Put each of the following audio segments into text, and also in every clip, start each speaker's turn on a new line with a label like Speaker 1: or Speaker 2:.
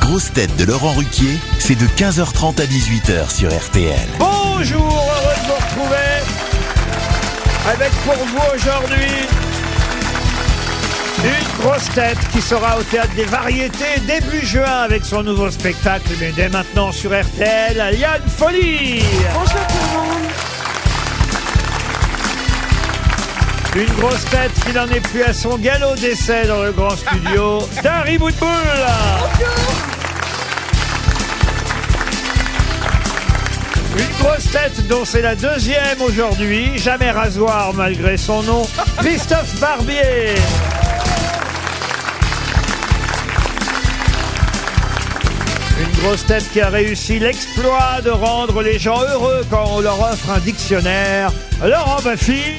Speaker 1: grosses têtes de Laurent Ruquier, c'est de 15h30 à 18h sur RTL.
Speaker 2: Bonjour, heureux de vous retrouver avec pour vous aujourd'hui une grosse tête qui sera au théâtre des variétés début juin avec son nouveau spectacle, mais dès maintenant sur RTL, Yann Folie. Bonjour tout le monde. Une grosse tête qui n'en est plus à son galop d'essai dans le grand studio d'Harry Boutboul. Une grosse tête dont c'est la deuxième aujourd'hui, jamais rasoir malgré son nom, Christophe Barbier. Une grosse tête qui a réussi l'exploit de rendre les gens heureux quand on leur offre un dictionnaire, Laurent Baffy.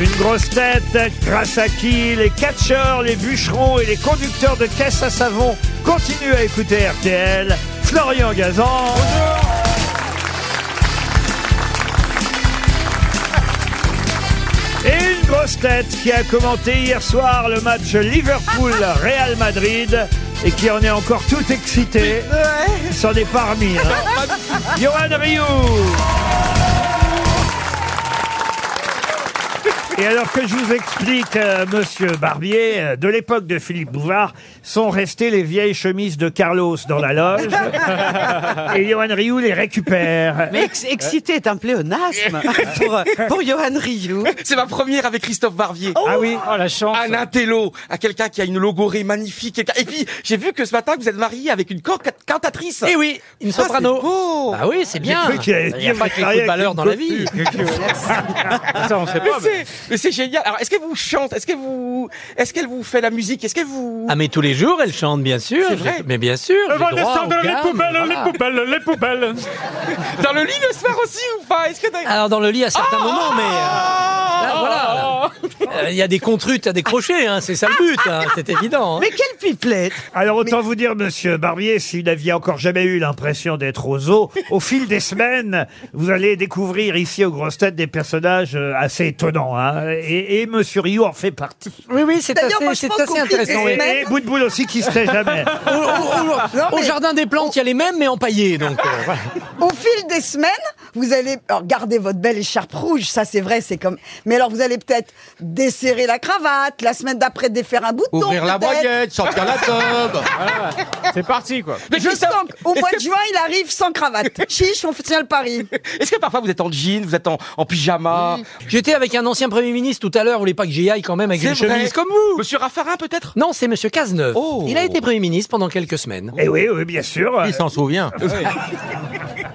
Speaker 2: Une grosse tête grâce à qui les catcheurs, les bûcherons et les conducteurs de caisses à savon continuent à écouter RTL. Florian Gazan. Et une grosse tête qui a commenté hier soir le match Liverpool-Real Madrid et qui en est encore tout excité. Il s'en est parmi. hein. Johan Rioux. Et alors que je vous explique, euh, monsieur Barbier, euh, de l'époque de Philippe Bouvard, sont restées les vieilles chemises de Carlos dans la loge. et Johan Rioux les récupère.
Speaker 3: Mais ex- excité est un pléonasme pour, euh, pour Johan Rioux.
Speaker 4: C'est ma première avec Christophe Barbier.
Speaker 2: ah oui Oh la chance
Speaker 4: Un intello, à quelqu'un qui a une logorée magnifique. quelqu'un- Et puis, j'ai vu que ce matin, vous êtes marié avec une cor- cantatrice.
Speaker 5: Eh oui, une
Speaker 4: Ah,
Speaker 5: soprano.
Speaker 4: c'est beau.
Speaker 5: Ah oui, c'est bien.
Speaker 2: cru qu'il allait
Speaker 5: Il n'y a
Speaker 2: dire
Speaker 5: pas que les
Speaker 2: Maria
Speaker 5: coups de
Speaker 2: avec
Speaker 5: valeur
Speaker 2: une
Speaker 5: dans la
Speaker 2: coquille.
Speaker 5: vie.
Speaker 2: Ah,
Speaker 4: Mais c'est- mais c'est génial. Alors, est-ce qu'elle vous chante Est-ce qu'elle vous, est-ce qu'elle vous fait la musique Est-ce qu'elle vous
Speaker 5: Ah mais tous les jours, elle chante, bien sûr.
Speaker 4: C'est vrai.
Speaker 5: J'ai- Mais bien sûr. j'ai droit aux gammes, voilà.
Speaker 2: poubelles, les poubelles
Speaker 4: dans le lit le soir aussi ou pas Est-ce que t'as-
Speaker 5: Alors dans le lit à certains moments, mais euh,
Speaker 4: Ah
Speaker 5: là, voilà. Euh, Il y a des contrutes à décrocher, hein, c'est ça le but, hein, c'est évident. hein.
Speaker 3: Mais quelle pipelette
Speaker 2: Alors autant vous dire, monsieur Barbier, si vous n'aviez encore jamais eu l'impression d'être aux eaux, au fil des semaines, vous allez découvrir ici aux grosses têtes des personnages euh, assez étonnants. hein. et, et monsieur Rioux en fait partie.
Speaker 5: Oui, oui, c'est
Speaker 3: D'ailleurs, moi,
Speaker 5: assez,
Speaker 3: je
Speaker 5: c'est
Speaker 3: pense
Speaker 5: assez
Speaker 3: qu'au fil des
Speaker 5: intéressant. oui.
Speaker 3: semaines-
Speaker 2: Et, et bout de boule aussi qui se tait jamais.
Speaker 5: Au, au- au- au jardin des plantes, il y a les mêmes, mais empaillés. Donc, euh, voilà.
Speaker 3: Au fil des semaines, vous allez alors, garder votre belle écharpe rouge, ça c'est vrai, c'est comme. Mais alors vous allez peut-être desserrer la cravate, la semaine d'après défaire un bouton. peut-être.
Speaker 6: sortir la tube.
Speaker 4: Mais
Speaker 3: Je
Speaker 4: Christophe,
Speaker 3: sens qu'au
Speaker 4: est-ce
Speaker 3: mois
Speaker 4: que-
Speaker 3: de juin, il arrive sans cravate. Chiche, on fait tient le pari.
Speaker 4: Est-ce que parfois vous êtes en jean, vous êtes en, en pyjama
Speaker 5: J'étais avec un ancien Premier ministre tout à l'heure, vous voulez pas que j'y aille quand même avec
Speaker 4: C'est
Speaker 5: une
Speaker 4: vrai.
Speaker 5: chemise comme vous
Speaker 4: Monsieur Raffarin peut-être
Speaker 5: Non, c'est Monsieur Cazeneuve.
Speaker 4: Oh.
Speaker 5: Il a été Premier ministre pendant quelques semaines.
Speaker 2: Et Eh oui, oui, bien sûr.
Speaker 6: Il s'en souvient.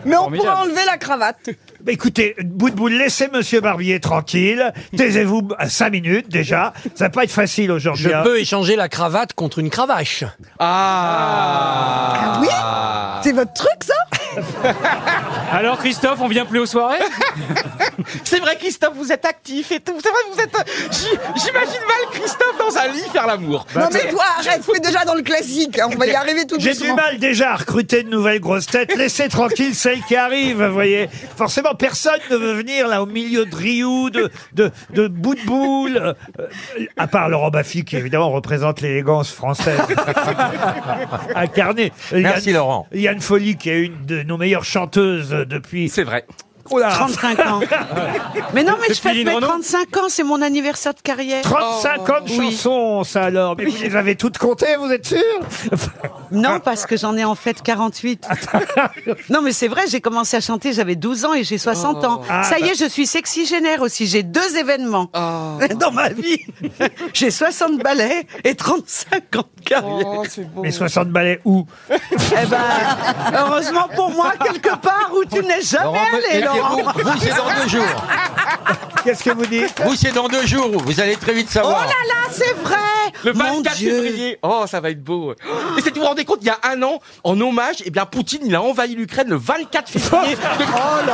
Speaker 3: Mais on pourra enlever la cravate.
Speaker 2: Bah, Écoutez, bout de boule, laissez Monsieur Barbier tranquille. Taisez-vous à 5 minutes déjà. Ça va pas être facile aujourd'hui.
Speaker 5: Je
Speaker 2: hein.
Speaker 5: peux échanger la cravate contre une cravache.
Speaker 4: Ah.
Speaker 3: Ah oui C'est votre truc, ça
Speaker 7: Alors Christophe, on vient plus aux soirées
Speaker 4: C'est vrai, Christophe, vous êtes actif et tout. C'est vrai, vous êtes. J- J'imagine mal Christophe dans un lit faire l'amour.
Speaker 3: Non mais toi, arrête, fais déjà dans le classique. hein, On va y arriver tout
Speaker 2: J'ai
Speaker 3: doucement.
Speaker 2: du mal déjà à recruter de nouvelles grosses têtes. Laissez tranquille celles qui arrivent, vous voyez. Forcément, personne ne veut venir là au milieu de Rioux, de, de, de bout de boule. Euh, euh, à part Laurent Baffy, qui évidemment représente l'élégance française. Incarnée.
Speaker 6: Merci, Laurent.
Speaker 2: Yann Folly, qui est une de nos meilleures chanteuses depuis.
Speaker 4: C'est vrai.
Speaker 2: Oh là,
Speaker 3: 35 ans.
Speaker 7: Mais non, mais je fais
Speaker 3: Mais 35 ans, c'est mon anniversaire de carrière. Oh,
Speaker 2: 35 ans
Speaker 7: Oh,
Speaker 2: de chansons, ça alors. Mais vous les avez toutes comptées, vous êtes sûr
Speaker 3: Non, parce que j'en ai en fait 48. non, mais c'est vrai, j'ai commencé à chanter, j'avais 12 ans et j'ai 60 ans.
Speaker 2: Ah,
Speaker 3: Ça y
Speaker 2: bah.
Speaker 3: est, je suis sexygénaire aussi. J'ai deux événements dans ma vie. j'ai 60 ballets et 35 ans de carrière.
Speaker 2: Mais 60 balais où
Speaker 3: Eh ben, heureusement pour moi, quelque part où tu n'es jamais allé, Laurent.
Speaker 6: Vous, c'est dans deux jours.
Speaker 2: Qu'est-ce que vous dites
Speaker 6: Vous, c'est dans deux jours. Vous allez très vite
Speaker 3: Oh
Speaker 6: savoir.
Speaker 3: là là, c'est vrai
Speaker 4: Le
Speaker 3: Mon
Speaker 4: 24
Speaker 3: Dieu.
Speaker 4: février. Oh, ça va être beau. Et c'est, vous vous rendez compte, il y a un an, en hommage, eh bien, Poutine, il a envahi l'Ukraine le 24 février. De-
Speaker 2: Oh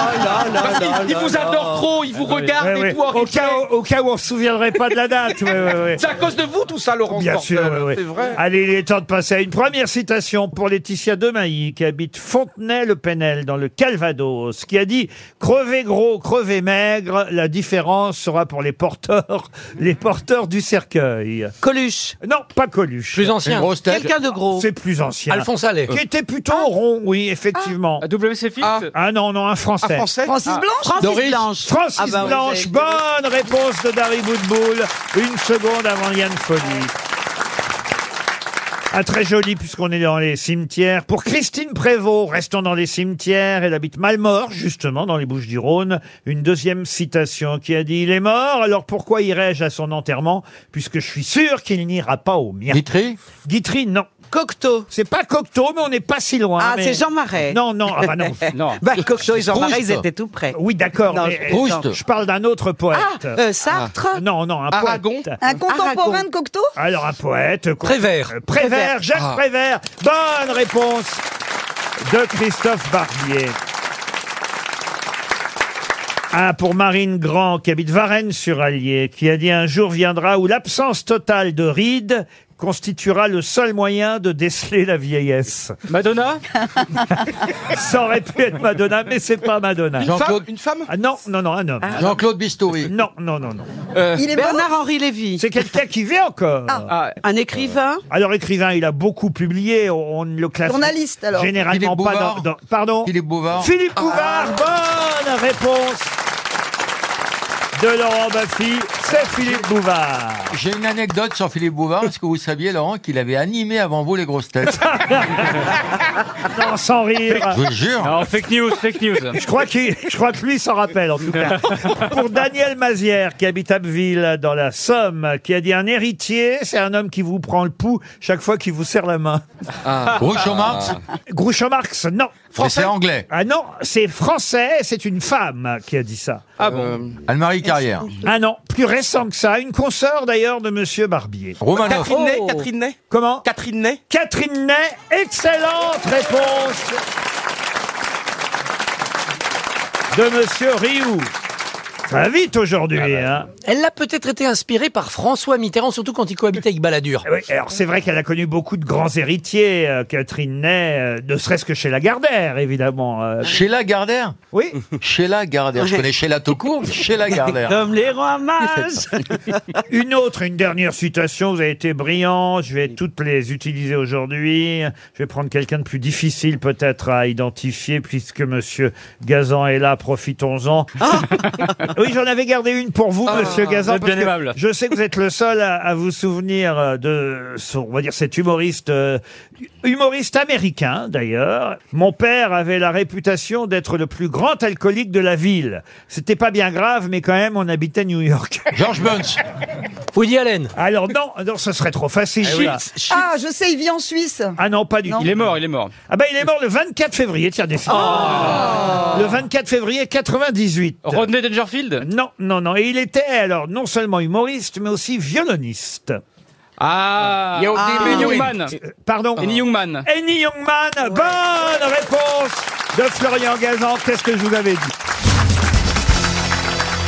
Speaker 4: Parce qu'il- il vous adore trop, il vous regarde
Speaker 2: Ah, Ouais,
Speaker 4: et
Speaker 2: ouais.
Speaker 4: tout. en
Speaker 2: Au,
Speaker 4: replay.
Speaker 2: cas, où- au cas où on ne se souviendrait pas de la date. ouais, ouais, ouais.
Speaker 4: C'est à cause de vous, tout ça, Laurent
Speaker 2: Bien sûr,
Speaker 4: Porter,
Speaker 2: ouais, ouais.
Speaker 4: C'est vrai.
Speaker 2: Allez, il est temps de passer à une première citation pour Laetitia Demailly, qui habite Fontenay-le-Penel, dans le Calvados, qui a dit « Crever gros, crever maigre, la différence sera pour les porteurs, les porteurs du cercueil.
Speaker 8: Coluche, »
Speaker 2: Non, pas Coluche.
Speaker 5: Plus
Speaker 6: Une
Speaker 5: ancien.
Speaker 6: grosse tête.
Speaker 8: quelqu'un de gros.
Speaker 2: C'est plus ancien.
Speaker 5: Alphonse Allais.
Speaker 2: Qui était plutôt rond, oui, effectivement.
Speaker 7: Ah, WC Fix
Speaker 4: Ah.
Speaker 2: Ah non, non, un
Speaker 4: Un
Speaker 2: Français.
Speaker 4: français
Speaker 3: Francis
Speaker 4: Ah.
Speaker 3: Blanche
Speaker 8: Francis
Speaker 6: Doris.
Speaker 8: Blanche.
Speaker 2: Francis
Speaker 8: Ah bah oui,
Speaker 2: Blanche,
Speaker 8: j'avais-
Speaker 2: bonne réponse de Dari Boudboul. Une seconde avant Yann Folie. Ah, très joli puisqu'on est dans les cimetières. Pour Christine Prévost, restons dans les cimetières. Elle habite Malmort, justement, dans les Bouches du Rhône. Une deuxième citation qui a dit, il est mort, alors pourquoi irais-je à son enterrement puisque je suis sûr qu'il n'ira pas au mien.
Speaker 6: Vitry
Speaker 2: Guitry, non.
Speaker 8: Cocteau.
Speaker 2: C'est pas Cocteau, mais on n'est pas si loin.
Speaker 8: Ah,
Speaker 2: mais-
Speaker 8: c'est Jean Marais.
Speaker 2: Non, non, ah bah non.
Speaker 7: Non.
Speaker 8: Bah, Cocteau et Jean
Speaker 6: Proust.
Speaker 8: Marais, ils étaient tout près.
Speaker 2: Oui, d'accord.
Speaker 8: Non,
Speaker 2: mais-
Speaker 8: je-
Speaker 6: Proust.
Speaker 2: Je parle d'un autre poète.
Speaker 8: Ah, euh, Sartre.
Speaker 2: Non, non, un
Speaker 4: Aragon.
Speaker 2: poète.
Speaker 3: Un contemporain
Speaker 8: Aragon.
Speaker 3: de Cocteau
Speaker 2: Alors un poète. con-
Speaker 5: Prévert.
Speaker 2: Euh, Prévert, Jacques
Speaker 6: Ah.
Speaker 2: Prévert. Bonne réponse de Christophe Barbier. Ah, pour Marine Grand, qui habite Varennes-sur-Allier, qui a dit un jour viendra où l'absence totale de rides constituera le seul moyen de déceler la vieillesse.
Speaker 7: Madonna
Speaker 2: Ça aurait pu être Madonna, mais c'est pas Madonna.
Speaker 4: Une femme,
Speaker 6: Jean-Claude-
Speaker 4: une femme
Speaker 2: Ah non, non, non, un homme.
Speaker 6: Jean-Claude Bistouri.
Speaker 2: Non, non, non, non.
Speaker 8: Euh,
Speaker 3: Il est mort
Speaker 8: Bernard-Henri Lévy.
Speaker 2: C'est quelqu'un qui vit encore.
Speaker 4: Ah,
Speaker 8: Un
Speaker 3: Hein
Speaker 8: écrivain.
Speaker 2: Alors écrivain, il a beaucoup publié, on on ne le classe
Speaker 3: Journaliste, alors.
Speaker 2: généralement
Speaker 6: Philippe
Speaker 2: pas dans,
Speaker 6: Bouvard.
Speaker 2: dans- pardon
Speaker 6: Philippe Bouvard.
Speaker 2: Philippe Bouvard, bonne réponse de Laurent Baffy, c'est Philippe Bouvard.
Speaker 6: J'ai une anecdote sur Philippe Bouvard. Est-ce que vous saviez, Laurent, qu'il avait animé avant vous les grosses têtes
Speaker 2: Non, sans rire.
Speaker 6: Ah. Je vous jure.
Speaker 7: Non, fake news, fake news.
Speaker 2: Je crois, qu'il- je crois que lui s'en rappelle, en tout cas. Pour Daniel Mazière, qui habite Abbeville, dans la Somme, qui a dit un héritier, c'est un homme qui vous prend le pouls chaque fois qu'il vous serre la main.
Speaker 6: Groucho Marx,
Speaker 2: Groucho Marx, non.
Speaker 6: mais c'est Ah. anglais.
Speaker 2: Ah non, c'est français, c'est une femme qui a dit ça.
Speaker 4: ah bon.
Speaker 6: Euh, Anne-Marie Carrière.
Speaker 2: Ah non, plus récent que ça, une consoeur d'ailleurs de Monsieur Barbier.
Speaker 6: Romanoff.
Speaker 4: Catherine Ney, Catherine Ney,
Speaker 2: Comment
Speaker 4: Catherine Ney.
Speaker 2: Catherine Ney, excellente réponse de Monsieur Rioux. Ça va vite aujourd'hui,
Speaker 6: Ah bah.
Speaker 2: hein.
Speaker 5: Elle l'a peut-être été inspirée par François Mitterrand, surtout quand il cohabitait avec Balladur.
Speaker 2: Oui, alors c'est vrai qu'elle a connu beaucoup de grands héritiers, euh, Catherine Ney, euh, ne serait-ce que chez Lagardère, évidemment. euh.
Speaker 6: Sheila Gardère.
Speaker 2: oui,
Speaker 6: Sheila Gardère. Je connais Sheila tout court, mais Sheila Gardère.
Speaker 8: Comme les rois mages.
Speaker 2: une autre, une dernière citation, vous avez été brillant, je vais toutes les utiliser aujourd'hui. Je vais prendre quelqu'un de plus difficile peut-être à identifier, puisque Monsieur Gazan est là, profitons-en. oui, j'en avais gardé une pour vous, Monsieur Gazan.
Speaker 7: Ah. vous êtes bien
Speaker 2: parce que
Speaker 7: aimable.
Speaker 2: Je sais que vous êtes le seul à, à vous souvenir euh, de son, on va dire, cet humoriste, euh, humoriste américain d'ailleurs. Mon père avait la réputation d'être le plus grand alcoolique de la ville. C'était pas bien grave, mais quand même, on habitait New York.
Speaker 6: George Bunch.
Speaker 5: Woody Allen.
Speaker 2: Alors non, non, ce serait trop facile. ça.
Speaker 3: Ah, je sais, il vit en Suisse.
Speaker 2: Ah non, pas du tout.
Speaker 7: Il est mort, il est mort.
Speaker 2: Ah ben il est mort le 24 février, tiens des Le 24 février 98.
Speaker 7: Oh. Rodney Dangerfield
Speaker 2: Non, non, non. Et il était alors non seulement humoriste, mais aussi violoniste.
Speaker 7: Ah Benny Youngman
Speaker 2: Euh, Pardon
Speaker 7: Benny Youngman
Speaker 2: Annie Youngman, bonne réponse de Florian Gazan. Qu'est-ce que je vous avais dit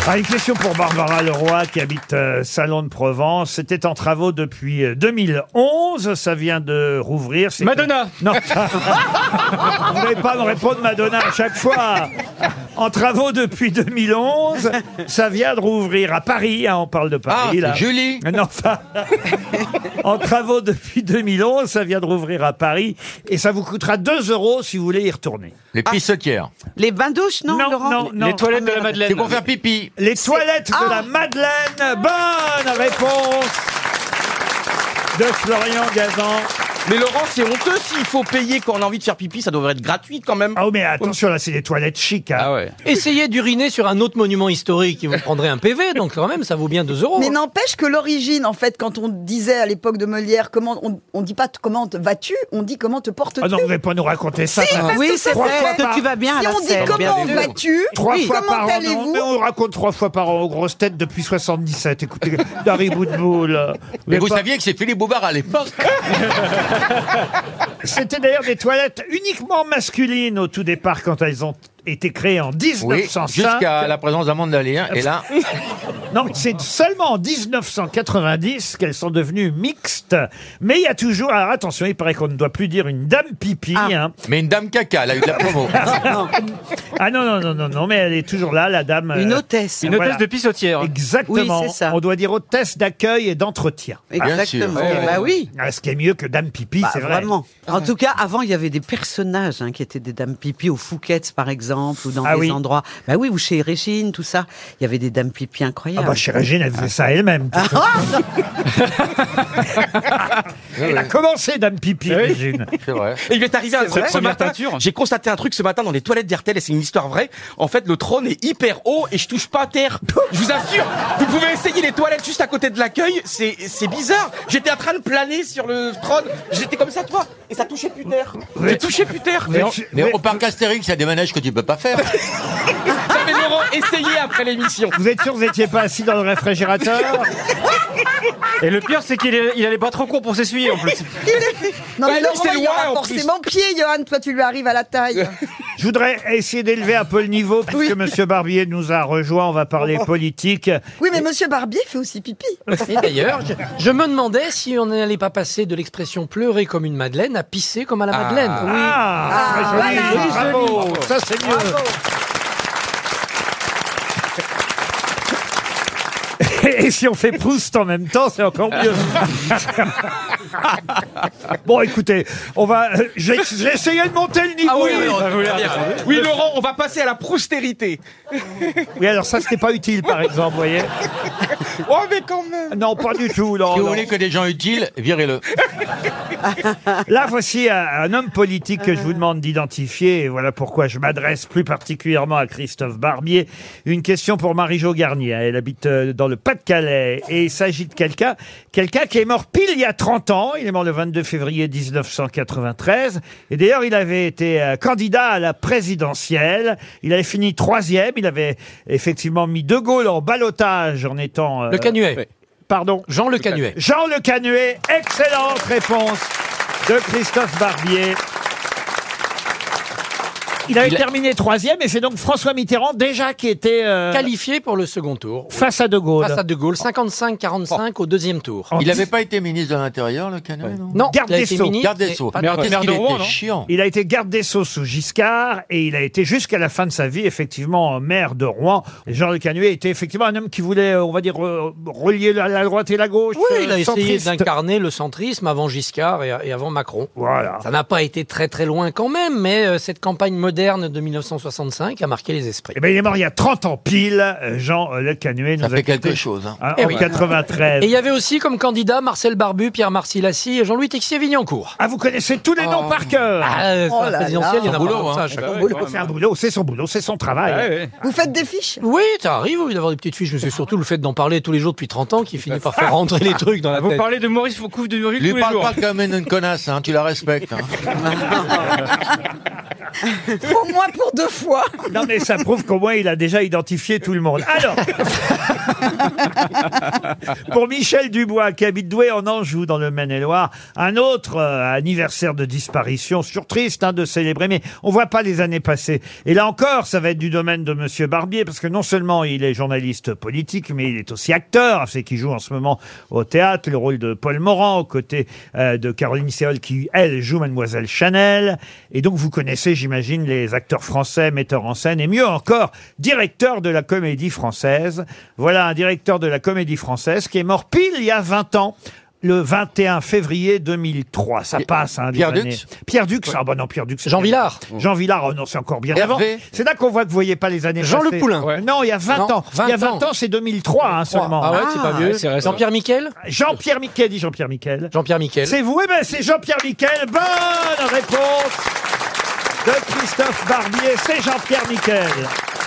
Speaker 2: Ah, une question pour Barbara Leroy qui habite euh, Salon de Provence. C'était en travaux depuis euh, 2011. Ça vient de rouvrir. C'est-
Speaker 7: Madonna
Speaker 2: Non. Vous n'allez pas me répondre Madonna à chaque fois. En travaux depuis 2011. Ça vient de rouvrir à Paris. hein, on parle de
Speaker 6: Ah,
Speaker 2: Paris là.
Speaker 6: Julie.
Speaker 2: Non, enfin, en travaux depuis 2011, ça vient de rouvrir à Paris et ça vous coûtera 2 euros si vous voulez y retourner.
Speaker 6: Les pissotières.
Speaker 8: Les bains douches, non, Ah,
Speaker 2: Non,
Speaker 8: Laurent
Speaker 2: non, non.
Speaker 7: Les toilettes de la
Speaker 6: C'est
Speaker 7: Madeleine
Speaker 6: pour faire pipi.
Speaker 2: Les toilettes de la Madeleine, bonne réponse de Florian Gazan.
Speaker 4: Mais Laurent, c'est honteux. S'il faut payer quand on a envie de faire pipi, ça devrait être gratuit quand même.
Speaker 2: Ah oui, mais attention, là, c'est des toilettes chic. hein.
Speaker 4: Ah ouais.
Speaker 5: Essayez d'uriner sur un autre monument historique et vous prendrez un PV, donc quand même, ça vaut bien
Speaker 2: Oh.
Speaker 5: 2 euros.
Speaker 3: Mais n'empêche que l'origine, en fait, quand on disait à l'époque de Molière, comment on, on dit pas t- comment te vas-tu, on dit comment te portes-tu.
Speaker 2: Ah non, vous ne pas nous raconter ça. quand même.
Speaker 8: Oui, c'est
Speaker 2: Trois
Speaker 8: vrai
Speaker 2: fois par-
Speaker 8: que tu vas bien à
Speaker 3: si
Speaker 8: la
Speaker 3: on dit
Speaker 8: selle.
Speaker 3: comment vas-tu,
Speaker 2: Trois fois
Speaker 3: comment
Speaker 2: par an. non,
Speaker 3: allez-vous
Speaker 2: mais on raconte trois fois par an aux grosses têtes depuis 77. Écoutez, Dari Boudboul.
Speaker 6: Mais vous saviez que c'est Philippe Bouvard à l'époque
Speaker 2: C'était d'ailleurs des toilettes uniquement masculines au tout départ quand elles ont été créées en
Speaker 6: Oui,
Speaker 2: 1905.
Speaker 6: jusqu'à la présence d'un Mandalien. Et là,
Speaker 2: Non, c'est seulement en 1990 qu'elles sont devenues mixtes. Mais il y a toujours... Alors attention, il paraît qu'on ne doit plus dire une dame pipi. hein. Ah,
Speaker 6: mais une dame caca, elle a eu de la promo.
Speaker 2: non, non, non, non, non, mais elle est toujours là, la dame.
Speaker 8: Une
Speaker 2: euh,
Speaker 8: hôtesse.
Speaker 7: Une
Speaker 2: Voilà.
Speaker 7: hôtesse de pissotière.
Speaker 2: Exactement.
Speaker 8: Oui, c'est ça.
Speaker 2: On doit dire hôtesse d'accueil et d'entretien.
Speaker 6: Bien sûr.
Speaker 8: Exactement. Eh Bah oui.
Speaker 2: Ah, Ce qui est mieux que dame pipi,
Speaker 8: Bah,
Speaker 2: c'est vrai.
Speaker 8: vraiment. En tout cas, avant, il y avait des personnages hein, qui étaient des dames pipi au Fouquet's, par exemple, ou dans
Speaker 2: Ah
Speaker 8: des
Speaker 2: oui.
Speaker 8: endroits. Bah oui, ou chez Régine, tout ça. Il y avait des dames pipi
Speaker 2: Ah
Speaker 8: incroyables. Ah,
Speaker 2: bah, chez Régine, elle faisait ça elle-même. elle a commencé, dame pipi,
Speaker 4: Eh
Speaker 2: Régine.
Speaker 6: C'est vrai.
Speaker 4: Et il m'est arrivé un truc ce
Speaker 7: première
Speaker 4: matin.
Speaker 7: teinture.
Speaker 4: J'ai constaté un truc ce matin dans les toilettes d'RTL et c'est une histoire vraie. En fait, le trône est hyper haut et je touche pas à terre. Je vous assure. Vous pouvez essayer les toilettes juste à côté de l'accueil. C'est, c'est bizarre. J'étais en train de planer sur le trône. J'étais comme ça, toi. Et ça touchait plus terre. J'ai touché plus terre.
Speaker 2: Mais,
Speaker 6: Mais
Speaker 2: mais-
Speaker 6: au parc Astérix, il y a des manèges que tu peux pas faire.
Speaker 4: J'avais Laurent essayez après l'émission.
Speaker 2: vous êtes sûr que vous n'étiez pas assis dans le réfrigérateur
Speaker 7: Et le pire, c'est qu'il est- il allait pas trop court pour s'essuyer en plus.
Speaker 3: Non,
Speaker 4: Bah non,
Speaker 3: mais Laurent,
Speaker 4: c'est
Speaker 3: il
Speaker 4: loin,
Speaker 3: aura
Speaker 4: en
Speaker 3: forcément pied, Johan, toi tu lui arrives à la taille.
Speaker 2: Je voudrais essayer d'élever un peu le niveau, puisque Monsieur Barbier nous a rejoint. On va parler politique.
Speaker 3: Oui, mais Monsieur Barbier fait aussi pipi.
Speaker 5: Et d'ailleurs, je, je me demandais si on n'allait pas passer de l'expression pleurer comme une madeleine à pisser comme à la madeleine.
Speaker 2: Ah, très joli, bravo, ça c'est mieux. Et si on fait Proust en même temps, c'est encore mieux. bon, écoutez, on va. euh, J'ai j'ai essayé de monter le niveau.
Speaker 4: Ah
Speaker 2: Ah
Speaker 4: oui, oui, Oui, Laurent, on va passer à la proustérité.
Speaker 2: Oui, alors ça, c'était pas utile, par exemple, vous voyez.
Speaker 4: Oh, mais quand même.
Speaker 2: Non, pas du tout. Non,
Speaker 6: Si vous
Speaker 2: non.
Speaker 6: voulez que des gens utiles, virez-le.
Speaker 2: Là, voici un, un homme politique que je vous demande d'identifier. Et voilà pourquoi je m'adresse plus particulièrement à Christophe Barbier. Une question pour Marie-Jo Garnier. Elle habite euh, dans le Pas-de-Calais. Et il s'agit de quelqu'un, quelqu'un qui est mort pile il y a 30 ans. Il est mort le 22 février 1993. Et d'ailleurs, il avait été euh, candidat à la présidentielle. Il avait fini troisième. Il avait effectivement mis De Gaulle en balotage en étant... euh,
Speaker 5: Le Canuet.
Speaker 2: Pardon.
Speaker 5: Jean Le Canuet.
Speaker 2: Jean Le Canuet, excellente réponse de Christophe Barbier. Il avait
Speaker 6: Il a-
Speaker 2: terminé troisième et c'est donc François Mitterrand déjà qui était euh,
Speaker 5: Qualifié pour le second tour.
Speaker 2: face à De Gaulle.
Speaker 5: Face à De Gaulle, 55-45 au deuxième tour.
Speaker 2: En
Speaker 6: Il n'avait
Speaker 2: dix-
Speaker 6: pas été ministre de l'Intérieur, le canon non
Speaker 5: Non,
Speaker 2: Garde
Speaker 5: il a
Speaker 2: des
Speaker 5: été
Speaker 2: Sceaux. hein.
Speaker 5: ministre,
Speaker 6: Garde des
Speaker 5: mais
Speaker 6: Sceaux.
Speaker 5: pas
Speaker 7: Mais
Speaker 5: de-
Speaker 7: en-
Speaker 6: Qu'est-ce
Speaker 7: Maire
Speaker 6: qu'il
Speaker 7: de Rouen,
Speaker 6: était
Speaker 7: non
Speaker 6: chiant
Speaker 2: Il a été garde des Sceaux sous Giscard et il a été jusqu'à la fin de sa vie effectivement maire de Rouen. Et Jean Le Canuet était effectivement un homme qui voulait, euh, on va dire, euh, relier la, la droite et la gauche.
Speaker 5: Oui,
Speaker 2: euh,
Speaker 5: il a essayé
Speaker 2: centriste.
Speaker 5: d'incarner le centrisme avant Giscard et, et avant Macron.
Speaker 2: Voilà.
Speaker 5: Ça n'a pas été très très loin quand même, mais euh, cette campagne moderne de 1965 a marqué les esprits.
Speaker 2: Eh ben, il est mort il y a 30 ans pile. euh, Jean euh, Le Canuet
Speaker 6: Ça
Speaker 2: nous a
Speaker 6: fait quelque
Speaker 2: quittés,
Speaker 6: chose. hein.
Speaker 2: hein,
Speaker 5: Eh
Speaker 2: en
Speaker 5: oui.
Speaker 2: 93.
Speaker 5: Et il y avait aussi comme candidats Marcel Barbu, Pierre Marcilassi et Jean-Louis Texier-Vignancourt.
Speaker 2: Ah, vous connaissez tous les noms
Speaker 6: Oh.
Speaker 2: par cœur
Speaker 5: Ah,
Speaker 3: Oh
Speaker 5: sur la
Speaker 3: là
Speaker 5: présidentielle,
Speaker 3: là.
Speaker 5: il y en a
Speaker 6: Son boulot,
Speaker 5: marre de ça
Speaker 6: hein.
Speaker 5: à chaque
Speaker 7: Ah
Speaker 5: fois.
Speaker 7: ouais,
Speaker 2: Boulot,
Speaker 7: quand même.
Speaker 2: c'est un boulot, c'est son boulot, c'est son travail.
Speaker 7: Ah ouais. Ah.
Speaker 3: Vous faites des fiches
Speaker 5: Oui, ça arrive, oui, d'avoir des petites fiches, mais c'est surtout le fait d'en parler tous les jours depuis 30 ans qui finit par faire rentrer les trucs dans la
Speaker 7: Ah, Vous
Speaker 5: tête.
Speaker 7: parlez de Maurice Foucault de Muriel
Speaker 6: Lui
Speaker 7: tous les
Speaker 6: parle
Speaker 7: jours.
Speaker 6: pas comme une connasse, hein, tu la respectes. hein.
Speaker 3: Au moins pour deux fois.
Speaker 2: Non, mais ça prouve qu'au moins il a déjà identifié tout le monde. Alors, pour Michel Dubois, qui habite Douai en Anjou, dans le Maine-et-Loire, un autre euh, anniversaire de disparition, sur triste hein, de célébrer, mais on voit pas les années passées. Et là encore, ça va être du domaine de Monsieur Barbier, parce que non seulement il est journaliste politique, mais il est aussi acteur. C'est qui joue en ce moment au théâtre le rôle de Paul Morand, aux côtés euh, de Caroline Séol, qui, elle, joue Mademoiselle Chanel. Et donc, vous connaissez, j'imagine, les acteurs français, metteurs en scène, et mieux encore, directeur de la comédie française. Voilà un directeur de la comédie française qui est mort pile il y a 20 ans. le 21 février 2003. Ça passe, hein, les
Speaker 6: Pierre Dux
Speaker 2: années. Pierre Dux, ah bah non, Pierre Dux.
Speaker 5: Jean Villard.
Speaker 2: Jean Villard, oh non, c'est encore bien avant.
Speaker 6: Hervé.
Speaker 2: C'est là qu'on voit que vous voyez pas les années
Speaker 5: Jean Le
Speaker 2: passées.
Speaker 5: Poulain.
Speaker 2: Ouais. Non, il y a 20
Speaker 5: Non,
Speaker 2: ans. il y a
Speaker 5: 20
Speaker 2: 20 ans, c'est 2003 hein, seulement.
Speaker 7: Ah ouais, c'est pas vieux. C'est récent.
Speaker 5: Jean-Pierre Miquel
Speaker 2: Jean-Pierre Miquel, dit Jean-Pierre Miquel.
Speaker 5: Jean-Pierre Miquel.
Speaker 2: C'est vous Eh ben c'est Jean-Pierre Miquel. Bonne réponse de Christophe Barbier. C'est Jean-Pierre Miquel.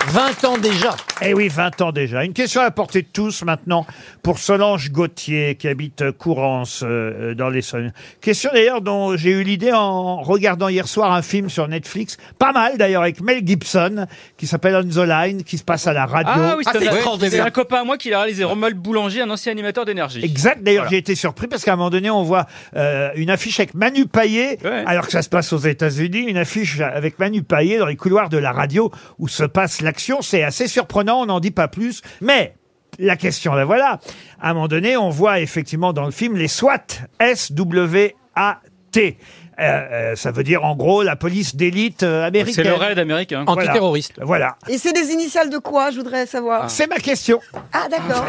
Speaker 5: 20 ans déjà.
Speaker 2: Eh oui, 20 ans déjà. Une question à la portée de tous maintenant pour Solange Gauthier qui habite Courance euh, euh, dans l'Essonne. Question d'ailleurs dont j'ai eu l'idée en regardant hier soir un film sur Netflix, pas mal d'ailleurs avec Mel Gibson qui s'appelle On the Line, qui se passe à la radio.
Speaker 7: Ah oui,
Speaker 6: Ah, c'est
Speaker 7: c'est un-
Speaker 6: extraordinaire.
Speaker 7: c'est un copain à moi qui l'a réalisé, Romuald Boulanger, un ancien animateur d'énergie.
Speaker 2: Exact. D'ailleurs,
Speaker 7: Voilà.
Speaker 2: j'ai été surpris parce qu'à un moment donné, on voit euh, une affiche avec Manu Payet,
Speaker 7: Ouais.
Speaker 2: alors que ça se passe aux États-Unis, une affiche avec Manu Payet dans les couloirs de la radio où se passe l'action. C'est assez surprenant, on n'en dit pas plus. Mais la question, la voilà. À un moment donné, on voit effectivement dans le film les SWAT, S-W-A-T. Euh, euh, ça veut dire en gros la police d'élite euh,
Speaker 7: C'est
Speaker 2: américaine.
Speaker 7: le raid américain.
Speaker 2: Voilà.
Speaker 5: Antiterroriste.
Speaker 2: Voilà.
Speaker 3: Et c'est des initiales de quoi Je voudrais savoir.
Speaker 2: C'est ma question.
Speaker 3: Ah, d'accord.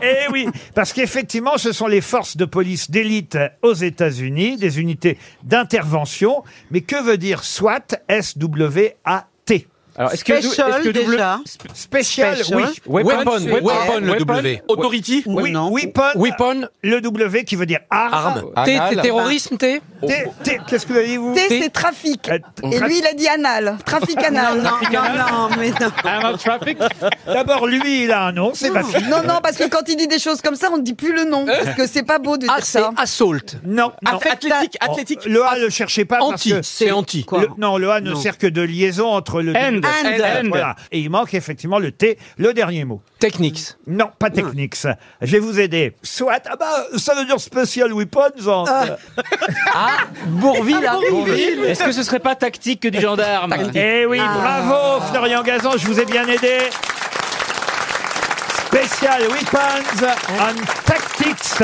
Speaker 2: Eh oui, parce qu'effectivement, ce sont les forces de police d'élite aux États-Unis, des unités d'intervention. Mais que veut dire SWAT, S-W-A-T
Speaker 7: Alors, est-ce que,
Speaker 8: Special, déjà.
Speaker 2: Special,
Speaker 8: Special.
Speaker 2: oui.
Speaker 5: Weapon,
Speaker 7: c'est-
Speaker 5: weapon,
Speaker 7: Weapon,
Speaker 5: le
Speaker 7: W. Authority.
Speaker 8: Ou
Speaker 2: Oui,
Speaker 8: non.
Speaker 2: weapon, euh,
Speaker 5: Weapon.
Speaker 2: le W qui veut dire arme.
Speaker 6: Anal.
Speaker 5: T, T, terrorisme, T
Speaker 2: T- T- Qu'est-ce que vous avez dit, vous
Speaker 3: T, c'est trafic.
Speaker 2: Euh,
Speaker 3: Et lui, il a dit anal. Trafic anal.
Speaker 8: Non, non, non, mais non.
Speaker 7: I'm out traffic.
Speaker 2: D'abord, lui, il a un nom, c'est ma fille.
Speaker 3: Non, non, parce que quand il dit des choses comme ça, on ne dit plus le nom. Parce que c'est pas beau de
Speaker 5: Ah,
Speaker 3: dire
Speaker 5: c'est
Speaker 3: ça.
Speaker 5: assault.
Speaker 2: Non, non.
Speaker 4: Athlétique,
Speaker 2: Oh,
Speaker 4: athlétique.
Speaker 2: Le A, ne cherchez pas
Speaker 5: Anti,
Speaker 2: parce que...
Speaker 5: c'est anti.
Speaker 8: Quoi
Speaker 2: le- non, le A ne
Speaker 8: Non.
Speaker 2: sert que de liaison entre le...
Speaker 7: End.
Speaker 3: And.
Speaker 7: End.
Speaker 2: Voilà. Et il manque effectivement le T, le dernier mot.
Speaker 5: Techniques.
Speaker 2: Non, pas Technics. Je vais vous aider. Soit, ah bah, ça veut dire Special Weapons. hein. Ah, en-
Speaker 5: Bourville. hein.
Speaker 7: Est-ce que ce serait pas tactique que du gendarme
Speaker 2: Eh oui, bravo, Florian Gazan, je vous ai bien aidé. Special Weapons and Tactics.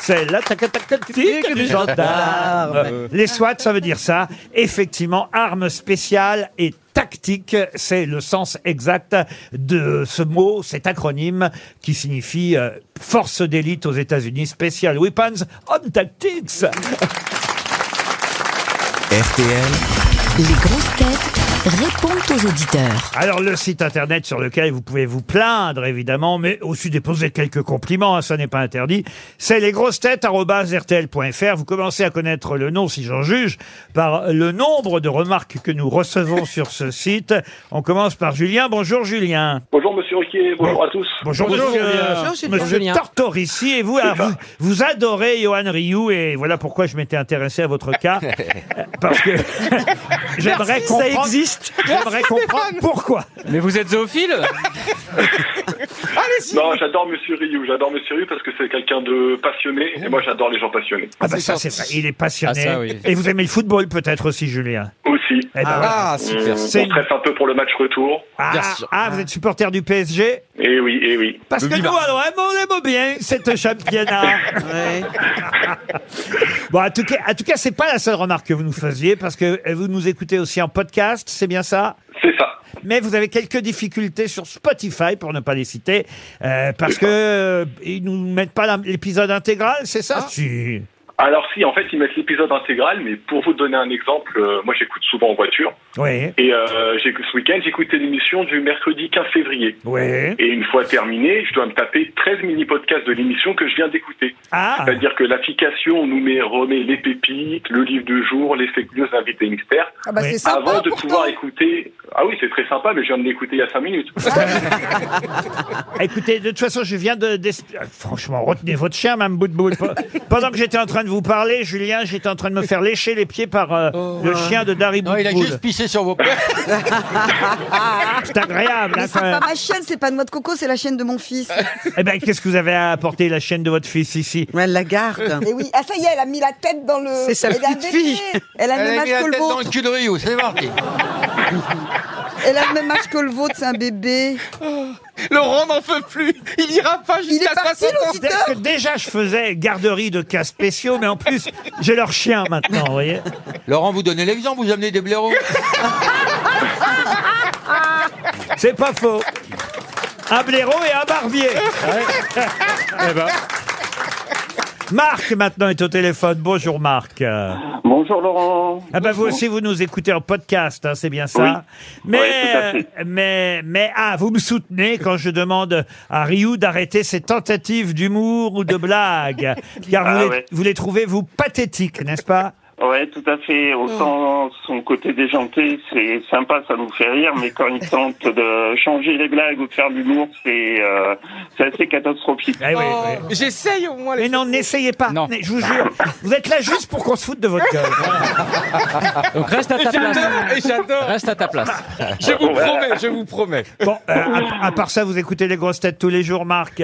Speaker 2: C'est la tac- tac- tactique du gendarme. Les SWAT, ça veut dire ça. Effectivement, armes spéciales et tactique, c'est le sens exact de ce mot, cet acronyme qui signifie euh, force d'élite aux États-Unis, Special Weapons and Tactics.
Speaker 1: RTL,
Speaker 9: Les grosses têtes répondent aux auditeurs.
Speaker 2: Alors le site internet sur lequel vous pouvez vous plaindre évidemment, mais aussi déposer quelques compliments, hein, ça n'est pas interdit, c'est lesgrossetêtes.rtl.fr. Vous commencez à connaître le nom, si j'en juge, par le nombre de remarques que nous recevons sur ce site. On commence par Julien. Bonjour Julien.
Speaker 10: Bonjour Monsieur Riquier, bonjour à tous.
Speaker 2: Bonjour, monsieur, euh,
Speaker 5: Bonjour, Julien.
Speaker 2: monsieur
Speaker 5: Julien.
Speaker 2: Tortorici. Et vous, alors, vous, vous adorez Johan Rioux et voilà pourquoi je m'étais intéressé à votre cas. Euh, Parce que j'aimerais comprendre,
Speaker 5: existe.
Speaker 2: j'aimerais comprendre pourquoi.
Speaker 7: Mais vous êtes zoophile
Speaker 10: Non, j'adore Monsieur Rioux, j'adore Monsieur Rioux parce que c'est quelqu'un de passionné et moi j'adore les gens passionnés
Speaker 2: Ah bah ça c'est vrai, il est passionné.
Speaker 7: Ah, ça, oui.
Speaker 2: Et vous aimez le football peut-être aussi Julien.
Speaker 10: aussi.
Speaker 2: Eh ben voilà.
Speaker 10: On,
Speaker 2: C'est
Speaker 10: on presse un peu pour le match retour.
Speaker 2: Ah, ah, vous êtes supporter du PSG
Speaker 10: Et oui, et oui.
Speaker 2: Parce que nous alors hein, on aime bien cette championnat.
Speaker 8: Ouais.
Speaker 2: bon en tout cas, en tout cas c'est pas la seule remarque que vous nous faisiez parce que euh, vous nous écoutez aussi en podcast, c'est bien ça
Speaker 10: C'est ça.
Speaker 2: mais vous avez quelques difficultés sur Spotify, pour ne pas les citer, euh, parce que euh, ils nous mettent pas la- l'épisode intégral, c'est ça Si.
Speaker 10: Alors si, en fait, ils mettent l'épisode intégral, mais pour vous donner un exemple, euh, moi j'écoute souvent en voiture
Speaker 2: Oui,
Speaker 10: et euh, j'ai- ce week-end j'écoutais l'émission du mercredi 15 février.
Speaker 2: oui.
Speaker 10: Et une fois terminé, je dois me taper 13 mini-podcasts de l'émission que je viens d'écouter.
Speaker 2: Ah,
Speaker 10: C'est-à-dire que l'application nous met, remet les pépites, le livre du jour, les fake news, l'invité mystère.
Speaker 3: Ah, bah,
Speaker 2: Oui.
Speaker 3: c'est sympa.
Speaker 10: Avant de
Speaker 3: pourtant.
Speaker 10: pouvoir écouter. Ah oui, c'est très sympa, mais je viens de l'écouter il y a 5 minutes.
Speaker 3: Ah.
Speaker 2: Ah, Écoutez, de toute façon, je viens de. d'es- Ah, Franchement, retenez votre chien, Mme Boutboul. Pe- Pendant que j'étais en train de vous parler, Julien, j'étais en train de me faire lécher les pieds par euh, le chien de Dari
Speaker 6: Oh, Non, il a
Speaker 2: Boutboul.
Speaker 6: juste pissé sur vos plaies.
Speaker 2: C'est agréable, hein,
Speaker 3: Mais c'est
Speaker 2: quand même.
Speaker 3: pas ma chaîne, c'est pas de noix de coco, c'est la chaîne de mon fils.
Speaker 2: Eh ben, qu'est-ce que vous avez à apporter la chaîne de votre fils ici
Speaker 8: Mais Elle la garde.
Speaker 3: Et oui, ah ça y est, elle a mis la tête dans le.
Speaker 8: C'est sa
Speaker 3: Elle a
Speaker 8: petite
Speaker 3: un
Speaker 8: fille.
Speaker 3: bébé. Elle a le
Speaker 6: Elle
Speaker 3: même
Speaker 6: a mis la
Speaker 3: âge que le
Speaker 6: tête dans
Speaker 3: vôtre.
Speaker 6: le cul de Rio, c'est parti.
Speaker 3: Elle a le même âge que le vôtre, c'est un bébé.
Speaker 4: Laurent n'en peut plus. Il ira pas
Speaker 3: Il
Speaker 4: jusqu'à
Speaker 3: est parti,
Speaker 4: 60 ans.
Speaker 2: Dès-
Speaker 3: l'auditeur.
Speaker 2: que Déjà, je faisais garderie de cas spéciaux, mais en plus, j'ai leur chien maintenant, vous voyez.
Speaker 6: Laurent, vous donnez l'exemple, vous amenez des blaireaux.
Speaker 2: C'est pas faux. Un blaireau et un barbier. Eh ben. Marc maintenant est au téléphone. Bonjour Marc. Euh,
Speaker 11: Bonjour Laurent.
Speaker 2: Ah bah vous aussi vous nous écoutez en podcast, hein, c'est bien ça. Mais
Speaker 11: tout à fait.
Speaker 2: euh, mais mais ah vous me soutenez quand je demande à Ryu d'arrêter ses tentatives d'humour ou de blague, car
Speaker 11: Ah
Speaker 2: vous, les,
Speaker 11: ouais.
Speaker 2: vous les trouvez vous pathétiques, n'est-ce pas
Speaker 11: Ouais, tout à fait. Autant son côté déjanté, c'est sympa, ça nous fait rire, mais quand il tente de changer les blagues ou de faire de l'humour, c'est euh, c'est assez catastrophique.
Speaker 4: Oh, J'essaye au moins.
Speaker 2: Eh Mais non, n'essayez pas. Mais Je vous jure, vous êtes là juste pour qu'on se foute de votre gueule.
Speaker 12: Donc reste à ta place. Reste à ta place.
Speaker 4: Je vous promets, je vous promets.
Speaker 2: Bon, euh, à, à part ça, vous écoutez les grosses têtes tous les jours, Marc.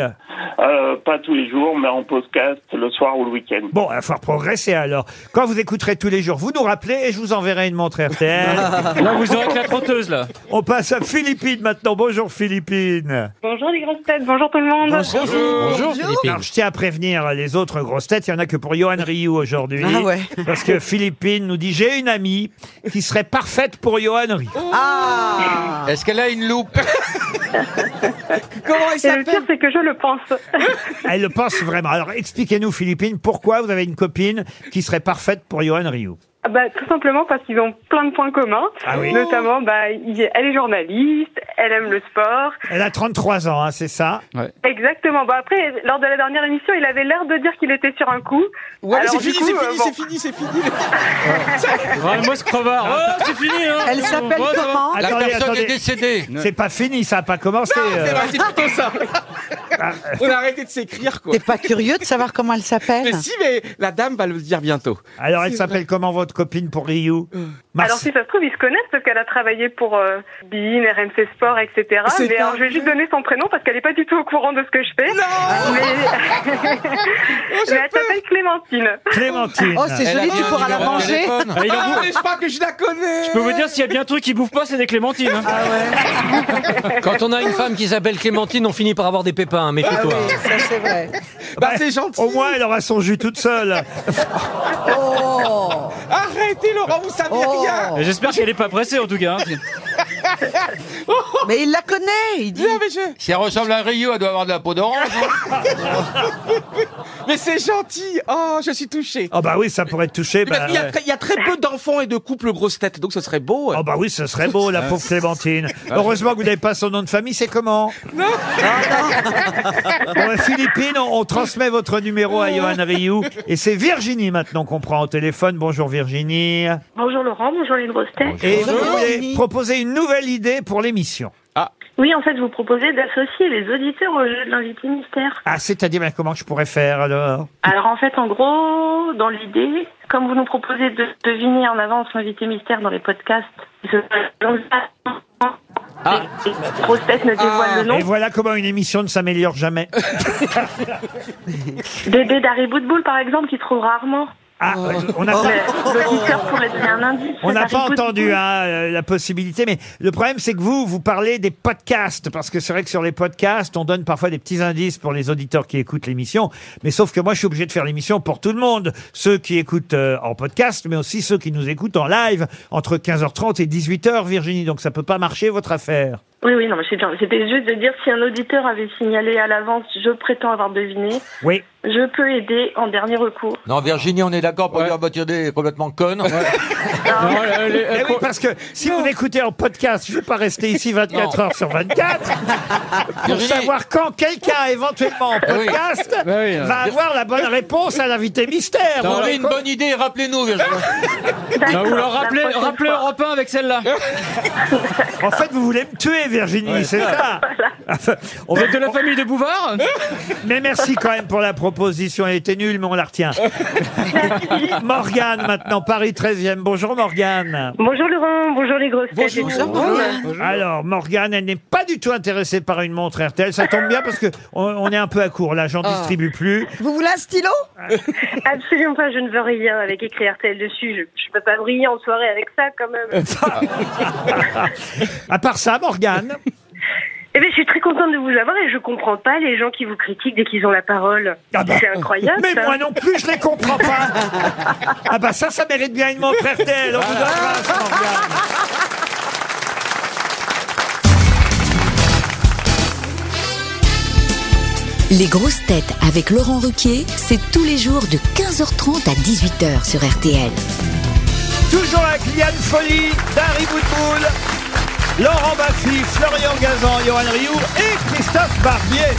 Speaker 11: Euh, pas tous les jours, mais en podcast le soir ou le week-end.
Speaker 2: Bon, il va falloir progresser alors. Quand vous écouterez tous les jours, vous nous rappelez et je vous enverrai une montre RTL.
Speaker 12: Là, vous aurez que la trotteuse, là.
Speaker 2: On passe à Philippine maintenant. Bonjour Philippine.
Speaker 13: Bonjour les grosses têtes, bonjour tout le monde.
Speaker 2: Alors, je tiens à prévenir les autres grosses têtes. Il y en a que pour Johan Rioux aujourd'hui.
Speaker 8: Ah ouais.
Speaker 2: Parce que Philippine nous dit j'ai une amie qui serait parfaite pour Johan Rioux.
Speaker 8: Ah
Speaker 2: Est-ce qu'elle a une loupe
Speaker 13: Comment Et le pire, c'est que je le pense.
Speaker 2: Elle le pense vraiment. Alors expliquez-nous Philippine pourquoi vous avez une copine qui serait parfaite pour Johan Rioux.
Speaker 13: Ah Bah, tout simplement parce qu'ils ont plein de points communs.
Speaker 2: Ah oui.
Speaker 13: Notamment, bah, il- elle est journaliste, elle aime le sport.
Speaker 2: Elle a 33 ans, hein, c'est ça
Speaker 13: Exactement. Bah, après, lors de la dernière émission, il avait l'air de dire qu'il était sur un coup.
Speaker 4: Ouais, mais
Speaker 13: Alors,
Speaker 4: c'est
Speaker 13: du
Speaker 4: fini,
Speaker 13: coup,
Speaker 4: c'est
Speaker 13: euh,
Speaker 4: fini,
Speaker 13: bon.
Speaker 4: c'est fini, c'est fini.
Speaker 12: moi, ce crevard. Oh, c'est fini, hein.
Speaker 8: Elle s'appelle
Speaker 12: Bon, ça va.
Speaker 8: comment
Speaker 6: La
Speaker 2: Attendez,
Speaker 6: personne
Speaker 2: attendez.
Speaker 6: est décédée.
Speaker 2: C'est pas fini, ça n'a pas commencé. euh. Bah,
Speaker 4: C'est vrai, c'est plutôt ça. On a arrêté de s'écrire, quoi.
Speaker 8: T'es pas curieux de savoir comment elle s'appelle
Speaker 4: Mais si, mais la dame va le dire bientôt.
Speaker 2: Alors elle s'appelle comment votre copine pour Rioux
Speaker 13: Alors, si ça se trouve, ils se connaissent parce qu'elle a travaillé pour euh, Bein, RMC Sport, etc.
Speaker 4: C'est
Speaker 13: Mais
Speaker 4: pas
Speaker 13: alors, je vais juste donner son prénom parce qu'elle n'est pas du tout au courant de ce que je fais. mais... mais elle s'appelle Clémentine.
Speaker 2: Clémentine.
Speaker 8: Oh, c'est joli, tu pourras la manger.
Speaker 12: Ah, il en
Speaker 4: Ah,
Speaker 12: bouffe.
Speaker 4: mais je crois que je la connais.
Speaker 12: Je peux vous dire, s'il y a bien un truc qui bouffe pas, c'est des clémentines. hein.
Speaker 4: Ah
Speaker 5: Quand on a une femme qui s'appelle Clémentine, on finit par avoir des pépins, hein, méfie-toi.
Speaker 8: Ça, c'est vrai.
Speaker 4: Ah
Speaker 12: hein.
Speaker 4: Bah, c'est gentil.
Speaker 2: Au moins elle aura son jus toute seule.
Speaker 8: Oh
Speaker 4: Arrêtez, Laurent, vous savez
Speaker 8: Oh.
Speaker 4: rien.
Speaker 12: Mais J'espère qu'elle est pas pressée, en tout cas. hein.
Speaker 8: Mais il la connaît, il dit.
Speaker 4: Non, mais je-
Speaker 6: Si elle ressemble à Rio, elle doit avoir de la peau d'orange.
Speaker 4: Mais c'est gentil. Oh, je suis touché.
Speaker 12: Ah,
Speaker 2: Oh bah oui, ça pourrait te
Speaker 12: eh
Speaker 2: toucher. bah,
Speaker 4: il, y a
Speaker 2: ouais.
Speaker 4: très, il y a très peu d'enfants et de couples grosses têtes, donc ce serait beau.
Speaker 2: Oh bah oui, ce serait beau, la pauvre Clémentine. Heureusement que vous n'avez pas son nom de famille, c'est comment Ah, non. Philippine, on, on transmet votre numéro à Johan Rioux. Et c'est Virginie maintenant qu'on prend au téléphone. Bonjour Virginie.
Speaker 13: Bonjour Laurent, bonjour les grosses têtes.
Speaker 2: Et vous voulez
Speaker 8: Virginie.
Speaker 2: proposer une nouvelle idée pour l'émission.
Speaker 13: Oui, en fait, vous proposez d'associer les auditeurs au jeu de l'invité mystère.
Speaker 2: Ah, c'est-à-dire, mais comment je pourrais faire alors
Speaker 13: Alors, en fait, en gros, dans l'idée, comme vous nous proposez de deviner en avance l'invité mystère dans les podcasts, je... les grosses têtes ne dévoilent le nom.
Speaker 2: Et voilà comment une émission ne s'améliore jamais.
Speaker 13: Bébé d'Harry Bootbull, par exemple, qui trouve rarement.
Speaker 2: Ah, on n'a pas-
Speaker 13: Oh, Mais L'auditeur pourrait donner un indice.
Speaker 2: On n'a
Speaker 13: Harry
Speaker 2: pas
Speaker 13: Bootbull.
Speaker 2: entendu hein, euh, la possibilité, mais le problème c'est que vous, vous parlez des podcasts, parce que c'est vrai que sur les podcasts, on donne parfois des petits indices pour les auditeurs qui écoutent l'émission, mais sauf que moi je suis obligé de faire l'émission pour tout le monde, ceux qui écoutent euh, en podcast, mais aussi ceux qui nous écoutent en live entre 15h30 et 18h, Virginie, donc ça peut pas marcher votre affaire.
Speaker 13: Oui, oui, non, mais c'est bien. C'était juste de dire si un auditeur avait signalé à l'avance, je prétends avoir deviné,
Speaker 2: Oui,
Speaker 13: je peux aider en dernier recours.
Speaker 6: Non, Virginie, on est d'accord pour
Speaker 12: Ouais.
Speaker 6: dire, bah, tu es complètement conne.
Speaker 12: Non, elle- elle-
Speaker 2: Eh
Speaker 12: elle-
Speaker 2: oui, parce que si vous écoutez en podcast, je vais pas rester ici 24 heures sur 24 pour
Speaker 6: Virginie.
Speaker 2: savoir quand quelqu'un éventuellement en
Speaker 6: Eh oui.
Speaker 2: podcast
Speaker 12: Bah oui, hein.
Speaker 2: va avoir la bonne réponse à l'invité mystère.
Speaker 6: On
Speaker 2: Voilà.
Speaker 6: a une bonne idée, rappelez-nous, Virginie.
Speaker 12: Non, vous Bah,
Speaker 13: D'accord, la
Speaker 12: leur rappelez,
Speaker 13: prochaine
Speaker 12: rappelez
Speaker 13: fois.
Speaker 12: Europe 1 avec celle-là.
Speaker 2: En fait, vous voulez me tuer, Virginie, c'est ça. On
Speaker 12: Vous
Speaker 2: va-
Speaker 12: êtes de la famille de Bouvard
Speaker 2: Mais merci quand même pour la proposition. Elle était nulle, mais on la retient. Morgane, maintenant, Paris 13e. Bonjour, Morgane.
Speaker 13: Bonjour Laurent, bonjour les grosses têtes.
Speaker 8: Bonjour. Morgane.
Speaker 2: Alors, Morgane, elle n'est pas du tout intéressée par une montre RTL. Ça tombe bien parce que on, on est un peu à court. Là,
Speaker 8: Ah.
Speaker 2: j'en distribue plus.
Speaker 14: Vous voulez un stylo
Speaker 13: Absolument pas, je ne veux rien avec écrit RTL dessus. Je, je peux pas briller en soirée avec ça quand même.
Speaker 2: À part ça, Morgane.
Speaker 13: Eh bien, je suis très contente de vous avoir et je comprends pas les gens qui vous critiquent dès qu'ils ont la parole.
Speaker 2: Ah bah.
Speaker 13: C'est incroyable.
Speaker 2: Mais
Speaker 13: ça.
Speaker 2: moi non plus, je les comprends pas. Ah bah ça, ça mérite bien une montre RTL. On vous embrasse, Morgane.
Speaker 9: Les grosses têtes avec Laurent Ruquier, c'est tous les jours de 15h30 à 18h sur RTL.
Speaker 2: Toujours avec Liane Folly, Dari Boutboul, Laurent Baffy, Florian Gazan, Johan Rioux et Christophe Barbier.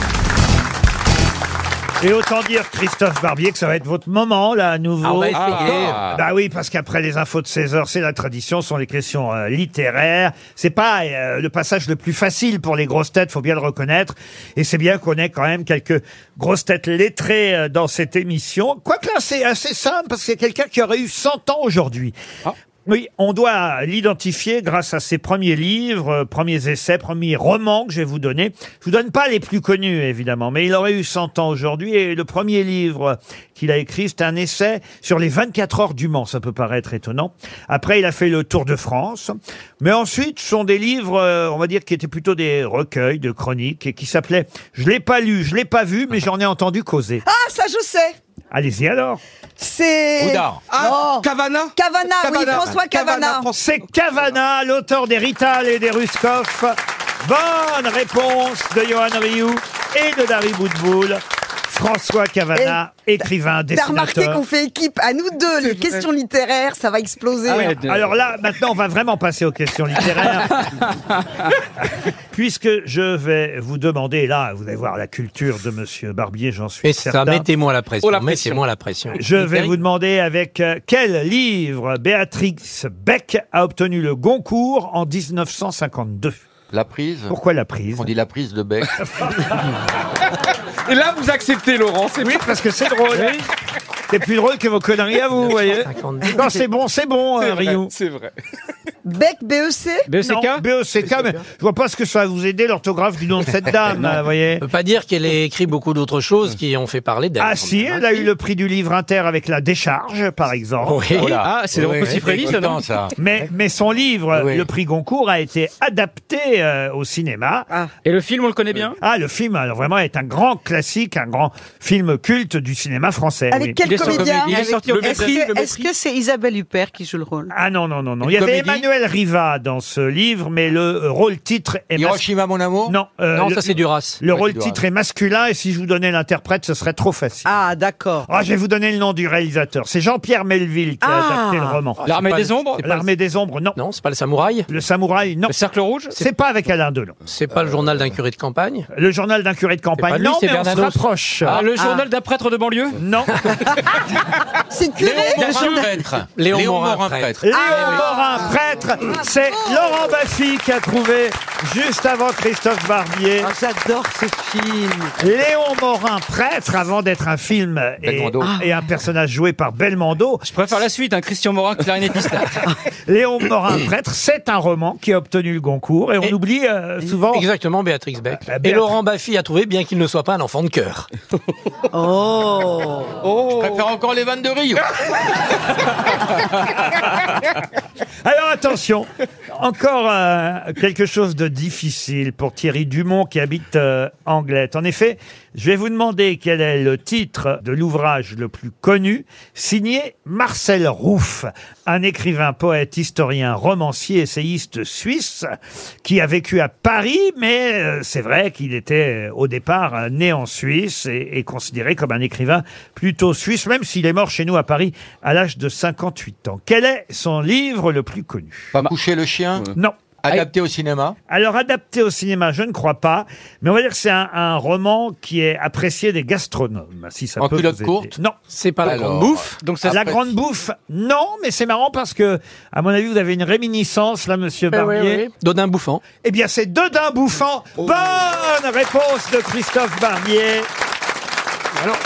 Speaker 2: Et autant dire, Christophe Barbier, que ça va être votre moment, là, à nouveau.
Speaker 15: Ah, on va essayer.
Speaker 2: Ah. Bah oui, parce qu'après les infos de 16 heures, c'est la tradition, ce sont les questions euh, littéraires. C'est pas euh, le passage le plus facile pour les grosses têtes, faut bien le reconnaître. Et c'est bien qu'on ait quand même quelques grosses têtes lettrées euh, dans cette émission. Quoique là, c'est assez simple, parce que c'est quelqu'un qui aurait eu 100 ans aujourd'hui.
Speaker 15: Ah.
Speaker 2: Oui, on doit l'identifier grâce à ses premiers livres, euh, premiers essais, premiers romans que je vais vous donner. Je vous donne pas les plus connus, évidemment, mais il aurait eu 100 ans aujourd'hui. Et le premier livre qu'il a écrit, c'est un essai sur les 24 heures du Mans. Ça peut paraître étonnant. Après, il a fait le Tour de France. Mais ensuite, ce sont des livres, euh, on va dire, qui étaient plutôt des recueils de chroniques et qui s'appelaient « Je l'ai pas lu, je l'ai pas vu, mais j'en ai entendu causer
Speaker 3: Ah, ça je sais.
Speaker 2: Allez-y alors
Speaker 3: C'est.
Speaker 2: Boudard.
Speaker 3: Ah, Cavana Cavana, Ah oui, François Cavana.
Speaker 2: C'est Cavana, l'auteur des Rital et des Ruskoff. Bonne réponse de Johan Rioux et de Dari Boudboul. François Cavana, écrivain,
Speaker 3: T'as remarqué
Speaker 2: dessinateur.
Speaker 3: qu'on fait équipe à nous deux, les questions littéraires, ça va exploser.
Speaker 2: Ah ouais, Alors là, maintenant, on va vraiment passer aux questions littéraires. Puisque je vais vous demander, là, vous allez voir la culture de Monsieur Barbier, j'en suis
Speaker 5: Et ça,
Speaker 2: certain.
Speaker 5: mettez-moi Oh, la
Speaker 4: Oh,
Speaker 5: pression. Mettez-moi la pression.
Speaker 2: Je vais vous demander avec euh, quel livre Béatrix Beck a obtenu le Goncourt en 1952.
Speaker 6: La prise
Speaker 2: Pourquoi la prise
Speaker 6: On dit la prise de bec.
Speaker 2: Et là, vous acceptez, Laurent. Oui, parce que c'est drôle. C'est plus drôle que vos conneries à vous, vous voyez.
Speaker 3: 1952.
Speaker 2: Non, c'est bon, c'est bon,
Speaker 3: C'est
Speaker 2: euh,
Speaker 3: vrai,
Speaker 2: Rioux.
Speaker 3: c'est
Speaker 2: vrai.
Speaker 3: Bec, E BEC
Speaker 2: Non, BECK, mais je vois pas ce que ça va vous aider, l'orthographe du nom de cette dame,
Speaker 5: Non.
Speaker 2: vous voyez.
Speaker 5: On peut pas dire qu'elle ait écrit beaucoup d'autres choses qui ont fait parler d'elle.
Speaker 2: Ah si, elle a eu le prix du livre inter avec la décharge, par exemple.
Speaker 5: Oui. Oh là. Ah, c'est
Speaker 2: Oui,
Speaker 5: Rocco Siffredi,
Speaker 2: oui,
Speaker 5: ça, non
Speaker 2: oui. Mais, mais son livre, le prix Goncourt, a été adapté euh, au cinéma.
Speaker 7: Ah. Et le film, on le connaît bien
Speaker 2: Ah, le film, alors vraiment, est un grand classique, un grand film culte du cinéma français.
Speaker 8: Avec
Speaker 2: Eh oui.
Speaker 8: quel comédien
Speaker 7: Il est sorti au
Speaker 8: Est-ce
Speaker 7: mépris,
Speaker 8: que-
Speaker 7: le
Speaker 8: est-ce que c'est Isabelle Huppert qui joue le rôle
Speaker 2: Ah non, non, non, non. Il y avait Emmanuel Riva dans ce livre, mais le euh, rôle-titre est...
Speaker 6: Hiroshima, mon amour
Speaker 2: Non, euh,
Speaker 5: Non,
Speaker 2: le-
Speaker 5: ça, c'est Duras.
Speaker 2: Le
Speaker 5: Ouais, c'est
Speaker 2: rôle-titre est masculin, et si je vous donnais l'interprète, ce serait trop facile.
Speaker 8: Ah, d'accord.
Speaker 2: Ah, je vais vous donner le nom du réalisateur. C'est Jean-Pierre Melville qui
Speaker 5: Ah.
Speaker 2: a adapté le roman.
Speaker 5: Ah, L'Armée c'est pas des le- Ombres c'est pas le-
Speaker 2: L'Armée des Ombres, non.
Speaker 5: Non, c'est pas le samouraï
Speaker 2: Le samouraï, non. Le
Speaker 5: cercle rouge
Speaker 2: C'est pas avec Alain Delon.
Speaker 5: C'est pas le journal d'un curé de campagne
Speaker 2: Le journal d'un curé de campagne,
Speaker 5: pas lui,
Speaker 2: non,
Speaker 5: c'est
Speaker 2: mais on se
Speaker 5: Bernanos.
Speaker 2: rapproche.
Speaker 5: Ah, le journal
Speaker 7: d'un prêtre de banlieue
Speaker 2: Non.
Speaker 3: C'est
Speaker 6: curé Léon Morin, prêtre.
Speaker 5: Léon Morin, prêtre.
Speaker 2: Léon
Speaker 5: Ah, oui.
Speaker 2: Morin, prêtre. C'est Laurent Baffy qui a trouvé juste avant Christophe Barbier.
Speaker 8: Ah, J'adore ce film.
Speaker 2: Léon Morin, prêtre, avant d'être un film et,
Speaker 7: Belmondo.
Speaker 2: et un personnage joué par Belmondo.
Speaker 7: Je préfère la suite, hein, Christian Morin, clarinettiste.
Speaker 2: Léon Morin, prêtre, c'est un roman qui a obtenu le Goncourt et on oublie euh, souvent. Ah, bah,
Speaker 5: Exactement, Béatrix Beck. Et
Speaker 2: Béatrix-
Speaker 5: Laurent Baffy a trouvé, bien qu'il ne soit pas un enfant de cœur.
Speaker 8: Oh.
Speaker 6: Je préfère encore les vannes de Rio.
Speaker 2: Alors attention, encore euh, quelque chose de difficile pour Thierry Dumont qui habite euh, Anglette. En effet, je vais vous demander quel est le titre de l'ouvrage le plus connu, signé Marcel Rouff, un écrivain, poète, historien, romancier, essayiste suisse qui a vécu à Paris, mais euh, c'est vrai qu'il était euh, au départ euh, né en Suisse et, et considéré comme un écrivain plutôt suisse, même s'il est mort chez nous à Paris à l'âge de 58 ans. Quel est son livre le plus connu Euh,
Speaker 6: Pas coucher le chien
Speaker 2: Non.
Speaker 6: Adapté au cinéma
Speaker 2: Alors adapté au cinéma, je ne crois pas, mais on va dire que c'est un, un roman qui est apprécié des gastronomes, si ça
Speaker 6: En
Speaker 2: peut
Speaker 6: culotte
Speaker 2: vous aider.
Speaker 6: courte
Speaker 2: Non,
Speaker 5: c'est pas
Speaker 6: la Alors, grande bouffe
Speaker 2: Donc
Speaker 6: donc ça
Speaker 2: la
Speaker 6: se-
Speaker 2: grande bouffe, non, mais c'est marrant parce que, à mon avis, vous avez une réminiscence là, Monsieur
Speaker 6: Ben
Speaker 5: Eh oui,
Speaker 2: Barbier.
Speaker 5: oui, oui. Dodin bouffant.
Speaker 2: Eh bien, c'est Dodin Bouffant.
Speaker 4: Oh.
Speaker 2: Bonne réponse de Christophe Barbier. Alors,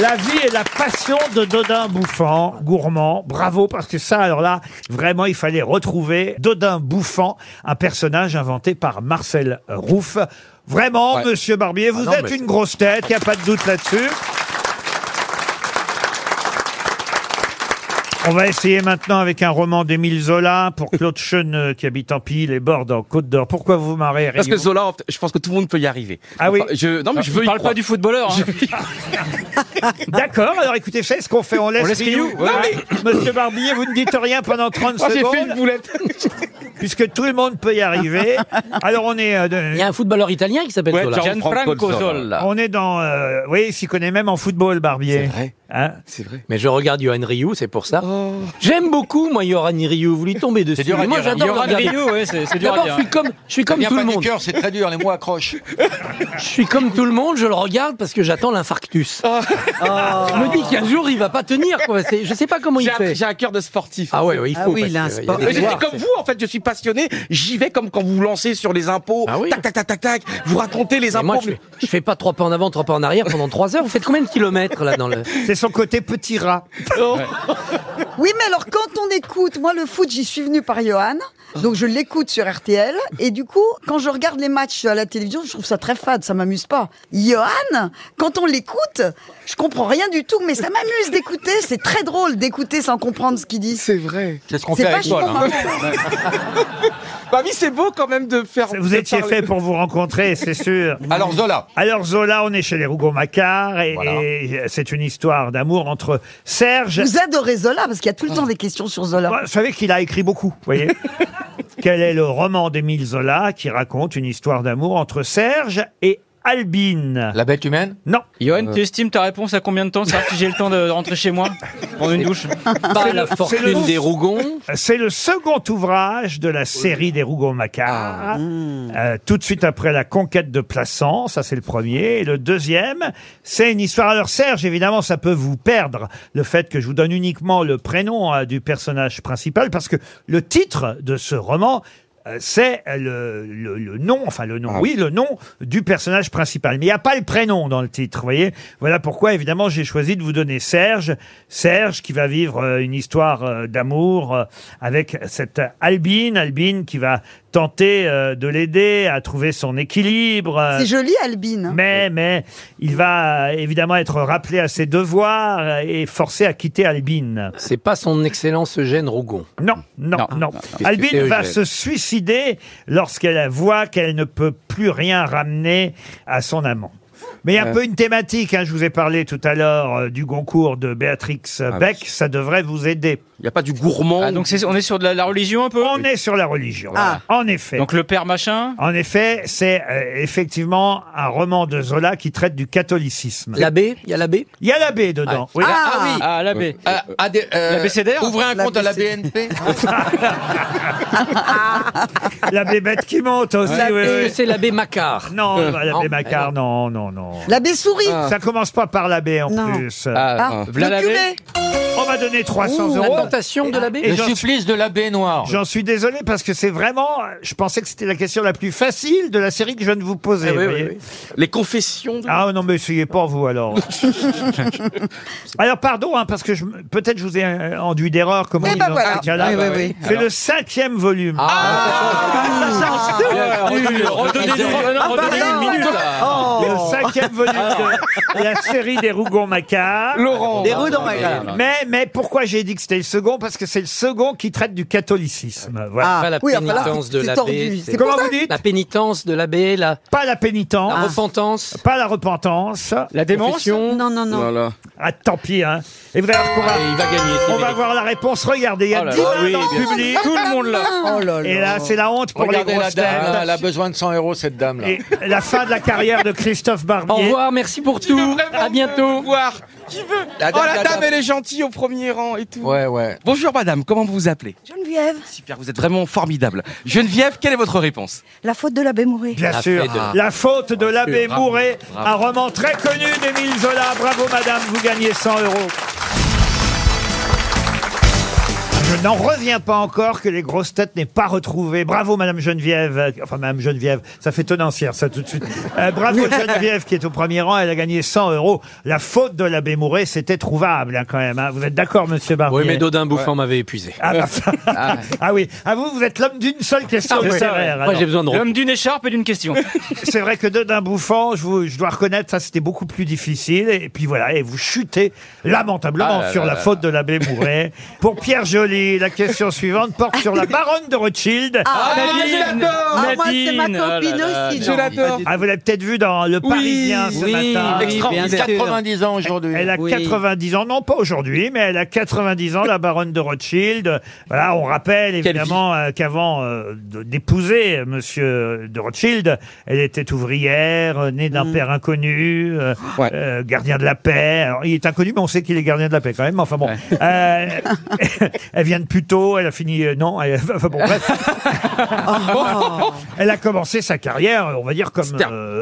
Speaker 2: la vie et la passion de Dodin Bouffant, gourmand. Bravo, parce que ça, alors là, vraiment, il fallait retrouver Dodin Bouffant, un personnage inventé par Marcel Rouff. Vraiment, monsieur
Speaker 4: Ah
Speaker 2: Barbier, vous
Speaker 5: non,
Speaker 2: êtes
Speaker 5: mais-
Speaker 2: une grosse tête, il n'y a pas de doute là-dessus. On va essayer maintenant avec un roman d'Émile Zola pour Claude Cheneux qui habite en Pille et Bordes en Côte d'Or. Pourquoi vous vous marrez
Speaker 4: Parce que
Speaker 2: Raymond
Speaker 4: Zola, en fait, je pense que tout le monde peut y arriver.
Speaker 2: Ah oui.
Speaker 4: Enfin, je, Non, mais je veux y
Speaker 7: parle pas
Speaker 4: croire.
Speaker 7: du footballeur. hein.
Speaker 2: D'accord, alors écoutez, c'est ce qu'on fait, on laisse,
Speaker 7: laisse Rioux,
Speaker 2: Rioux. Monsieur Barbier, vous ne dites rien pendant 30
Speaker 4: Oh, j'ai fait
Speaker 2: secondes.
Speaker 4: une
Speaker 2: Puisque tout le monde peut y arriver. Alors on est... euh, Il y a un footballeur italien qui s'appelle
Speaker 5: Ouais, Zola. Gianfranco Zola.
Speaker 2: On est dans... euh, oui, il s'y connaît même en football, Barbier. C'est vrai.
Speaker 4: c'est vrai.
Speaker 5: Hein
Speaker 4: Oh.
Speaker 5: Mais je regarde Johan Ryu, c'est pour ça. J'aime beaucoup, moi, Johan Ryu. Vous lui tombez dessus.
Speaker 6: dur à
Speaker 5: Mais moi,
Speaker 6: dire, hein.
Speaker 5: j'adore le
Speaker 6: Johan
Speaker 5: regarder.
Speaker 6: Ryu, ouais, c'est- c'est dur à
Speaker 5: D'abord, je
Speaker 6: dire,
Speaker 5: suis
Speaker 6: hein.
Speaker 5: comme, je suis
Speaker 6: Ça
Speaker 5: comme
Speaker 6: vient
Speaker 5: tout le
Speaker 6: pas du
Speaker 5: monde.
Speaker 6: cœur, c'est très dur, les mots accrochent.
Speaker 5: Je suis comme tout le monde, je le regarde parce que j'attends l'infarctus.
Speaker 4: Ah.
Speaker 5: Je me dis qu'un jour, il va pas tenir, quoi. C'est- Je sais pas comment il
Speaker 4: J'ai un-
Speaker 5: fait.
Speaker 4: J'ai un cœur de sportif.
Speaker 5: Ah ouais, ouais, il faut, parce
Speaker 4: a un
Speaker 5: que, euh, il y a
Speaker 4: sport.
Speaker 5: des
Speaker 4: Mais Je suis
Speaker 5: devoirs,
Speaker 4: comme vous, en fait, je suis passionné. J'y vais comme quand vous vous lancez sur les impôts. Tac, tac, tac, tac, tac. Vous racontez les
Speaker 5: Ah Mais
Speaker 4: impôts.
Speaker 5: moi, je fais, je fais pas trois pas en avant, trois pas en arrière pendant trois heures. Vous faites combien de kilomètres, là, dans le.
Speaker 2: C'est son côté petit rat.
Speaker 4: Oh.
Speaker 3: Oui, mais alors quand on écoute, moi le foot, j'y suis venue par Johan, donc je l'écoute sur RTL, et du coup, quand je regarde les matchs à la télévision, je trouve ça très fade, ça m'amuse pas. Johan, quand on l'écoute, je comprends rien du tout, mais ça m'amuse d'écouter, c'est très drôle d'écouter sans comprendre ce qu'il dit.
Speaker 4: C'est vrai.
Speaker 6: C'est ce qu'on
Speaker 3: C'est
Speaker 6: fait avec
Speaker 3: vachement
Speaker 6: Paul. hein.
Speaker 4: Bah oui, c'est beau quand même de faire.
Speaker 2: Vous
Speaker 4: de
Speaker 2: étiez
Speaker 4: parler.
Speaker 2: fait pour vous rencontrer, c'est sûr.
Speaker 6: Alors Zola.
Speaker 2: Alors Zola, on est chez les Rougon-Macquart et, et c'est une histoire d'amour entre Serge.
Speaker 3: Vous adorez Zola, parce qu'il y a tout le temps des questions sur Zola.
Speaker 2: Moi, Bah, Vous savez qu'il a écrit beaucoup, vous voyez. Quel est le roman d'Émile Zola qui raconte une histoire d'amour entre Serge et Albine
Speaker 6: La bête humaine Euh.
Speaker 2: Non.
Speaker 7: Johan, tu estimes ta réponse à combien de temps ça si j'ai le temps de rentrer chez moi prendre une douche
Speaker 5: Pas la
Speaker 2: c'est le-
Speaker 5: fortune des Rougons.
Speaker 2: C'est le second ouvrage de la série des
Speaker 6: Ah.
Speaker 2: Rougon-Macquart.
Speaker 6: Hmm.
Speaker 2: Euh, tout de suite après la conquête de Plassans, ça c'est le premier. Et le deuxième, c'est une histoire. Alors Serge, évidemment, ça peut vous perdre le fait que je vous donne uniquement le prénom euh, du personnage principal parce que le titre de ce roman. euh, C'est le, le- le nom, enfin le nom, oui, le nom du personnage principal. Mais il n'y a pas le prénom dans le titre, vous voyez. Voilà pourquoi, évidemment, j'ai choisi de vous donner Serge. Serge qui va vivre euh, une histoire euh, d'amour euh, avec cette Albine. Albine qui va tenter euh, de l'aider à trouver son équilibre. euh,
Speaker 3: C'est joli, Albine.
Speaker 2: mais, mais, il va euh, évidemment être rappelé à ses devoirs euh, et forcé à quitter Albine.
Speaker 5: C'est pas son excellence Eugène Rougon.
Speaker 2: Non, non, non.
Speaker 5: que
Speaker 2: Albine
Speaker 5: c'est,
Speaker 2: va
Speaker 5: Eugène
Speaker 2: se suicider lorsqu'elle voit qu'elle ne peut plus rien ramener à son amant. Mais il y a un
Speaker 4: Euh.
Speaker 2: peu une thématique, hein, je vous ai parlé tout à l'heure euh, du Goncourt de Béatrix Beck, ça devrait vous aider.
Speaker 4: Il n'y a pas du gourmand.
Speaker 7: Ah, donc c'est- on est sur de la, la religion un peu
Speaker 2: On est sur la religion,
Speaker 7: Ah.
Speaker 2: en effet.
Speaker 7: Donc le père machin
Speaker 2: En effet, c'est euh, effectivement un roman de Zola qui traite du catholicisme.
Speaker 5: L'abbé Il y a l'abbé
Speaker 2: Il y a l'abbé dedans. oui.
Speaker 7: Ah oui Ah l'abbé
Speaker 6: Euh, à des- euh,
Speaker 7: L'abécédaire
Speaker 6: Ouvrez un compte à la
Speaker 3: L'abécédaire.
Speaker 6: BNP.
Speaker 2: L'abbé bête qui monte aussi.
Speaker 5: L'abbé-
Speaker 2: oui,
Speaker 5: Est-ce
Speaker 2: oui.
Speaker 5: que c'est l'abbé Macquart
Speaker 2: Non,
Speaker 5: Euh,
Speaker 2: l'abbé
Speaker 5: non.
Speaker 2: Macquart, non, non, non.
Speaker 3: L'abbé sourit.
Speaker 2: Ça commence pas par l'abbé en
Speaker 8: Non.
Speaker 2: plus.
Speaker 3: Ah, le
Speaker 7: l'abbé
Speaker 3: curé.
Speaker 2: On m'a donné 300
Speaker 5: Ouh, La
Speaker 2: euros.
Speaker 5: tentation de l'abbé
Speaker 2: Et
Speaker 6: Le
Speaker 2: j'en-
Speaker 6: supplice de l'abbé noir.
Speaker 2: J'en suis désolé parce que c'est vraiment, je pensais que c'était la question la plus facile de la série que je viens de vous poser.
Speaker 5: Ah
Speaker 2: vous
Speaker 5: oui, oui,
Speaker 2: voyez.
Speaker 5: oui.
Speaker 4: Les confessions. de-
Speaker 2: Ah non, mais essayez pas vous alors. alors pardon, hein, parce que je- peut-être je vous ai euh, induit d'erreur. Comme
Speaker 3: Eh
Speaker 2: on dit
Speaker 3: ben
Speaker 2: dans
Speaker 3: voilà.
Speaker 2: ce cas-là.
Speaker 8: Oui, oui, oui.
Speaker 2: C'est le cinquième volume. Ah,
Speaker 7: Redonnez-nous une minute
Speaker 2: Le cinquième volume de la série des Rougon-Macquart.
Speaker 4: Laurent.
Speaker 8: Des rues dans
Speaker 2: Mais, mais pourquoi j'ai dit que c'était le second Parce que c'est le second qui traite du catholicisme. Voilà.
Speaker 5: Pas la
Speaker 3: oui, enfin, là,
Speaker 5: pénitence de
Speaker 3: c'est
Speaker 5: l'abbé.
Speaker 3: tordu.
Speaker 5: c'est-
Speaker 3: C'est
Speaker 2: Comment vous dites
Speaker 5: La pénitence de l'abbé, la,
Speaker 2: Pas la pénitence,
Speaker 5: la repentance,
Speaker 2: pas la repentance.
Speaker 7: La démence
Speaker 5: confession.
Speaker 8: Non, non, non.
Speaker 4: Voilà.
Speaker 2: Ah, tant pis, hein. Et vous allez voir qu'on va-
Speaker 7: Et il va gagner. c'est
Speaker 2: on va
Speaker 7: Bénédicte.
Speaker 2: voir la réponse. Regardez, il y a
Speaker 7: Oh là
Speaker 2: 10
Speaker 7: là,
Speaker 2: mains
Speaker 7: oui,
Speaker 2: dans
Speaker 7: bien
Speaker 2: le public.
Speaker 7: Tout le monde là.
Speaker 8: Oh là là.
Speaker 2: Et là, c'est la honte pour
Speaker 6: Regardez
Speaker 2: les
Speaker 6: la
Speaker 2: grosses
Speaker 6: dame,
Speaker 2: têtes.
Speaker 6: là, elle a besoin de 100 euros cette dame là.
Speaker 2: Et la fin de la carrière de Christophe Barbier.
Speaker 5: Au revoir, merci pour
Speaker 4: Qui veut
Speaker 5: tout.
Speaker 4: vraiment
Speaker 5: À bientôt.
Speaker 4: me Voir. Qui veut
Speaker 6: La dame,
Speaker 4: Oh, la
Speaker 6: la
Speaker 4: dame,
Speaker 6: dame.
Speaker 4: elle est gentille au premier rang et tout.
Speaker 6: Ouais, ouais.
Speaker 4: Bonjour madame, comment vous vous appelez
Speaker 12: Geneviève,
Speaker 4: Super, vous êtes vraiment formidable. Geneviève, quelle est votre réponse
Speaker 12: la faute de l'abbé Mouré.
Speaker 2: Bien
Speaker 5: La
Speaker 2: sûr.
Speaker 5: fête de-
Speaker 2: La faute de l'abbé
Speaker 5: bravo,
Speaker 2: Mouret,
Speaker 5: bravo.
Speaker 2: un roman très connu d'Émile Zola. Bravo, madame, vous gagnez 100 euros. Je n'en reviens pas encore que les grosses têtes n'aient pas retrouvé. Bravo, Madame Geneviève. Enfin, Madame Geneviève, ça fait tenancière, ça, tout de suite. Euh, bravo, Geneviève, qui est au premier rang. Elle a gagné 100 euros. La faute de l'abbé Mouret, c'était trouvable, hein, quand même. hein. Vous êtes d'accord, Monsieur Barbier
Speaker 5: Oui, mais Dodin Bouffant m'avait épuisé.
Speaker 2: Ah, bah, ah oui. Ah, vous, vous êtes l'homme d'une seule question
Speaker 5: Ah oui.
Speaker 2: littéraire.
Speaker 5: Moi,
Speaker 2: alors.
Speaker 5: j'ai besoin de
Speaker 7: L'homme d'une écharpe et d'une question.
Speaker 2: C'est vrai que d'un bouffant, je, vous- je dois reconnaître, ça c'était beaucoup plus difficile. Et puis voilà, et vous chutez lamentablement
Speaker 15: Ah là
Speaker 2: sur
Speaker 15: là
Speaker 2: la
Speaker 15: là
Speaker 2: faute de l'abbé Mouret. Pour Pierre Joly, la question suivante porte sur la baronne de Rothschild.
Speaker 15: Ah, Ah, Nadine, je l'adore Ah, moi, c'est ma Nadine, copine oh là là, aussi, je non, l'adore.
Speaker 2: Ah, vous l'avez peut-être vu dans Le
Speaker 15: Oui,
Speaker 2: Parisien ce
Speaker 15: oui,
Speaker 2: matin.
Speaker 15: oui, Extraordinaire. bien sûr. 90
Speaker 2: ans aujourd'hui. Elle a
Speaker 15: Oui.
Speaker 2: 90 ans, non pas aujourd'hui, mais elle a 90 ans, la baronne de Rothschild. Voilà, on rappelle évidemment euh, qu'avant euh, de- d'épouser Monsieur de Rothschild, elle était ouvrière, euh, née d'un père inconnu, euh, euh, gardien de la paix. Alors, il est inconnu, mais on sait qu'il est gardien de la paix quand même. Enfin bon, Euh, elle vient de Puteaux, elle a fini, euh, non, elle- enfin bon, bref. Elle a commencé sa carrière, on va dire comme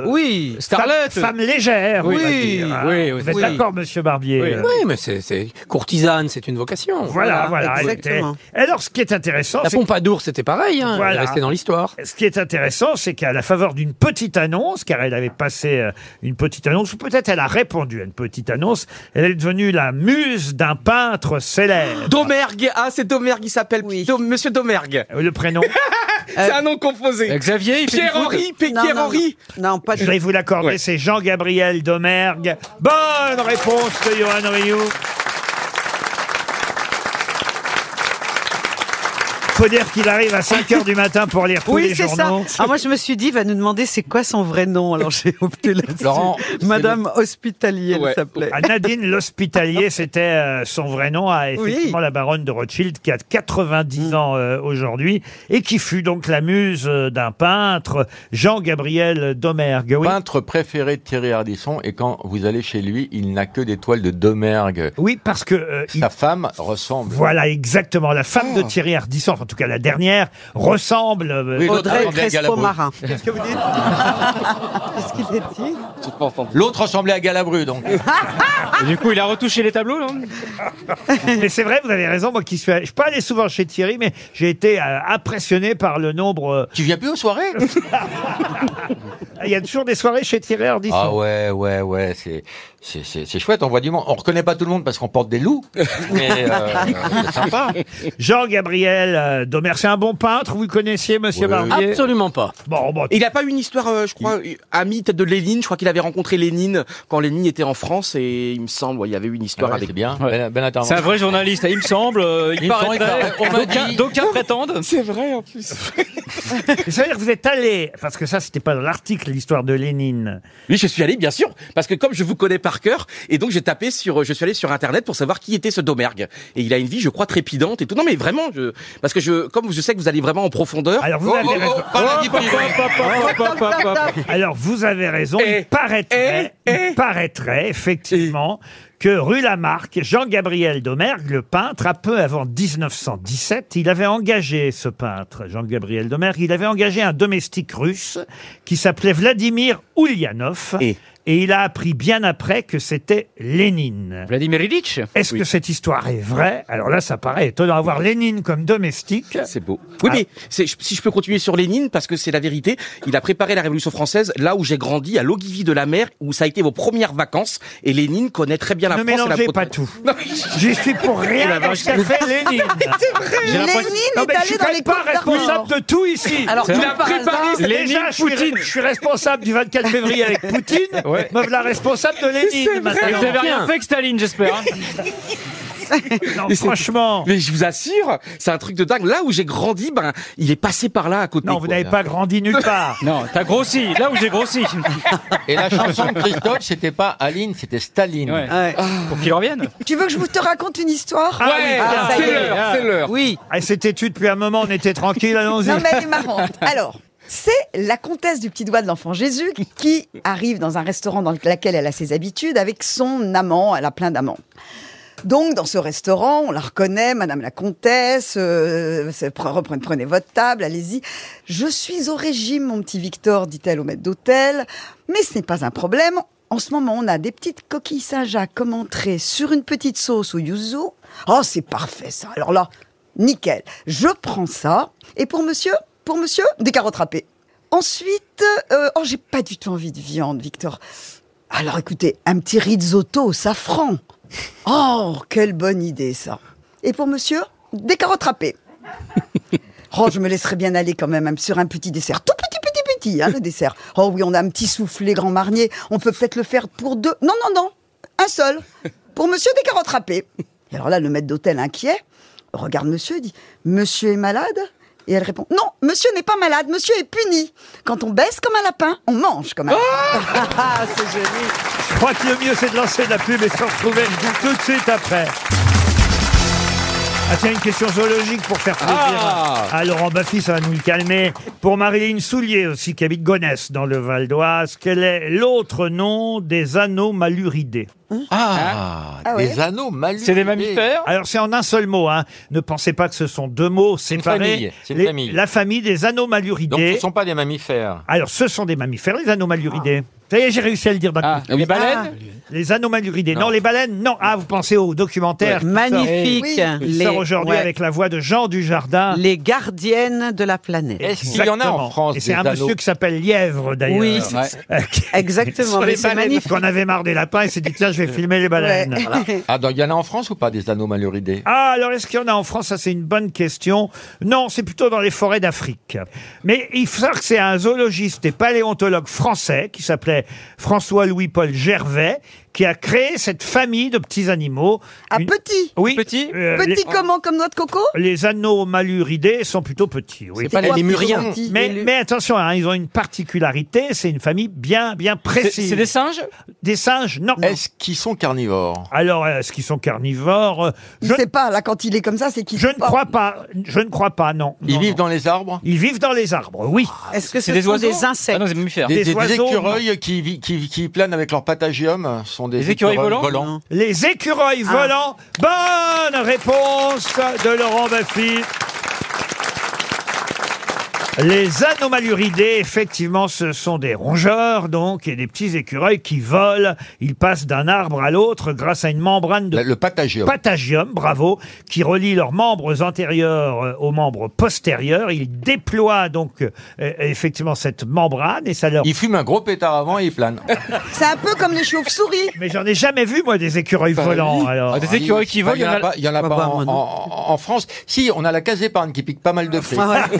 Speaker 2: oui,
Speaker 5: starlette.
Speaker 2: femme, légère.
Speaker 5: Oui,
Speaker 2: on va
Speaker 5: oui,
Speaker 2: dire, hein.
Speaker 5: oui,
Speaker 2: Vous êtes
Speaker 5: oui.
Speaker 2: d'accord, Monsieur Barbier Euh.
Speaker 5: Oui, oui, mais c'est c'est- courtisane, c'est une vocation.
Speaker 2: Voilà, voilà. elle était-
Speaker 5: exactement.
Speaker 2: Alors, ce qui est intéressant,
Speaker 5: La Pompadour, c'était pareil. Hein. Elle est restée dans
Speaker 2: l'histoire. Ce qui est intéressant, c'est qu'à la faveur d'une petite annonce, car elle avait passé euh, une petite annonce, ou peut-être elle a répondu à une petite annonce, elle est devenue la muse d'un peintre célèbre.
Speaker 4: Domergue, ah c'est Domergue, il s'appelle Dom- Monsieur Domergue.
Speaker 2: Le prénom Euh,
Speaker 4: C'est un nom composé. Pierre-Henri, Pierre-Henri.
Speaker 2: Non, pas Je vais vous l'accorder, c'est Jean-Gabriel Domergue. Bonne réponse de Johan Rioux. Faut dire qu'il arrive à 5 heures du matin pour lire tous les
Speaker 8: Oui, c'est ça.
Speaker 2: journaux.
Speaker 8: Ah, moi, je me suis dit, il va nous demander c'est quoi son vrai nom. Alors, j'ai opté là-dessus.
Speaker 2: Laurent,
Speaker 8: Madame Hospitalier,
Speaker 2: Ouais.
Speaker 8: elle s'appelait.
Speaker 2: Ah, Nadine l'Hospitalier, c'était euh, son vrai nom, à effectivement la baronne de Rothschild, qui a 90 ans euh, aujourd'hui, et qui fut donc la muse euh, d'un peintre, Jean-Gabriel Domergue. Oui.
Speaker 6: Peintre préféré de Thierry Ardisson, et quand vous allez chez lui, il n'a que des toiles de Domergue.
Speaker 2: Oui, parce que. euh,
Speaker 6: Sa femme ressemble.
Speaker 2: Voilà exactement. La femme de Thierry Ardisson, enfin, en tout cas la dernière, ressemble. euh,
Speaker 6: Oui, l'autre Audrey ressemblait à Crespo-Malin. Marin.
Speaker 2: Qu'est-ce que vous dites
Speaker 8: Qu'est-ce qu'il a dit
Speaker 6: L'autre ressemblait à Galabru, donc.
Speaker 7: du coup, il a retouché les tableaux, non
Speaker 2: mais c'est vrai, vous avez raison. Moi qui suis, allé- je suis pas allé souvent chez Thierry, mais j'ai été euh, impressionné par le nombre. Tu viens plus aux soirées Il y a toujours des soirées chez Thierry Ardisson.
Speaker 6: Ah ouais, ouais, ouais, c'est, c'est, c'est, c'est chouette, on voit du monde. On reconnaît pas tout le monde parce qu'on porte des loups,
Speaker 2: Ah
Speaker 6: mais euh, c'est sympa.
Speaker 2: Jean-Gabriel euh, Domer, c'est un bon peintre, vous le connaissiez, monsieur Barbier Oh,
Speaker 5: Absolument pas.
Speaker 2: Bon, bon,
Speaker 4: Il a pas une histoire, euh, je crois, euh, amie peut-être de Lénine. Je crois qu'il avait rencontré Lénine quand Lénine était en France et il me semble, ouais, il y avait une histoire avec.
Speaker 6: bien.
Speaker 7: C'est un vrai journaliste, il me semble. euh, il
Speaker 4: Il me semble, il
Speaker 7: paraîtrait.
Speaker 4: paraît. On m'a
Speaker 7: d'aucuns-
Speaker 4: dit.
Speaker 7: D'aucuns prétendent.
Speaker 4: C'est vrai en plus.
Speaker 2: ça veut dire que vous êtes allé, parce que ça, c'était pas dans l'article, l'histoire de Lénine.
Speaker 4: Oui, je suis allé, bien sûr, parce que comme je vous connais par cœur, et donc j'ai tapé sur, je suis allé sur internet pour savoir qui était ce Domergue. Et il a une vie, je crois, trépidante et tout. Non, mais vraiment, je, parce que je, comme je sais que vous allez vraiment en profondeur.
Speaker 2: Alors vous
Speaker 4: oh,
Speaker 2: avez raison. Alors vous avez raison. il paraîtrait, il paraîtrait effectivement que rue Lamarck, Jean-Gabriel Domergue, le peintre, un peu avant 1917, il avait engagé ce peintre, Jean-Gabriel Domergue, il avait engagé un domestique russe qui s'appelait Vladimir Ulyanov. Et... il a appris bien après que c'était Lénine.
Speaker 7: Vladimir Ilitch
Speaker 2: Est-ce que cette histoire est vraie Alors là, ça paraît étonnant. Avoir Lénine comme domestique. Ah.
Speaker 4: C'est beau. Oui, mais c'est- je- si je peux continuer sur Lénine, parce que c'est la vérité, il a préparé la Révolution française là où j'ai grandi, à l'Ogivy de la mer, où ça a été vos premières vacances, et Lénine connaît très bien la
Speaker 2: Ne
Speaker 4: France. et la
Speaker 2: mélangez
Speaker 4: pro-
Speaker 2: pas tout. J'y suis pour rien
Speaker 4: Oh la
Speaker 2: dans
Speaker 4: vache.
Speaker 2: ce qu'a fait Lénine.
Speaker 4: C'est vrai.
Speaker 2: J'ai l'impression-
Speaker 4: Lénine
Speaker 2: Non,
Speaker 4: est
Speaker 2: mais je
Speaker 4: allé
Speaker 2: suis
Speaker 4: dans
Speaker 2: quand
Speaker 4: les
Speaker 2: même pas
Speaker 4: Côtes d'Armor.
Speaker 2: responsable de tout ici.
Speaker 4: Alors,
Speaker 2: il
Speaker 4: comme
Speaker 2: a
Speaker 4: par
Speaker 2: préparé
Speaker 4: hasard- Lénine,
Speaker 2: déjà, je suis,
Speaker 4: Poutine.
Speaker 2: je suis responsable du 24 février avec Poutine.
Speaker 7: Ouais.
Speaker 2: Me voilà responsable de Lénine maintenant.
Speaker 7: Vous avez rien fait avec Staline, j'espère. hein.
Speaker 2: Non,
Speaker 4: Mais c'est-
Speaker 2: franchement.
Speaker 4: Mais je vous assure, c'est un truc de dingue. Là où j'ai grandi, ben, il est passé par là à côté.
Speaker 2: Non, vous n'avez pas grandi nulle part.
Speaker 7: Non, t'as grossi, là où j'ai grossi.
Speaker 4: Ah
Speaker 6: Et la chanson de Christophe, c'était pas Aline, c'était Staline.
Speaker 7: Pour qu'il revienne.
Speaker 3: Tu veux que je vous te raconte une histoire
Speaker 2: Ah oui,
Speaker 3: Ah, ça y est.
Speaker 4: l'heure.
Speaker 2: Oui. Ah, C'était tu depuis un moment, on était tranquille, allons-y.
Speaker 3: Non, mais elle est marrante. Alors, c'est la comtesse du petit doigt de l'enfant Jésus qui arrive dans un restaurant dans lequel elle a ses habitudes avec son amant. Elle a plein d'amants. Donc, dans ce restaurant, on la reconnaît, Madame la Comtesse, euh, c'est- pre- reprenez, prenez votre table, allez-y. Je suis au régime, mon petit Victor, dit-elle au maître d'hôtel, mais ce n'est pas un problème. En ce moment, on a des petites coquilles Saint-Jacques comme entrée sur une petite sauce au yuzu. Oh, c'est parfait ça. Alors là, Nickel. Je prends ça. Et pour monsieur Pour monsieur Des carottes râpées. Ensuite, euh, oh, j'ai pas du tout envie de viande, Victor. Alors écoutez, un petit risotto au safran. Oh, quelle bonne idée ça. Et pour monsieur Des carottes râpées. Oh, je me laisserai bien aller quand même hein, sur un petit dessert. Tout petit, petit, petit, hein, le dessert. Oh oui, on a un petit soufflé grand marnier. On peut peut-être le faire pour deux. Non, non, non. Un seul. Pour monsieur des carottes râpées. Et alors là, le maître d'hôtel inquiet regarde monsieur et dit Monsieur est malade Et elle répond Non, monsieur n'est pas malade. Monsieur est puni. Quand on baisse comme un lapin, on mange comme un lapin. Ah, c'est joli.
Speaker 2: Je crois que le mieux, c'est de lancer de la pub et se retrouver tout de suite après. Ah tiens, une question zoologique pour faire plaisir
Speaker 16: Ah
Speaker 2: à Laurent Baffy, ça va nous le calmer. Pour Marilyn Soulier aussi, qui habite Gonesse, dans le Val d'Oise, quel est l'autre nom des anomaluridés
Speaker 6: Ah,
Speaker 2: Ah
Speaker 6: des
Speaker 2: ouais
Speaker 6: anneaux maluridés.
Speaker 2: Alors c'est en un seul mot, hein. ne pensez pas que ce sont deux mots séparés.
Speaker 6: famille, c'est une
Speaker 2: Les-
Speaker 6: famille.
Speaker 2: La famille des anomaluridés.
Speaker 6: Donc ce ne sont pas des mammifères.
Speaker 2: Alors, ce sont des mammifères, les anomaluridés. Ça y est, j'ai réussi à le dire maintenant.
Speaker 6: Ah, les baleines
Speaker 2: Les anomaluridés. Non. les baleines, non. Ah, vous pensez au documentaire. qui
Speaker 8: Ouais.
Speaker 2: sort-
Speaker 8: Magnifique.
Speaker 2: qui sort
Speaker 8: Oui. Les-
Speaker 2: aujourd'hui
Speaker 8: ouais.
Speaker 2: avec la voix de Jean Dujardin.
Speaker 8: Les gardiennes de la planète.
Speaker 2: Est-ce qu'il y en a en Exactement. France Et c'est des un anneaux monsieur qui s'appelle Lièvre, Oh, d'ailleurs.
Speaker 8: Oui,
Speaker 2: Euh, qui-
Speaker 8: Exactement,
Speaker 2: Sur
Speaker 8: mais
Speaker 2: les
Speaker 8: c'est
Speaker 2: baleines,
Speaker 8: magnifique.
Speaker 2: Qu'on avait marre des lapins et s'est dit, tiens, je vais filmer les baleines.
Speaker 8: Ouais.
Speaker 2: Voilà.
Speaker 6: Ah, donc il y en a en France ou pas des anneaux maluridés
Speaker 2: Ah, alors est-ce qu'il y en a en France Ça, c'est une bonne question. Non, c'est plutôt dans les forêts d'Afrique. Mais il faut savoir que c'est un zoologiste et paléontologue français qui s'appelait François-Louis-Paul Gervais qui a créé cette famille de petits animaux. Ah,
Speaker 3: petits
Speaker 2: Oui. Euh, Petits
Speaker 3: Petit comment comme noix de coco
Speaker 2: les anomaluridés sont plutôt petits. Oui.
Speaker 3: C'est pas les quoi, lémuriens. plutôt petits,
Speaker 2: Mais,
Speaker 3: les lu-
Speaker 2: mais attention, hein, ils ont une particularité, c'est une famille bien, bien précise.
Speaker 7: c'est des singes
Speaker 2: Des singes, non.
Speaker 6: Est-ce qu'ils sont carnivores
Speaker 2: Alors, est-ce qu'ils sont carnivores euh,
Speaker 3: Il sait pas, là, quand il est comme ça, c'est qu'il
Speaker 2: Je ne crois pas, je ne crois pas, non. Ils vivent
Speaker 6: dans les arbres
Speaker 2: Ils vivent dans les arbres, oui.
Speaker 8: Est-ce que C'est ce des sont oiseaux des insectes Ah non, c'est des mammifères.
Speaker 6: Des,
Speaker 2: Des
Speaker 6: des- des
Speaker 2: oiseaux,
Speaker 6: écureuils qui, vi- qui- qui planent avec leur patagium euh, sont des Ah.
Speaker 2: Les écureuils volants Non. Les écureuils volants. Bonne réponse de Laurent Baffy. Les anomaluridés, effectivement, ce sont des rongeurs, donc, et des petits écureuils qui volent. Ils passent d'un arbre à l'autre grâce à une membrane de...
Speaker 6: Le patagium.
Speaker 2: Patagium, bravo, qui relie leurs membres antérieurs euh, aux membres postérieurs. Ils déploient donc, euh, euh, effectivement, cette membrane et ça leur...
Speaker 6: Ils fument un gros pétard avant et ils planent.
Speaker 2: Ah,
Speaker 3: C'est un peu comme les chauves-souris.
Speaker 2: Mais j'en ai jamais vu, moi, des écureuils volants, alors.
Speaker 6: Bah, Il y en a pas, il y
Speaker 2: Ah,
Speaker 6: en a pas en, en- en France. Si, on a la case épargne qui pique pas mal de prix.
Speaker 3: Ah,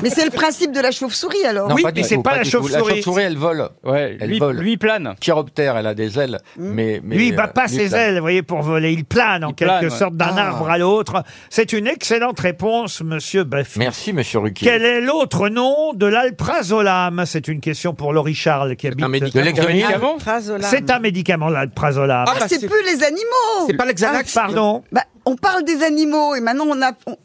Speaker 3: mais c'est le principe de la chauve-souris alors.
Speaker 6: Non, pas du tout, du tout. La chauve-souris, elle vole. elle
Speaker 7: lui-
Speaker 6: vole.
Speaker 7: plane.
Speaker 6: Chiroptère, elle a des ailes. Mais, mais,
Speaker 2: Hmm. Lui, il bat
Speaker 6: euh,
Speaker 2: pas
Speaker 6: lui
Speaker 2: ses
Speaker 6: plane.
Speaker 2: ailes, vous voyez, pour voler. Il plane en
Speaker 6: plane,
Speaker 2: quelque
Speaker 6: ouais.
Speaker 2: sorte d'un
Speaker 6: Ah.
Speaker 2: arbre à l'autre. C'est une excellente réponse, monsieur Buffy.
Speaker 6: Merci, monsieur Ruquier.
Speaker 2: Quel est l'autre nom de l'alprazolam C'est une question pour Laurie Charles qui habite.
Speaker 6: médicament. De l'examen.
Speaker 8: Alprazolam.
Speaker 2: C'est un médicament, l'alprazolam.
Speaker 6: bah,
Speaker 3: Ah, c'est plus les animaux.
Speaker 2: C'est pas le Xanax. Pardon.
Speaker 3: Bah, on parle des animaux et maintenant on a. on-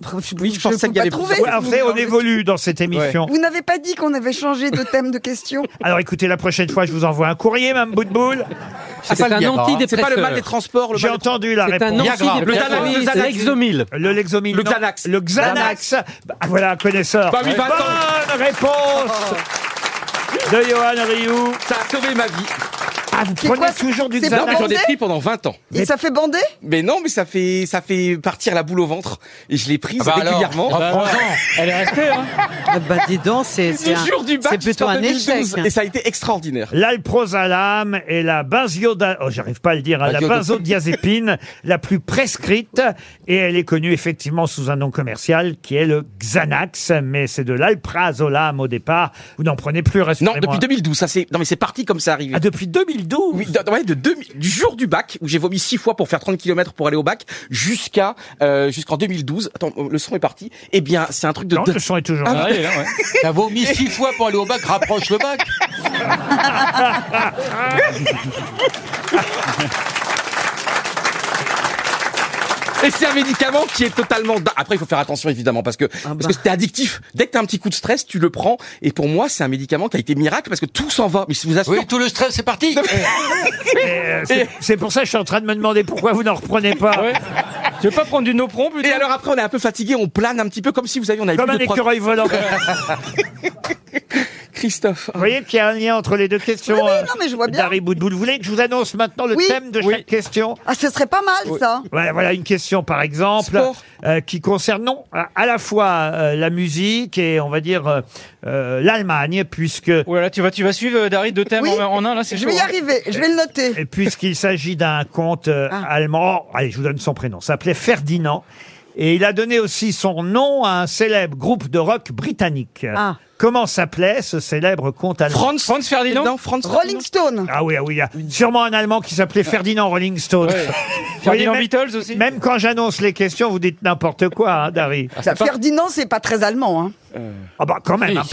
Speaker 2: Oui,
Speaker 3: je pensais qu'il y avait trouver, plus- si
Speaker 2: Alors,
Speaker 3: vous
Speaker 2: vous savez,
Speaker 3: voulez,
Speaker 2: on évolue dans cette émission.
Speaker 3: Vous n'avez pas dit qu'on avait changé de thème de question.
Speaker 2: Alors écoutez, la prochaine fois, je vous envoie un courrier, Mme Boutboul.
Speaker 5: C'est pas le un Viagra, hein. antidépresseur.
Speaker 4: C'est pas le mal des transports, le
Speaker 2: J'ai
Speaker 4: mal des-
Speaker 2: entendu la
Speaker 4: C'est un
Speaker 2: réponse.
Speaker 4: Viagra. Le antidépresseur. Xanax, le Xanax.
Speaker 2: L'exomil. Le Lexomil.
Speaker 4: Le
Speaker 2: non.
Speaker 4: Xanax.
Speaker 2: Le Xanax. Bah, voilà un connaisseur.
Speaker 4: Bah oui, bah attends.
Speaker 2: Bonne réponse de Johan Rioux.
Speaker 4: Ça a sauvé ma vie.
Speaker 2: Ah, vous
Speaker 3: C'est prenez quoi, c'est- toujours du c'est Xanax pas
Speaker 4: J'en ai
Speaker 3: bandé
Speaker 4: pris pendant 20 ans.
Speaker 3: Et ça fait bander
Speaker 4: Mais non, mais ça fait, ça fait partir la boule au ventre. Et je l'ai prise
Speaker 6: Ah bah alors,
Speaker 4: régulièrement.
Speaker 6: bah ouais.
Speaker 4: Elle est restée, hein.
Speaker 8: Bah dis donc, c'est c'est un-
Speaker 4: Toujours du bac
Speaker 8: c'est plutôt
Speaker 4: jusqu'en
Speaker 8: un échec. hein.
Speaker 4: 2012, Et ça a été extraordinaire.
Speaker 2: L'alprazolam est la benzioda... oh, j'arrive pas à le dire, hein, la
Speaker 4: Benziodo-
Speaker 2: benzodiazépine la plus prescrite et elle est connue effectivement sous un nom commercial qui est le Xanax, mais c'est de l'alprazolam au départ. Vous n'en prenez plus
Speaker 4: Non,
Speaker 2: rassurez-moi.
Speaker 4: depuis 2012, ça c'est. Non, mais c'est parti comme ça arrivé. Ah,
Speaker 2: depuis 2012
Speaker 4: Oui, de- ouais, de 2000 du jour du bac, où j'ai vomi six fois pour faire 30 km pour aller au bac, jusqu'à euh, jusqu'en 2012. Attends, le son est parti. Eh bien, c'est un truc de.
Speaker 2: Non,
Speaker 4: de-
Speaker 2: le son est toujours
Speaker 4: Ah,
Speaker 2: là.
Speaker 4: oui.
Speaker 6: T'as vomi six fois pour aller au bac, rapproche le bac.
Speaker 4: Et c'est un médicament qui est totalement. da- Après, il faut faire attention évidemment parce que
Speaker 2: Ah bah.
Speaker 4: parce que t'es addictif. Dès que t'as un petit coup de stress, tu le prends. Et pour moi, c'est un médicament qui a été miracle parce que tout s'en va. Mais je vous assure.
Speaker 6: Oui, tout le stress, c'est parti.
Speaker 2: Euh, c'est- C'est pour ça que je suis en train de me demander pourquoi vous n'en reprenez pas.
Speaker 4: Tu veux pas prendre du Nopron plutôt Et alors après, on est un peu fatigué, on plane un petit peu comme si vous aviez on avait
Speaker 2: Comme
Speaker 4: plus
Speaker 2: un
Speaker 4: de pro-
Speaker 2: écureuil volant.
Speaker 4: Christophe.
Speaker 2: Vous voyez qu'il y a un lien entre les deux questions.
Speaker 3: Oui, oui,
Speaker 2: euh,
Speaker 3: non, mais je vois bien.
Speaker 2: d'Harry Boudboul. Vous voulez que je vous annonce maintenant le
Speaker 3: Oui.
Speaker 2: thème de chaque question
Speaker 3: Ah, ce serait pas mal, ça.
Speaker 2: Voilà, voilà une question, par exemple, euh, qui concerne non à, à la fois euh, la musique et on va dire euh, euh, l'Allemagne, puisque
Speaker 7: Voilà, tu vas, tu vas suivre, euh, Dari, deux thèmes
Speaker 3: Oui,
Speaker 7: en, en un, là, c'est
Speaker 3: je
Speaker 7: chaud.
Speaker 3: vais y
Speaker 7: hein.
Speaker 3: arriver, je vais le noter. Ah.
Speaker 2: Et puisqu'il s'agit d'un conte euh, allemand, allez, je vous donne son prénom, s'appelait Ferdinand. Et il a donné aussi son nom à un célèbre groupe de rock britannique.
Speaker 3: Ah.
Speaker 2: Comment s'appelait ce célèbre conte allemand
Speaker 7: Franz- Franz Ferdinand Non, Franz
Speaker 3: Rolling Stone.
Speaker 2: Ah oui, ah oui, il y a sûrement un Allemand qui s'appelait Ferdinand Rolling Stone.
Speaker 7: Ouais.
Speaker 2: Vous voyez,
Speaker 7: Ferdinand
Speaker 2: même-
Speaker 7: Beatles aussi
Speaker 2: Même quand j'annonce les questions, vous dites n'importe quoi, hein, Dari.
Speaker 7: Ah,
Speaker 3: Ça, Ferdinand, c'est pas très allemand. Hein.
Speaker 2: Ah bah quand même,
Speaker 3: Si,
Speaker 2: un
Speaker 3: si,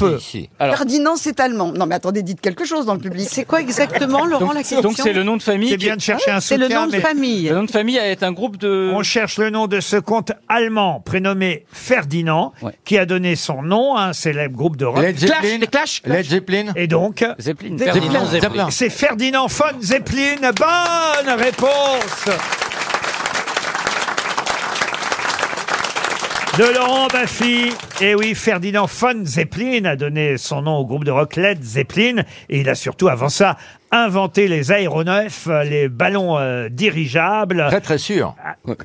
Speaker 2: peu.
Speaker 3: Ferdinand, c'est allemand. Non, mais attendez, dites quelque chose dans le public. C'est quoi exactement,
Speaker 7: donc, donc c'est le nom de famille. qui- Ah, Le nom de famille est un groupe de.
Speaker 2: On cherche le nom de ce conte allemand prénommé Ferdinand, qui a donné son nom à un célèbre groupe de rock.
Speaker 6: Led Zeppelin. Clash,
Speaker 2: Clash,
Speaker 6: Led Zeppelin.
Speaker 2: Et donc
Speaker 7: Zeppelin.
Speaker 6: Ferdinand Zeppelin.
Speaker 2: C'est Ferdinand von Zeppelin. Bonne réponse De Laurent Baffy. Et oui, Ferdinand von Zeppelin a donné son nom au groupe de rock Led Zeppelin. Et il a surtout, avant ça, inventé les aéronefs, euh, les ballons euh, dirigeables.
Speaker 6: Très très sûr.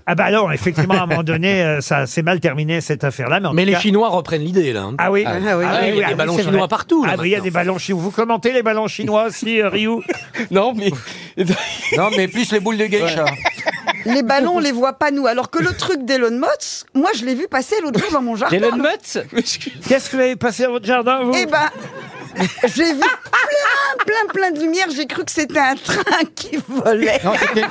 Speaker 2: Ah bah alors, effectivement, à un moment donné, euh, ça s'est mal terminé cette affaire-là. Mais, en
Speaker 5: Mais
Speaker 2: tout
Speaker 5: les
Speaker 2: cas-
Speaker 5: Chinois reprennent l'idée, là. hein.
Speaker 2: Ah oui,
Speaker 5: Ah oui, il y a
Speaker 2: ah
Speaker 5: des ballons
Speaker 2: c'est
Speaker 5: chinois
Speaker 2: vrai.
Speaker 5: partout. là,
Speaker 2: Ah oui, il y a des ballons chinois. Vous commentez les ballons chinois aussi, euh, Ryu
Speaker 4: Non, mais...
Speaker 6: non, mais plus les boules de geisha.
Speaker 3: Les ballons, on les voit pas nous. Alors que le truc d'Elon Musk, moi, je l'ai vu passer l'autre jour dans mon jardin.
Speaker 7: Elon Musk
Speaker 2: Qu'est-ce que vous avez passé dans votre jardin, vous
Speaker 3: Eh ben, j'ai vu plein, plein, plein de lumière. J'ai cru que c'était un train qui volait.
Speaker 6: Non, c'était-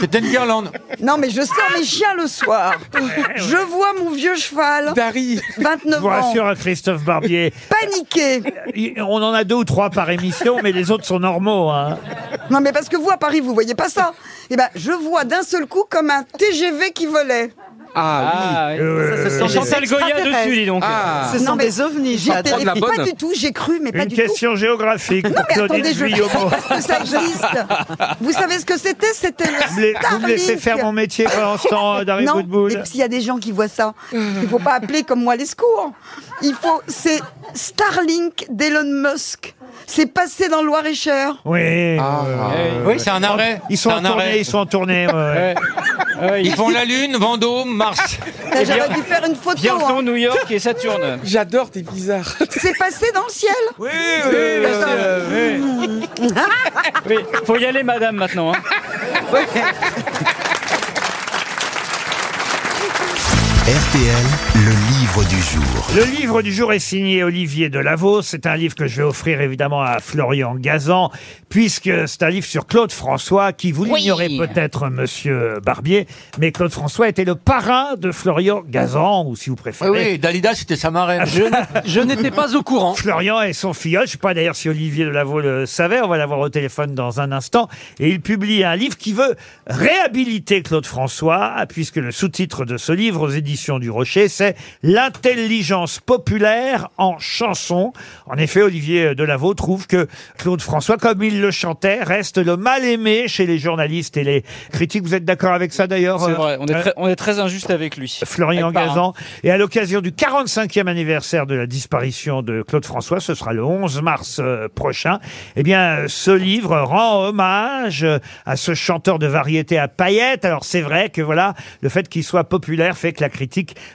Speaker 6: c'était une guirlande.
Speaker 3: Non, mais je sors mes chiens le soir. Je vois mon vieux cheval.
Speaker 4: Dari.
Speaker 2: Je
Speaker 3: 29
Speaker 2: vous
Speaker 3: ans.
Speaker 2: rassure, hein, Christophe Barbier.
Speaker 3: Paniqué.
Speaker 2: Il- On en a deux ou trois par émission, mais les autres sont normaux. hein.
Speaker 3: Non, mais parce que vous, à Paris, vous voyez pas ça. Eh ben, je vois d'un seul coup comme un TGV qui volait.
Speaker 4: Ah,
Speaker 7: oui.
Speaker 2: Euh,
Speaker 3: sont des
Speaker 7: Chantal Goya
Speaker 3: extraterrestres.
Speaker 7: dessus, dis donc.
Speaker 4: Ah.
Speaker 3: Non, mais J'ai
Speaker 4: ça. Prendre la
Speaker 3: terrifié. Pas
Speaker 4: bonne.
Speaker 3: du tout, j'ai cru, mais pas
Speaker 2: Une
Speaker 3: du
Speaker 2: question géographique
Speaker 3: tout. Non,
Speaker 2: pour
Speaker 3: mais attendez,
Speaker 2: Claudine
Speaker 3: je
Speaker 2: Vuillaumeau.
Speaker 3: Est-ce que ça existe. Vous savez ce que c'était C'était le
Speaker 2: Vous me la- vous me laissez
Speaker 3: Starlink.
Speaker 2: faire mon métier pendant ce temps, euh, Dari
Speaker 3: Non,
Speaker 2: Boudboul.
Speaker 3: et puis s'il y a des gens qui voient ça, il faut pas appeler comme moi les secours. Il faut, c'est Starlink d'Elon Musk. C'est passé dans le Loir-et-Cher.
Speaker 2: Oui.
Speaker 6: ouais. Oui, c'est un arrêt.
Speaker 2: Ils sont
Speaker 6: C'est
Speaker 2: en
Speaker 6: un
Speaker 2: tournée,
Speaker 6: arrêt.
Speaker 2: ils sont en tournée. ouais, ouais.
Speaker 7: Ah
Speaker 6: Ils font la Lune, Vendôme, Mars.
Speaker 3: Là, J'aurais dû faire une photo. hein.
Speaker 7: Bientôt Eh New York et Saturne.
Speaker 4: J'adore, t'es bizarre.
Speaker 3: C'est passé dans le ciel.
Speaker 2: Oui,
Speaker 7: oui,
Speaker 3: Euh,
Speaker 7: oui, Oui, faut y aller, madame, maintenant. hein.
Speaker 1: RTL, le livre du jour.
Speaker 2: Le livre du jour est signé Olivier Delavaux. C'est un livre que je vais offrir évidemment à Florian Gazan, puisque c'est un livre sur Claude François, qui vous l'ignorez peut-être, monsieur Barbier, mais Claude François était le parrain de Florian Gazan, ou si vous préférez.
Speaker 6: Oui, Eh oui, Dalida, c'était sa marraine.
Speaker 2: Ah, Je n'étais pas au courant. Florian et son filleul, je ne sais pas d'ailleurs si Olivier Delavaux le savait, on va l'avoir au téléphone dans un instant. Et il publie un livre qui veut réhabiliter Claude François, ah, puisque le sous-titre de ce livre aux éditions du Rocher, c'est L'intelligence populaire en chanson. En effet, Olivier Delavaux trouve que Claude François, comme il le chantait, reste le mal-aimé chez les journalistes et les critiques. Vous êtes d'accord avec ça d'ailleurs
Speaker 7: C'est
Speaker 2: euh,
Speaker 7: vrai, on est,
Speaker 2: euh,
Speaker 7: très, on est très injuste avec lui.
Speaker 2: Florian
Speaker 7: Avec parrain.
Speaker 2: Gazan. Et à l'occasion du 45e anniversaire de la disparition de Claude François, ce sera le 11 mars euh, prochain, eh bien, euh, ce livre rend hommage euh, à ce chanteur de variété à paillettes. Alors, c'est vrai que voilà, le fait qu'il soit populaire fait que la critique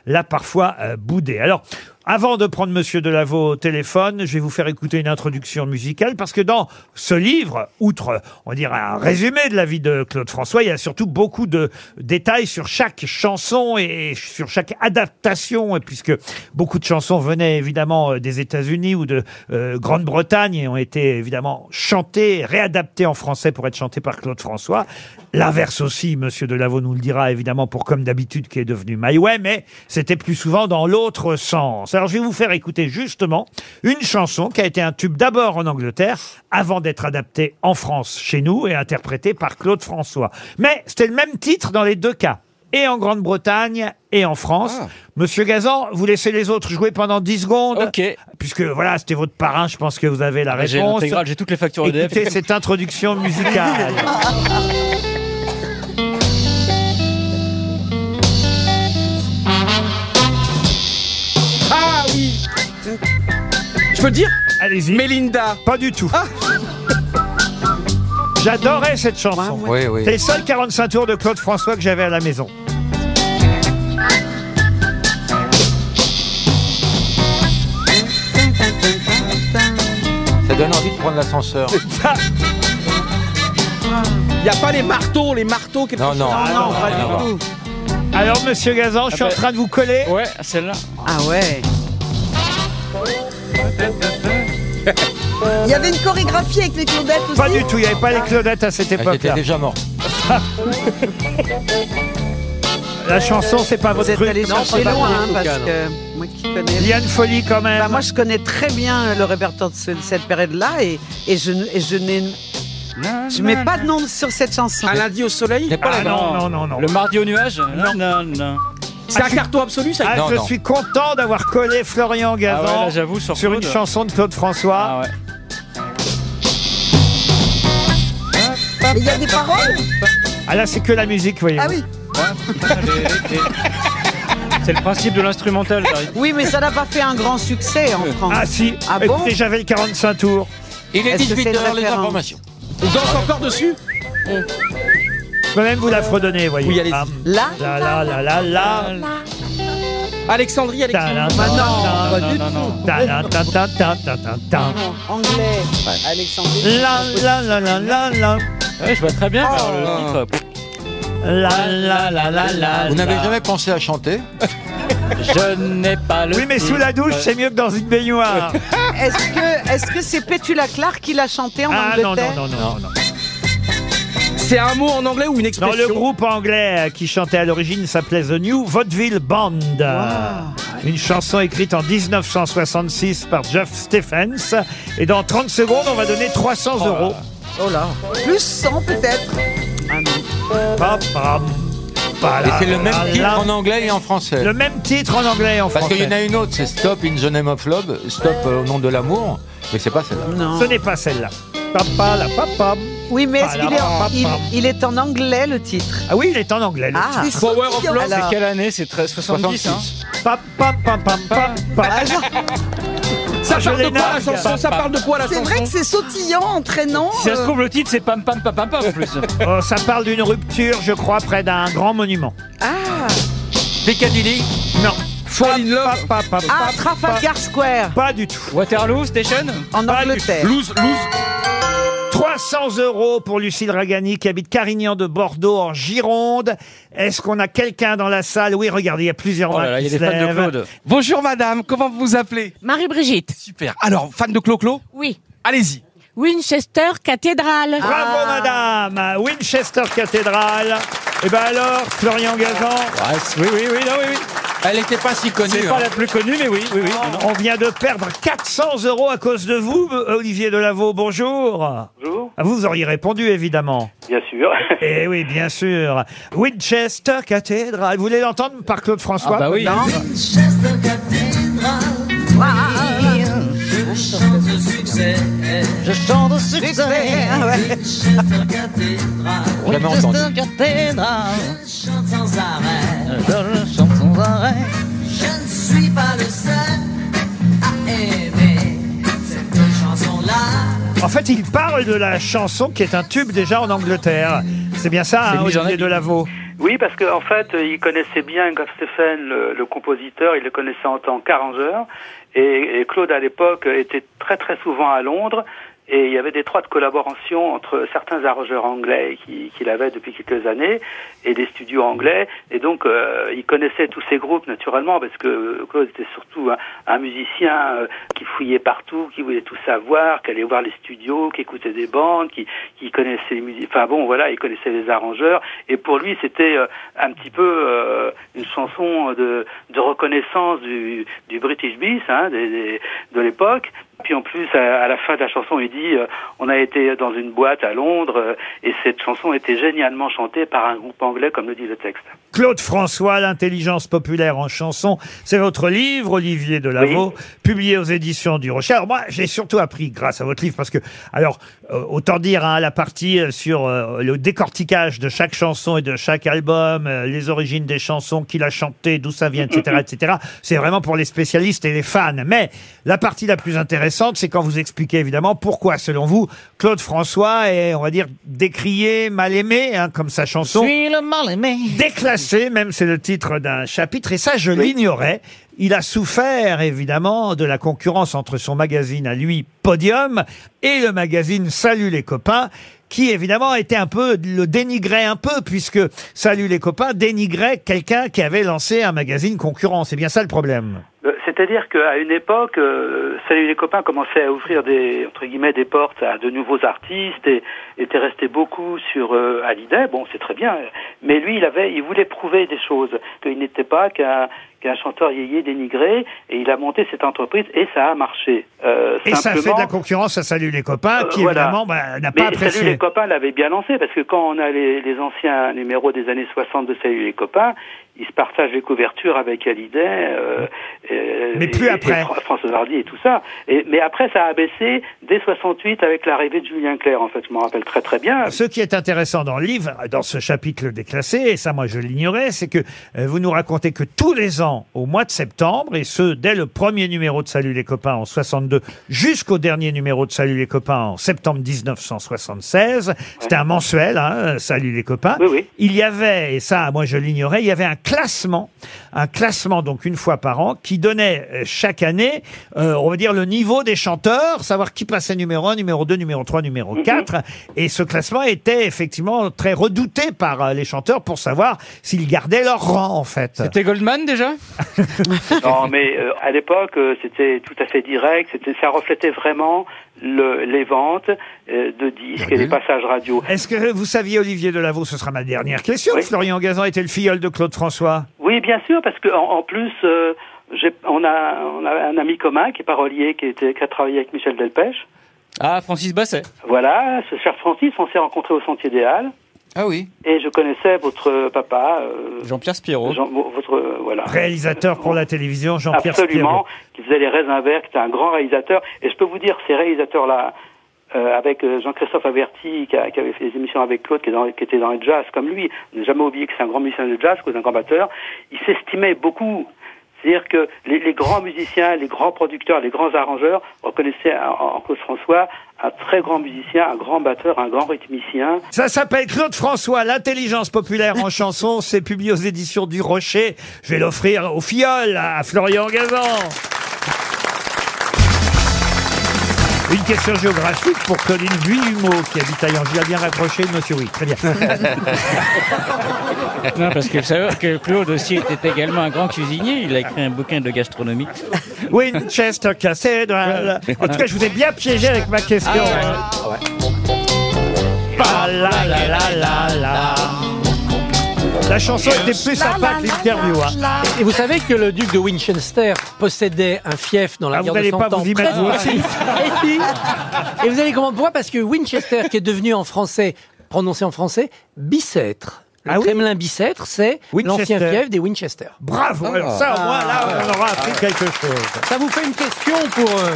Speaker 2: l'a parfois euh, boudé. Alors, avant de prendre Monsieur Delavaux au téléphone, je vais vous faire écouter une introduction musicale parce que dans ce livre, outre, on dirait un résumé de la vie de Claude François, il y a surtout beaucoup de détails sur chaque chanson et sur chaque adaptation, et puisque beaucoup de chansons venaient évidemment euh, des États-Unis ou de euh, Grande-Bretagne et ont été évidemment chantées, réadaptées en français pour être chantées par Claude François. L'inverse aussi, Monsieur Delavaux nous le dira évidemment pour comme d'habitude qui est devenu My Way, mais c'était plus souvent dans l'autre sens. Alors je vais vous faire écouter justement une chanson qui a été un tube d'abord en Angleterre avant d'être adaptée en France chez nous et interprétée par Claude François. Mais c'était le même titre dans les deux cas. Et en Grande-Bretagne et en France.
Speaker 7: Ah.
Speaker 2: Monsieur Gazan, vous laissez les autres jouer pendant 10 secondes. Puisque voilà, c'était votre parrain, je pense que vous avez la
Speaker 7: Ah, j'ai
Speaker 2: réponse.
Speaker 7: l'intégrale, j'ai toutes les factures EDF.
Speaker 2: Écoutez cette introduction musicale.
Speaker 4: Ah oui Je peux le dire
Speaker 2: Allez-y. Mélinda. Pas du tout. Ah. J'adorais cette chanson.
Speaker 6: ouais. Oui, oui.
Speaker 2: C'est les seuls 45 tours de Claude François que j'avais à la maison.
Speaker 6: Ça donne envie de prendre l'ascenseur.
Speaker 4: Il n'y a pas les marteaux, les marteaux quelque chose.
Speaker 6: non,
Speaker 4: Ah
Speaker 6: non,
Speaker 4: pas
Speaker 6: rien
Speaker 4: du
Speaker 6: à
Speaker 4: tout.
Speaker 2: Alors, monsieur Gazan, je suis
Speaker 4: Ah
Speaker 2: en
Speaker 4: ben-
Speaker 2: train de vous coller.
Speaker 7: Ouais, celle-là.
Speaker 8: Ah ouais.
Speaker 3: Il y avait une chorégraphie avec les Claudettes aussi.
Speaker 2: Pas du tout, il n'y avait pas les Claudettes à cette époque-là.
Speaker 6: étaient déjà mortes.
Speaker 2: La chanson, c'est pas votre
Speaker 8: Vous êtes
Speaker 2: truc.
Speaker 8: allé
Speaker 2: Non,
Speaker 8: chercher
Speaker 2: c'est pas
Speaker 8: loin,
Speaker 2: mon
Speaker 8: hein,
Speaker 2: truc,
Speaker 8: parce
Speaker 2: non.
Speaker 8: que moi qui connais...
Speaker 2: Il y a une folie quand même.
Speaker 8: Bah, moi, je connais très bien le répertoire de ce- cette période-là et, et je, n- et je n'ai... Je mets pas de nom sur cette chanson.
Speaker 4: Un lundi au soleil
Speaker 2: Ah non, non, non, non.
Speaker 7: Le mardi au nuage Non, non, non.
Speaker 4: C'est un carton absolu, ça
Speaker 2: Ah, je suis content d'avoir collé Florian Gazan
Speaker 7: Ah ouais, là, j'avoue, sur
Speaker 2: sur, une
Speaker 7: Claude. Ah
Speaker 2: chanson de Claude François.
Speaker 3: Mais il y a des paroles
Speaker 2: Ah là, c'est que la musique, voyez.
Speaker 3: Ah oui.
Speaker 7: C'est le principe de l'instrumental, Paris.
Speaker 8: Oui, mais ça n'a pas fait un grand succès en France.
Speaker 2: Ah si,
Speaker 8: Ah bon
Speaker 2: écoutez, j'avais le 45 tours.
Speaker 6: Il est
Speaker 8: Est-ce que c'est
Speaker 6: 18
Speaker 8: une
Speaker 6: heures, les
Speaker 8: référence
Speaker 6: informations.
Speaker 4: On danse encore dessus
Speaker 2: Je peux même vous la fredonner, voyez.
Speaker 4: Oui, allez-y.
Speaker 2: Ah,
Speaker 8: Là
Speaker 2: La la la la la.
Speaker 4: Alexandrie,
Speaker 2: Ta-da,
Speaker 4: Alexandrie.
Speaker 2: ta-da,
Speaker 8: Ah non, pas du
Speaker 2: ta-da, ta-da, ta-da, ta-da, ta-da.
Speaker 8: Anglais, Alexandre.
Speaker 2: La la la la la la.
Speaker 7: Ouais, je vois très
Speaker 6: Oh.
Speaker 7: bien alors, le titre.
Speaker 2: Oh. La la la la la.
Speaker 6: Vous n'avez
Speaker 2: la.
Speaker 6: jamais pensé à chanter
Speaker 7: Je n'ai pas le
Speaker 2: Oui, mais sous la douche, c'est mieux que dans une baignoire.
Speaker 8: Est-ce que est-ce que c'est Petula Clark qui l'a chanté en
Speaker 2: Ah non,
Speaker 8: Angleterre
Speaker 2: non, non, non, non.
Speaker 4: C'est un mot en anglais ou une
Speaker 2: Non, le
Speaker 4: expression
Speaker 2: groupe anglais euh, qui chantait à l'origine s'appelait The New Vaudeville Band. Une chanson écrite en 1966 par Jeff Stephens. Et dans 30 secondes, on va donner 300 euros.
Speaker 8: Oh là.
Speaker 3: Plus 100 peut-être.
Speaker 8: Ah non.
Speaker 2: Pam, pam,
Speaker 6: Et
Speaker 2: pala,
Speaker 6: c'est le même
Speaker 2: la,
Speaker 6: titre
Speaker 2: la.
Speaker 6: en anglais et en français.
Speaker 2: Le même titre en anglais et en
Speaker 6: Parce
Speaker 2: français.
Speaker 6: qu'il y en a une autre, c'est Stop in the Name of Love, Stop euh, au nom de l'amour, mais c'est pas celle-là.
Speaker 8: Non.
Speaker 2: Ce n'est pas celle-là. Papa, la papa.
Speaker 8: Oui, mais est-ce
Speaker 2: Voilà.
Speaker 8: qu'il est, en- il,
Speaker 2: Pam.
Speaker 8: il est en anglais le titre
Speaker 2: Ah oui, il est en anglais. le
Speaker 8: Ah.
Speaker 2: titre.
Speaker 4: Power of Love
Speaker 7: C'est
Speaker 8: Alors,
Speaker 7: quelle année C'est très- 70, hein
Speaker 2: Pam, pam, pam, pam, pam, pam.
Speaker 4: Ça
Speaker 2: Je
Speaker 4: parle de
Speaker 2: les
Speaker 4: quoi la
Speaker 2: nargue.
Speaker 4: chanson Ça parle de quoi la
Speaker 3: C'est vrai
Speaker 4: chanson
Speaker 3: que c'est sautillant, entraînant.
Speaker 7: Si ça se
Speaker 3: euh,
Speaker 7: trouve, le titre, c'est Pam Pam Pam Pam Pam en plus.
Speaker 2: Oh, ça parle d'une rupture, je crois, près d'un grand monument.
Speaker 8: Ah,
Speaker 6: Piccadilly,
Speaker 2: Non.
Speaker 4: Fall in love
Speaker 2: Pas, pas, pas,
Speaker 8: ah
Speaker 2: pas,
Speaker 8: Trafalgar Square
Speaker 2: pas du tout.
Speaker 7: Waterloo Station
Speaker 8: en Angleterre.
Speaker 4: Lose, lose.
Speaker 2: 300 euros pour Lucille Ragani qui habite Carignan de Bordeaux en Gironde. Est-ce qu'on a quelqu'un dans la salle Oui, regardez, il y a plusieurs
Speaker 7: Oh
Speaker 2: mains
Speaker 7: là là, il
Speaker 2: qui
Speaker 7: y a des
Speaker 2: se
Speaker 7: fans de
Speaker 2: lèvent.
Speaker 7: Claude.
Speaker 4: Bonjour madame, comment vous vous appelez
Speaker 16: Marie-Brigitte.
Speaker 4: Super. Alors, fan de Clo-Clo
Speaker 16: Oui.
Speaker 4: Allez-y.
Speaker 16: Winchester cathédrale.
Speaker 2: Bravo madame à Winchester Cathédrale. Et ben alors, Florian Gazan,
Speaker 7: oui, oui, oui, non, oui, oui.
Speaker 6: elle n'était pas si
Speaker 7: C'est
Speaker 6: connue.
Speaker 7: pas
Speaker 6: hein.
Speaker 7: la plus connue, mais oui, oui, oui. mais non.
Speaker 2: on vient de perdre 400 euros à cause de vous, euh, Olivier Delavaux. Bonjour.
Speaker 17: Bonjour.
Speaker 2: Ah, Vous auriez répondu, évidemment.
Speaker 17: Bien sûr.
Speaker 2: Eh oui, bien sûr. Winchester Cathedral. Vous voulez l'entendre par Claude François
Speaker 7: Ah bah oui.
Speaker 2: Non
Speaker 15: Je chante au succès.
Speaker 6: Jamais entendu.
Speaker 15: cathédrale. Je chante sans arrêt. Je chante sans arrêt. Je ne suis pas le seul à aimer cette chanson-là.
Speaker 2: En fait, il parle de la chanson qui est un tube déjà en Angleterre. C'est bien ça, hein,
Speaker 7: mis en
Speaker 2: Olivier
Speaker 7: habit.
Speaker 2: Delavaux
Speaker 17: Oui, parce qu'en en fait, il connaissait bien Graf Stephen, le, le compositeur, il le connaissait en tant qu'arrangeur. Et, et Claude, à l'époque, était très très souvent à Londres. Et il y avait des d'étroites collaborations entre certains arrangeurs anglais qui- qu'il avait depuis quelques années et des studios anglais. Et donc, euh, il connaissait tous ces groupes naturellement parce que Claude était surtout un, un musicien euh, qui fouillait partout, qui voulait tout savoir, qui allait voir les studios, qui écoutait des bandes, qui, qui connaissait les musiques. Enfin bon, voilà, il connaissait les arrangeurs. Et pour lui, c'était euh, un petit peu euh, une chanson de, de reconnaissance du, du British Beats hein, des- des- de l'époque. Puis en plus, à, à la fin de la chanson, il dit euh, On a été dans une boîte à Londres euh, et cette chanson était génialement chantée par un groupe anglais, comme le dit le texte.
Speaker 2: Claude François, L'intelligence populaire en chanson. C'est votre livre, Olivier Delavaux, publié aux éditions du Rocher. Alors moi, j'ai surtout appris grâce à votre livre parce que, alors, euh, autant dire, hein, la partie euh, sur euh, le décortiquage de chaque chanson et de chaque album, euh, les origines des chansons, qui l'a chanté, d'où ça vient, etc., etc., c'est vraiment pour les spécialistes et les fans. Mais la partie la plus intéressante, intéressante, c'est quand vous expliquez évidemment pourquoi, selon vous, Claude François est, on va dire, décrié, mal aimé, hein, comme sa chanson.
Speaker 15: suis le mal aimé.
Speaker 2: Déclassé, même c'est le titre d'un chapitre, et ça je l'ignorais. Il a souffert évidemment de la concurrence entre son magazine à lui, Podium, et le magazine Salut les copains, qui évidemment était un peu, le dénigrait un peu, puisque Salut les copains dénigrait quelqu'un qui avait lancé un magazine concurrent. C'est bien ça le problème.
Speaker 17: Euh, C'est-à-dire qu'à une époque, euh, Salut les copains commençait à ouvrir des entre guillemets des portes à de nouveaux artistes et était resté beaucoup sur euh, Hallyday. Bon, c'est très bien, mais lui, il avait, il voulait prouver des choses qu'il n'était pas qu'un qu'un chanteur yéyé dénigré et il a monté cette entreprise et ça a marché. Euh,
Speaker 2: Et ça fait de
Speaker 17: simplement-
Speaker 2: la concurrence à Salut les copains,
Speaker 17: euh,
Speaker 2: qui
Speaker 17: voilà.
Speaker 2: évidemment bah, n'a pas
Speaker 17: Mais
Speaker 2: apprécié.
Speaker 17: Salut les copains l'avait bien lancé parce que quand on a les, les anciens numéros des années 60 de Salut les copains, ils se partagent les couvertures avec Hallyday, euh, euh,
Speaker 2: Mais plus
Speaker 17: et- et
Speaker 2: après.
Speaker 17: Fran- François Hardy et tout ça. Et, mais après, ça a baissé dès 68 avec l'arrivée de Julien Clerc. En fait, je m'en rappelle très très bien.
Speaker 2: Ce qui est intéressant dans le livre, dans ce chapitre le déclassé, et ça moi je l'ignorais, c'est que euh, vous nous racontez que tous les ans, au mois de septembre, et ce dès le premier numéro de Salut les copains en 62 jusqu'au dernier numéro de Salut les copains en septembre 1976, c'était un mensuel, hein, Salut les copains, il y avait, et ça moi je l'ignorais, il y avait un classement, un classement donc une fois par an, qui donnait euh, chaque année, euh, on va dire le niveau des chanteurs, savoir qui passait numéro 1, numéro 2, numéro 3, numéro 4, et ce classement était effectivement très redouté par euh, les chanteurs pour savoir s'ils gardaient leur rang, en fait. C'était
Speaker 7: Goldman déjà
Speaker 17: non, mais euh, à l'époque, euh, c'était tout à fait direct. C'était, ça reflétait vraiment le, les ventes euh, de disques et les passages radio.
Speaker 2: Est-ce que vous saviez, Olivier Delavaux, ce sera ma dernière question, que Florian Gazan était le filleul de Claude François
Speaker 17: Oui, bien sûr, parce que en, en plus, euh, j'ai- on, a, on a un ami commun qui est parolier, qui, était, qui a travaillé avec Michel Delpech.
Speaker 7: Ah, Francis Basset.
Speaker 17: Voilà, ce cher Francis, on s'est rencontrés au Sentier des Halles.
Speaker 7: Ah oui.
Speaker 17: Et je connaissais votre papa. euh,
Speaker 7: Jean-Pierre Spiro.
Speaker 17: Jean- votre, euh, voilà.
Speaker 2: Réalisateur pour la télévision, Jean-Pierre
Speaker 17: Absolument, qui faisait les raisins verts, qui était un grand réalisateur. Et je peux vous dire, ces réalisateurs-là, euh, avec euh, Jean-Christophe Averti, qui, a- qui avait fait des émissions avec Claude, qui, est dans- qui était dans le jazz comme lui, ne jamais oublier que c'est un grand musicien de jazz, que c'est un grand batteur, il s'estimait beaucoup. C'est-à-dire que les, les grands musiciens, les grands producteurs, les grands arrangeurs reconnaissaient en, en Claude François un très grand musicien, un grand batteur, un grand rythmicien.
Speaker 2: Ça s'appelle Claude François, l'intelligence populaire en chanson. C'est publié aux éditions du Rocher. Je vais l'offrir au fiole à Florian Gazan. Une question géographique pour Colline Vuillumeau, qui habite à Yangy. a bien raccroché, monsieur, oui. Très bien.
Speaker 7: Non, parce que savoir que Claude aussi était également un grand cuisinier, il a écrit un bouquin de gastronomie.
Speaker 2: Winchester Cathedral. En tout cas, je vous ai bien piégé avec ma question. Ah Pa la la la la la. La chanson était plus sympa que l'interview. hein.
Speaker 5: Et vous savez que le duc de Winchester possédait un fief dans la
Speaker 2: Ah, vous
Speaker 5: guerre de
Speaker 2: n'allez
Speaker 5: Cent
Speaker 2: pas
Speaker 5: Ans.
Speaker 2: vous y mettre, vous
Speaker 5: Presque.
Speaker 2: aussi.
Speaker 5: Et, si. Et vous allez comment Pourquoi Parce que Winchester, qui est devenu en français, prononcé en français, Bicêtre. Le Kremlin Bicêtre, c'est
Speaker 2: Ah Winchester.
Speaker 5: l'ancien fief des Winchester. Ah.
Speaker 2: Bravo. Alors ça, au moins, là, on aura appris quelque chose.
Speaker 5: Ça vous fait une question pour... euh,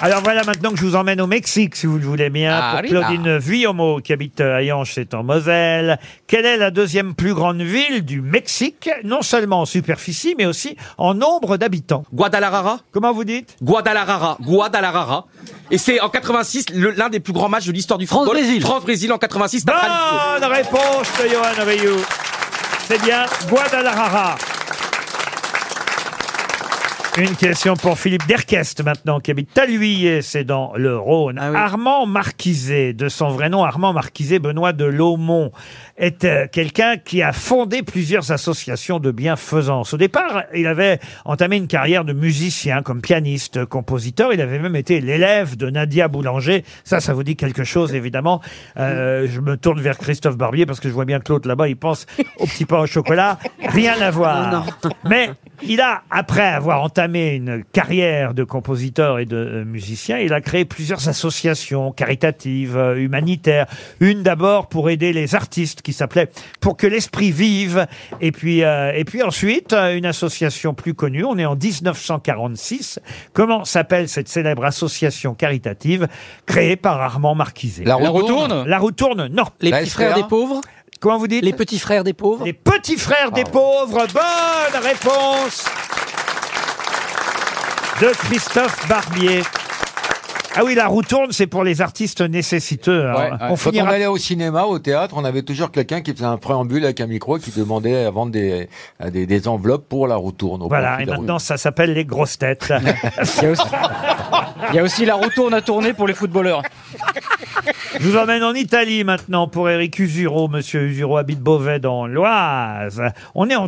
Speaker 2: Alors voilà maintenant que je vous emmène au Mexique, si vous le voulez bien,
Speaker 5: Ah,
Speaker 2: pour
Speaker 5: oui,
Speaker 2: Claudine Vuillomo, qui habite euh, à Yanche, c'est en Moselle. Quelle est la deuxième plus grande ville du Mexique, non seulement en superficie, mais aussi en nombre d'habitants
Speaker 4: Guadalajara
Speaker 2: Comment vous dites
Speaker 4: Guadalajara, Guadalajara. Et c'est en 86 le- l'un des plus grands matchs de l'histoire du football.
Speaker 2: France-Brésil.
Speaker 4: France-Brésil en 86.
Speaker 2: Bonne
Speaker 4: d'après le-
Speaker 2: réponse de Johan Rioux. C'est bien Guadalajara. Une question pour Philippe Derquest maintenant, qui habite à lui, et c'est dans le Rhône. Armand Marquisé, de son vrai nom, Armand Marquisé Benoît de Laumont, est euh, quelqu'un qui a fondé plusieurs associations de bienfaisance. Au départ, il avait entamé une carrière de musicien, comme pianiste, euh, compositeur. Il avait même été l'élève de Nadia Boulanger. Ça, ça vous dit quelque chose, évidemment. Euh, je me tourne vers Christophe Barbier, parce que je vois bien Claude là-bas, il pense au petit pain au chocolat. Rien à voir.
Speaker 5: Non,
Speaker 2: Mais il a, après avoir entamé une carrière de compositeur et de euh, musicien, il a créé plusieurs associations caritatives, euh, humanitaires. Une d'abord pour aider les artistes qui s'appelait Pour que l'esprit vive. Et puis, euh, et puis ensuite, euh, une association plus connue. On est en 1946. Comment s'appelle cette célèbre association caritative créée par Armand Marquisé
Speaker 7: La La Retourne Retourne
Speaker 2: La Retourne, non.
Speaker 5: Les
Speaker 7: Bah,
Speaker 5: petits frères des pauvres
Speaker 2: Comment vous dites
Speaker 5: Les petits frères des pauvres
Speaker 2: Les
Speaker 7: Ah.
Speaker 2: petits frères des pauvres, bonne réponse de Christophe Barbier. Ah oui, la roue tourne, c'est pour les artistes nécessiteux. alors.
Speaker 6: Ouais, ouais.
Speaker 2: On
Speaker 6: Quand
Speaker 2: finira-
Speaker 6: on allait au cinéma, au théâtre, on avait toujours quelqu'un qui faisait un préambule avec un micro qui demandait à vendre des, à des, des enveloppes pour la roue tourne. au
Speaker 2: Voilà,
Speaker 6: profit
Speaker 2: et
Speaker 6: de la roue
Speaker 2: maintenant ça s'appelle les grosses têtes.
Speaker 7: Il y a
Speaker 2: hein.
Speaker 7: aussi-
Speaker 8: Ah
Speaker 7: il y a aussi la retourne à tourner pour les footballeurs.
Speaker 2: Je vous emmène en Italie maintenant pour Éric Usuro. Monsieur Usuro habite Beauvais dans l'Oise. On est en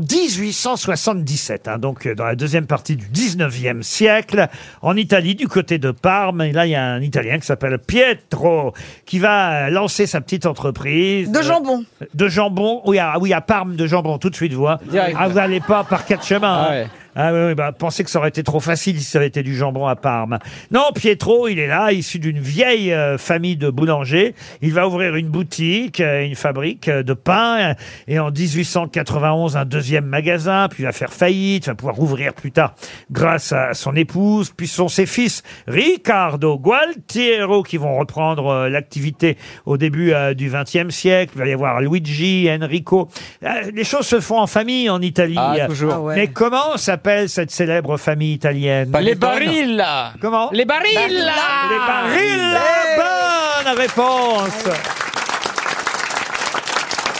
Speaker 2: 1877, hein, donc euh, dans la deuxième partie du 19e siècle, en Italie, du côté de Parme. Et là, il y a un Italien qui s'appelle Pietro, qui va euh, lancer sa petite entreprise.
Speaker 3: De jambon.
Speaker 2: Euh, De jambon, oui, à, oui, à Parme, de jambon, tout de suite, vous. hein.
Speaker 7: Direct.
Speaker 2: Ah, vous n'allez pas par quatre chemins.
Speaker 7: Ah
Speaker 2: hein.
Speaker 7: ouais.
Speaker 2: Ah oui, oui, bah, pensez que ça aurait été trop facile si ça avait été du jambon à Parme. Non, Pietro, il est là, issu d'une vieille euh, famille de boulangers. Il va ouvrir une boutique, euh, une fabrique euh, de pain, euh, et en 1891, un deuxième magasin, puis il va faire faillite, va pouvoir ouvrir plus tard grâce à son épouse, puis ce sont ses fils, Riccardo Gualtiero, qui vont reprendre euh, l'activité au début euh, du XXe siècle. Il va y avoir Luigi, Enrico. Euh, les choses se font en famille en Italie.
Speaker 7: Ah, toujours. Ah ouais.
Speaker 2: Mais Comment s'appelle cette célèbre famille italienne
Speaker 7: Les barils
Speaker 2: Comment
Speaker 7: Les barils
Speaker 2: Les barils Bonne réponse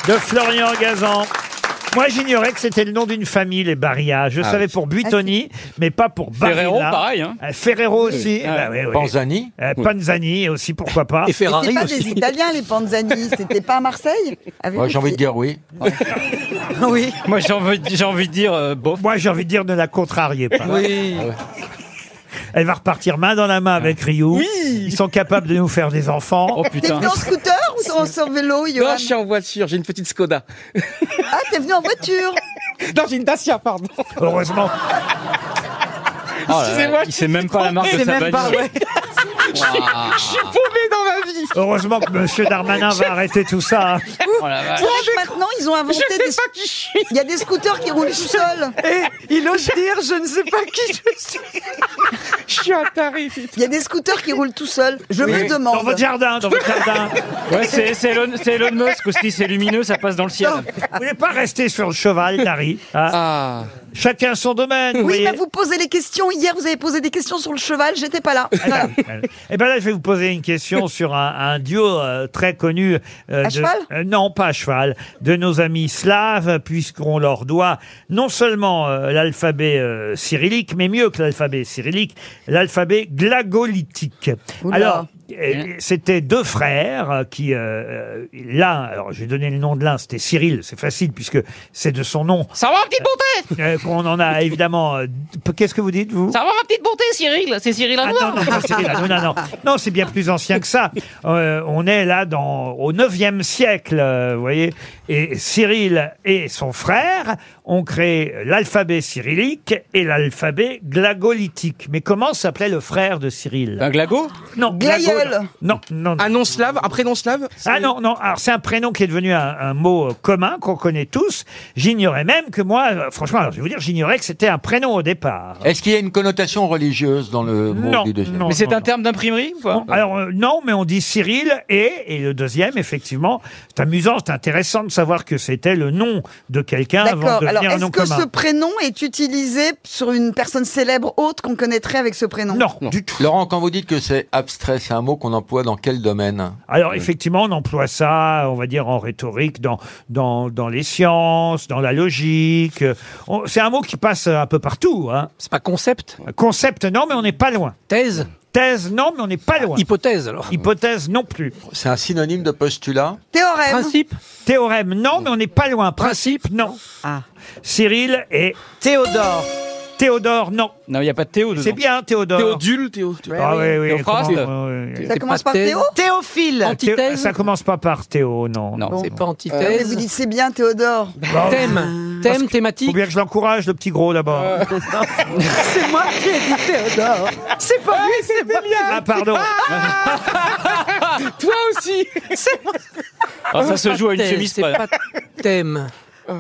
Speaker 2: de Florian Gazan. Moi, j'ignorais que c'était le nom d'une famille, les Barilla. Je
Speaker 6: Ah
Speaker 2: savais
Speaker 6: oui.
Speaker 2: pour Buitoni, mais pas pour Barilla.
Speaker 7: Ferrero, pareil, hein.
Speaker 2: Euh,
Speaker 7: Oui.
Speaker 2: Ferrero aussi.
Speaker 7: Ah.
Speaker 2: Bah oui, oui.
Speaker 6: Panzani
Speaker 2: Euh, Panzani aussi, pourquoi pas.
Speaker 3: Et c'est pas des Italiens, les Panzani. C'était pas à Marseille
Speaker 6: tourne. Ouais, J'ai envie de dire oui.
Speaker 3: Oui.
Speaker 7: Moi, j'ai envie, de- j'ai envie de dire euh, bof.
Speaker 2: Moi, j'ai envie de dire ne la contrariez pas.
Speaker 7: Oui.
Speaker 6: Ah
Speaker 7: Ah.
Speaker 2: Elle va repartir main dans la main avec Ryu. Ils sont capables de nous faire des enfants. Oh
Speaker 3: T'es venu en scooter ou en, en vélo, Johan
Speaker 4: Non, je suis en voiture, j'ai une petite Skoda.
Speaker 3: Ah, t'es venu en voiture
Speaker 4: Non, j'ai une Dacia, pardon.
Speaker 2: Heureusement.
Speaker 4: Excusez-moi,
Speaker 7: Ah, il sait même pas la marque
Speaker 4: Il
Speaker 7: de
Speaker 4: sait
Speaker 7: sa
Speaker 4: même pas,
Speaker 7: bagnole.
Speaker 4: ouais. Je suis- je suis paumé dans ma vie.
Speaker 2: Heureusement que Monsieur Darmanin va arrêter tout ça. hein.
Speaker 7: Oh la vache.
Speaker 3: Sache, maintenant, ils ont inventé
Speaker 4: Je sais
Speaker 3: des...
Speaker 4: pas qui je suis.
Speaker 3: Il y a des scooters qui roulent tout seuls.
Speaker 8: il ose dire, je ne sais pas qui je suis.
Speaker 4: Je suis un taré.
Speaker 3: Il y a des scooters qui roulent tout seuls. Je
Speaker 2: Oui.
Speaker 3: me demande.
Speaker 2: Dans votre jardin, dans votre jardin.
Speaker 7: Ouais, c'est c'est Elon, c'est Elon Musk aussi, c'est lumineux, ça passe dans le ciel.
Speaker 2: Vous voulez pas rester sur le cheval, Dari. hein
Speaker 7: Ah.
Speaker 2: Chacun son domaine. vous
Speaker 3: Oui,
Speaker 2: voyez.
Speaker 3: mais vous posez les questions. Hier, vous avez posé des questions sur le cheval. J'étais pas
Speaker 2: Ah,
Speaker 3: là. Voilà.
Speaker 2: Eh ben là, je vais vous poser une question sur un, un duo euh, très connu. euh,
Speaker 3: À
Speaker 2: de-
Speaker 3: cheval
Speaker 2: euh, Non, pas à cheval. De nos amis slaves, puisqu'on leur doit non seulement euh, l'alphabet euh, cyrillique, mais mieux que l'alphabet cyrillique, l'alphabet glagolitique.
Speaker 3: Oula.
Speaker 2: Alors, euh, c'était deux frères euh, qui, euh, euh, l'un, alors j'ai donné le nom de l'un, c'était Cyril, c'est facile puisque c'est de son nom.
Speaker 7: Ça va, ma petite bonté
Speaker 2: euh, qu'on en a évidemment. euh, p- Qu'est-ce que vous dites, vous
Speaker 7: Ça va, ma petite bonté, Cyril C'est Cyril
Speaker 2: ah non,
Speaker 7: Hanouna
Speaker 2: non, non, Cyril Hanouna, non, non. Non, c'est bien plus ancien que ça. Euh, on est là dans, au 9e siècle, euh, vous voyez. Et Cyril et son frère ont créé l'alphabet cyrillique et l'alphabet glagolitique. Mais comment s'appelait le frère de Cyril
Speaker 7: Un glago
Speaker 2: Non,
Speaker 3: Glaïeul.
Speaker 2: glagol- Non, non, non.
Speaker 4: Un nom slave, un prénom slave
Speaker 2: Ah non, non, alors c'est un prénom qui est devenu un, un mot euh, commun qu'on connaît tous. J'ignorais même que moi, euh, franchement, alors, je vais vous dire, j'ignorais que c'était un prénom au départ.
Speaker 6: Est-ce qu'il y a une connotation religieuse dans le mot
Speaker 2: Non,
Speaker 6: du deuxième
Speaker 2: non.
Speaker 7: Mais c'est un terme d'imprimerie ou pas
Speaker 2: On- alors euh, non, mais on dit Cyril et et le deuxième effectivement. C'est amusant, c'est intéressant de savoir que c'était le nom de quelqu'un avant
Speaker 3: D'accord.
Speaker 2: de
Speaker 3: Alors,
Speaker 2: devenir un
Speaker 3: est-ce
Speaker 2: nom
Speaker 3: que
Speaker 2: commun.
Speaker 3: ce prénom est utilisé sur une personne célèbre haute qu'on connaîtrait avec ce prénom
Speaker 2: Non, du tout.
Speaker 6: Laurent, quand vous dites que c'est abstrait, c'est un mot qu'on emploie dans quel domaine
Speaker 2: Alors effectivement, on emploie ça, on va dire en rhétorique, dans dans, dans les sciences, dans la logique. Euh, On- C'est un mot qui passe un peu partout. Hein.
Speaker 5: C'est pas concept
Speaker 2: Concept, non, mais on n'est pas loin.
Speaker 5: Thèse
Speaker 2: Thèse, non, mais on n'est pas loin.
Speaker 5: Hypothèse, alors
Speaker 2: Hypothèse, non plus.
Speaker 6: C'est un synonyme de postulat
Speaker 3: Théorème.
Speaker 5: Principe
Speaker 2: Théorème, non, mais on n'est pas loin. Principe, non.
Speaker 3: Ah.
Speaker 2: Cyril et
Speaker 8: Théodore.
Speaker 2: Théodore, non.
Speaker 7: Non, il n'y a pas de Théo dedans.
Speaker 2: C'est bien, Théodore.
Speaker 4: Théodule, Théo.
Speaker 2: Ah oui, oui.
Speaker 7: Théo Frost.
Speaker 2: comment- oui, oui.
Speaker 3: Ça commence
Speaker 5: pas
Speaker 3: par Théo
Speaker 8: Théophile.
Speaker 2: Théo-
Speaker 5: Antithèse
Speaker 2: Ça commence pas par Théo, non. Euh,
Speaker 7: Non.
Speaker 5: C'est
Speaker 3: Ah, Mais
Speaker 5: pas
Speaker 3: vous
Speaker 5: antithèse
Speaker 3: dites c'est bien Théodore.
Speaker 2: Bon,
Speaker 5: Thème Thème
Speaker 2: Faut
Speaker 5: thématique
Speaker 2: bien que je l'encourage, le petit gros, d'abord.
Speaker 8: C'est moi qui ai dit Théodore. C'est pas lui, c'est pas
Speaker 2: Ah, pardon.
Speaker 4: Toi aussi
Speaker 8: C'est moi.
Speaker 7: Ah, ça se joue à une
Speaker 5: Thèse,
Speaker 7: chemise
Speaker 5: C'est
Speaker 7: près.
Speaker 5: pas thème.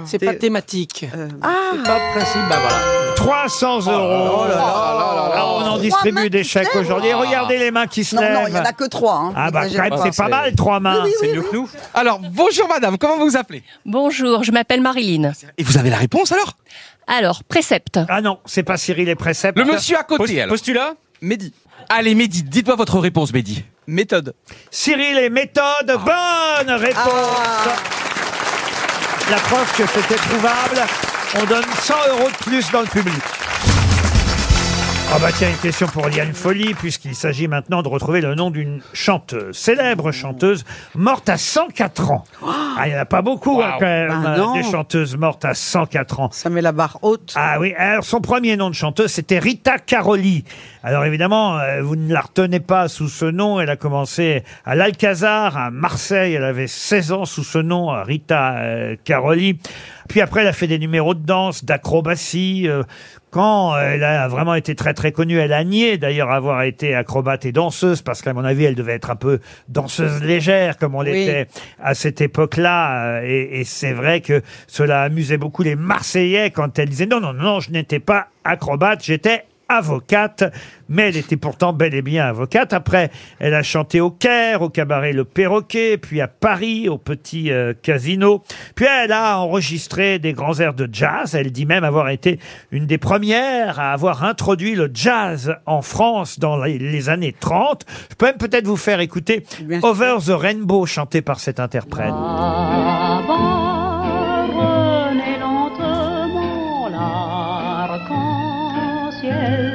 Speaker 5: C'est pas
Speaker 8: Thé-
Speaker 5: thématique. C'est pas principe.
Speaker 7: Ah,
Speaker 5: Bah voilà.
Speaker 2: 300 euros. Alors, on en distribue des chèques aujourd'hui. Et Regardez les mains qui se
Speaker 3: Non,
Speaker 2: lèvent.
Speaker 3: non, il y en a que trois. hein.
Speaker 2: Ah, bah, quand
Speaker 3: N'exagérez
Speaker 2: même, c'est pas mal, trois mains.
Speaker 7: C'est mieux que nous.
Speaker 4: Alors, bonjour madame, comment vous vous appelez
Speaker 16: Bonjour, je m'appelle Marilyn.
Speaker 4: Et vous avez la réponse alors
Speaker 16: Alors, précepte.
Speaker 2: Ah non, c'est pas Cyril et précepte.
Speaker 4: Le monsieur à côté, alors.
Speaker 2: Postulat
Speaker 4: Mehdi. Allez, Mehdi, dites-moi votre réponse, Mehdi. Méthode.
Speaker 2: Cyril et méthode,
Speaker 4: Ah.
Speaker 2: bonne réponse La preuve que c'était trouvable, on donne 100 euros de plus dans le public. Ah bah tiens, une question pour Liane Folly, puisqu'il s'agit maintenant de retrouver le nom d'une chanteuse, célèbre chanteuse, morte à 104 ans. Ah, il n'y en a pas beaucoup hein,
Speaker 8: Wow.
Speaker 2: quand même,
Speaker 8: Ah
Speaker 2: euh,
Speaker 8: non.
Speaker 2: des chanteuses mortes à 104 ans. Ça met la barre haute. Ah oui, alors son premier nom de chanteuse, c'était Rita Caroli. Alors évidemment, euh, vous ne la retenez pas sous ce nom, elle a commencé à l'Alcazar, à Marseille, elle avait 16 ans sous ce nom, euh, Rita euh, Caroli. Puis après, elle a fait des numéros de danse, d'acrobatie. euh, quand euh, elle a vraiment été très très connue, elle a nié d'ailleurs avoir été acrobate et danseuse, parce qu'à mon avis, elle devait être un peu danseuse légère, comme on l'était à cette époque-là. euh, Et, et c'est vrai que cela amusait beaucoup les Marseillais quand elle disait non, non, non, je n'étais pas acrobate, j'étais avocate, mais elle était pourtant bel et bien avocate. Après, elle a chanté au Caire, au cabaret Le Perroquet, puis à Paris, au Petit euh, Casino. Puis elle a enregistré des grands airs de jazz. Elle dit même avoir été une des premières à avoir introduit le jazz en France dans les, les années 30. Je peux même peut-être vous faire écouter Over the Rainbow chanté par cet interprète.
Speaker 15: Revenez lentement l'arc-en-ciel,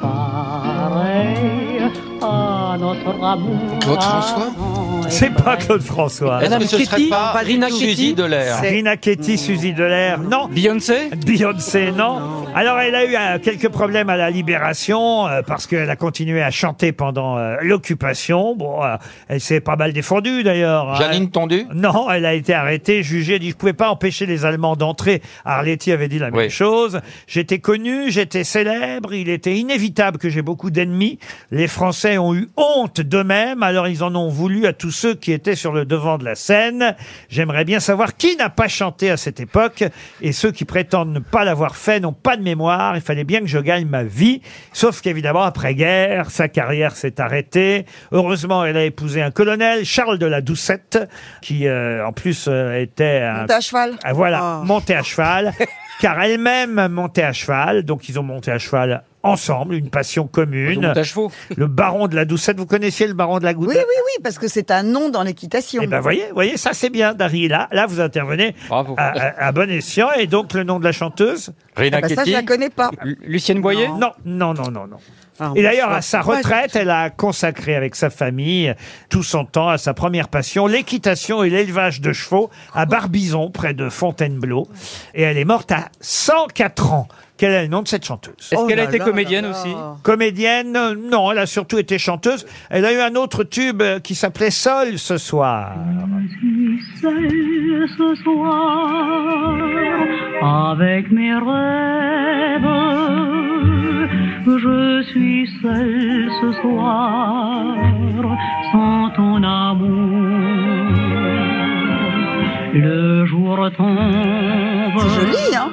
Speaker 15: pareil à notre amour.
Speaker 2: Claude François Ah. C'est pas Claude François.
Speaker 6: Est-ce que Eh ce serait Ketty pas Rina Suzy Ketty Delair
Speaker 2: Rina Ketty, Suzy Delair, non. Beyoncé Beyoncé, non. Alors, elle a eu euh, quelques problèmes à la Libération euh, parce qu'elle a continué à chanter pendant euh, l'occupation. Bon, euh, elle s'est pas mal défendue d'ailleurs.
Speaker 6: Janine
Speaker 2: Tondu Non, elle a été arrêtée, jugée, dit je pouvais pas empêcher les Allemands d'entrer. Arletty avait dit la même chose. J'étais connu, j'étais célèbre, il était inévitable que j'ai beaucoup d'ennemis. Les Français ont eu honte d'eux-mêmes, alors ils en ont voulu à tous ceux qui étaient sur le devant de la scène. J'aimerais bien savoir qui n'a pas chanté à cette époque, et ceux qui prétendent ne pas l'avoir fait n'ont pas de mémoire. Il fallait bien que je gagne ma vie. Sauf qu'évidemment, après-guerre, sa carrière s'est arrêtée. Heureusement, elle a épousé un colonel, Charles de la Doucette, qui euh, en plus euh, était un...
Speaker 3: Monté à cheval.
Speaker 2: Ah, voilà,
Speaker 3: Oh.
Speaker 2: monté à cheval, car elle-même montait à cheval, donc ils ont monté à cheval ensemble, une passion commune.
Speaker 7: Ils ont monté à
Speaker 2: chevaux. Le baron de la Doucette, vous connaissiez le baron de la
Speaker 3: Oui,
Speaker 2: Doucette
Speaker 3: oui, oui, parce que c'est un nom dans l'équitation.
Speaker 2: Eh ben, voyez, voyez, ça c'est bien, Dari. Là, là, vous intervenez À, à- à bon escient. Et donc, le nom de la chanteuse
Speaker 3: Ah bah, ça, je la connais pas. Ah,
Speaker 2: Lucienne Boyer Non, non, non, non, non.
Speaker 3: on
Speaker 2: Et
Speaker 3: peut
Speaker 2: d'ailleurs,
Speaker 3: pas-
Speaker 2: à sa
Speaker 3: pas du
Speaker 2: retraite, elle a consacré avec sa famille tout son temps à sa première passion, l'équitation et l'élevage de chevaux à Barbizon, près de Fontainebleau. Et elle est morte à 104 ans. Quel est le nom de cette chanteuse
Speaker 7: Est-ce
Speaker 5: Oh
Speaker 7: qu'elle a été comédienne aussi
Speaker 2: Comédienne, euh, non, elle a surtout été chanteuse. Elle a eu un autre tube euh, qui s'appelait Sol ce soir.
Speaker 15: Seul ce soir, avec mes rêves, je suis seul ce soir, sans ton amour. Le jour tombe.
Speaker 2: C'est joli, hein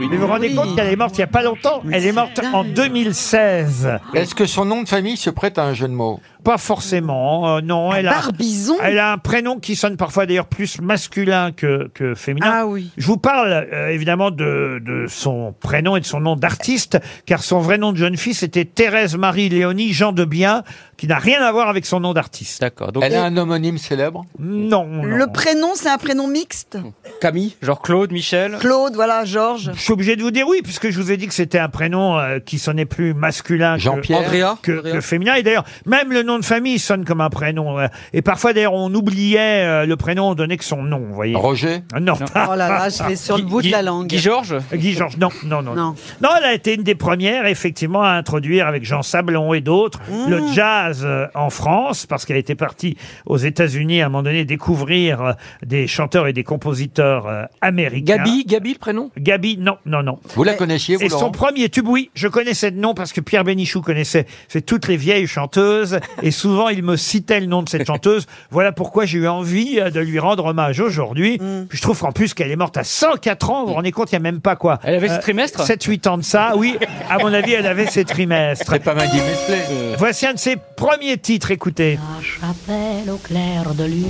Speaker 2: Mais vous vous rendez compte qu'elle est morte il n'y a pas longtemps Elle est morte en 2016.
Speaker 6: Est-ce que son nom de famille se prête à un jeu de mots
Speaker 2: Pas forcément, euh, non. Elle a,
Speaker 3: Barbizon
Speaker 2: Elle a un prénom qui sonne parfois d'ailleurs plus masculin que, que féminin. Ah oui. Je vous parle euh, évidemment de, de son prénom et de son nom d'artiste, car son vrai nom de jeune fille c'était Thérèse Marie Léonie Jean de Bien, qui n'a rien à voir avec son nom d'artiste. D'accord.
Speaker 6: Elle a un homonyme célèbre
Speaker 2: Non.
Speaker 3: Le prénom, c'est un prénom mixte.
Speaker 2: Camille Genre Claude, Michel
Speaker 3: Claude, voilà, Georges.
Speaker 2: Je suis obligé de vous dire oui, puisque je vous ai dit que c'était un prénom euh, qui sonnait plus masculin que,
Speaker 6: Jean-Pierre. Andrea.
Speaker 2: que, que féminin. Et d'ailleurs, même le nom de famille sonne comme un prénom. euh, et parfois, d'ailleurs, on oubliait euh, le prénom, on donnait que son nom, vous voyez.
Speaker 6: Roger
Speaker 2: Non.
Speaker 8: Oh là là, je l'ai sur le Guy- bout de la Guy- langue. Guy Georges
Speaker 2: Guy Georges, non, non, non, non.
Speaker 8: Non.
Speaker 2: Non, elle a été une des premières, effectivement, à introduire avec Jean Sablon et d'autres le jazz euh, en France, parce qu'elle était partie aux États-Unis à un moment donné découvrir euh, des chanteurs et des compositeurs euh, américains.
Speaker 5: Gabi, Gabi, le prénom
Speaker 2: Gabi, non, non, non.
Speaker 6: Vous la connaissiez, vous,
Speaker 2: Et son
Speaker 6: Laurent
Speaker 2: premier tube, oui, je connaissais de nom parce que Pierre Bénichou connaissait. C'est toutes les vieilles chanteuses. et souvent, il me citait le nom de cette chanteuse. Voilà pourquoi j'ai eu envie euh, de lui rendre hommage aujourd'hui. Puis je trouve qu'en plus qu'elle est morte à 104 ans. Vous vous rendez compte, il n'y a même pas quoi. Elle
Speaker 7: avait ses trimestres
Speaker 2: 7-8 ans de ça, oui. À mon avis, elle avait ses trimestres.
Speaker 6: C'est pas Maggie Messlé.
Speaker 2: Voici un de ses premiers titres, écoutez.
Speaker 15: Chapelle au clair de lune,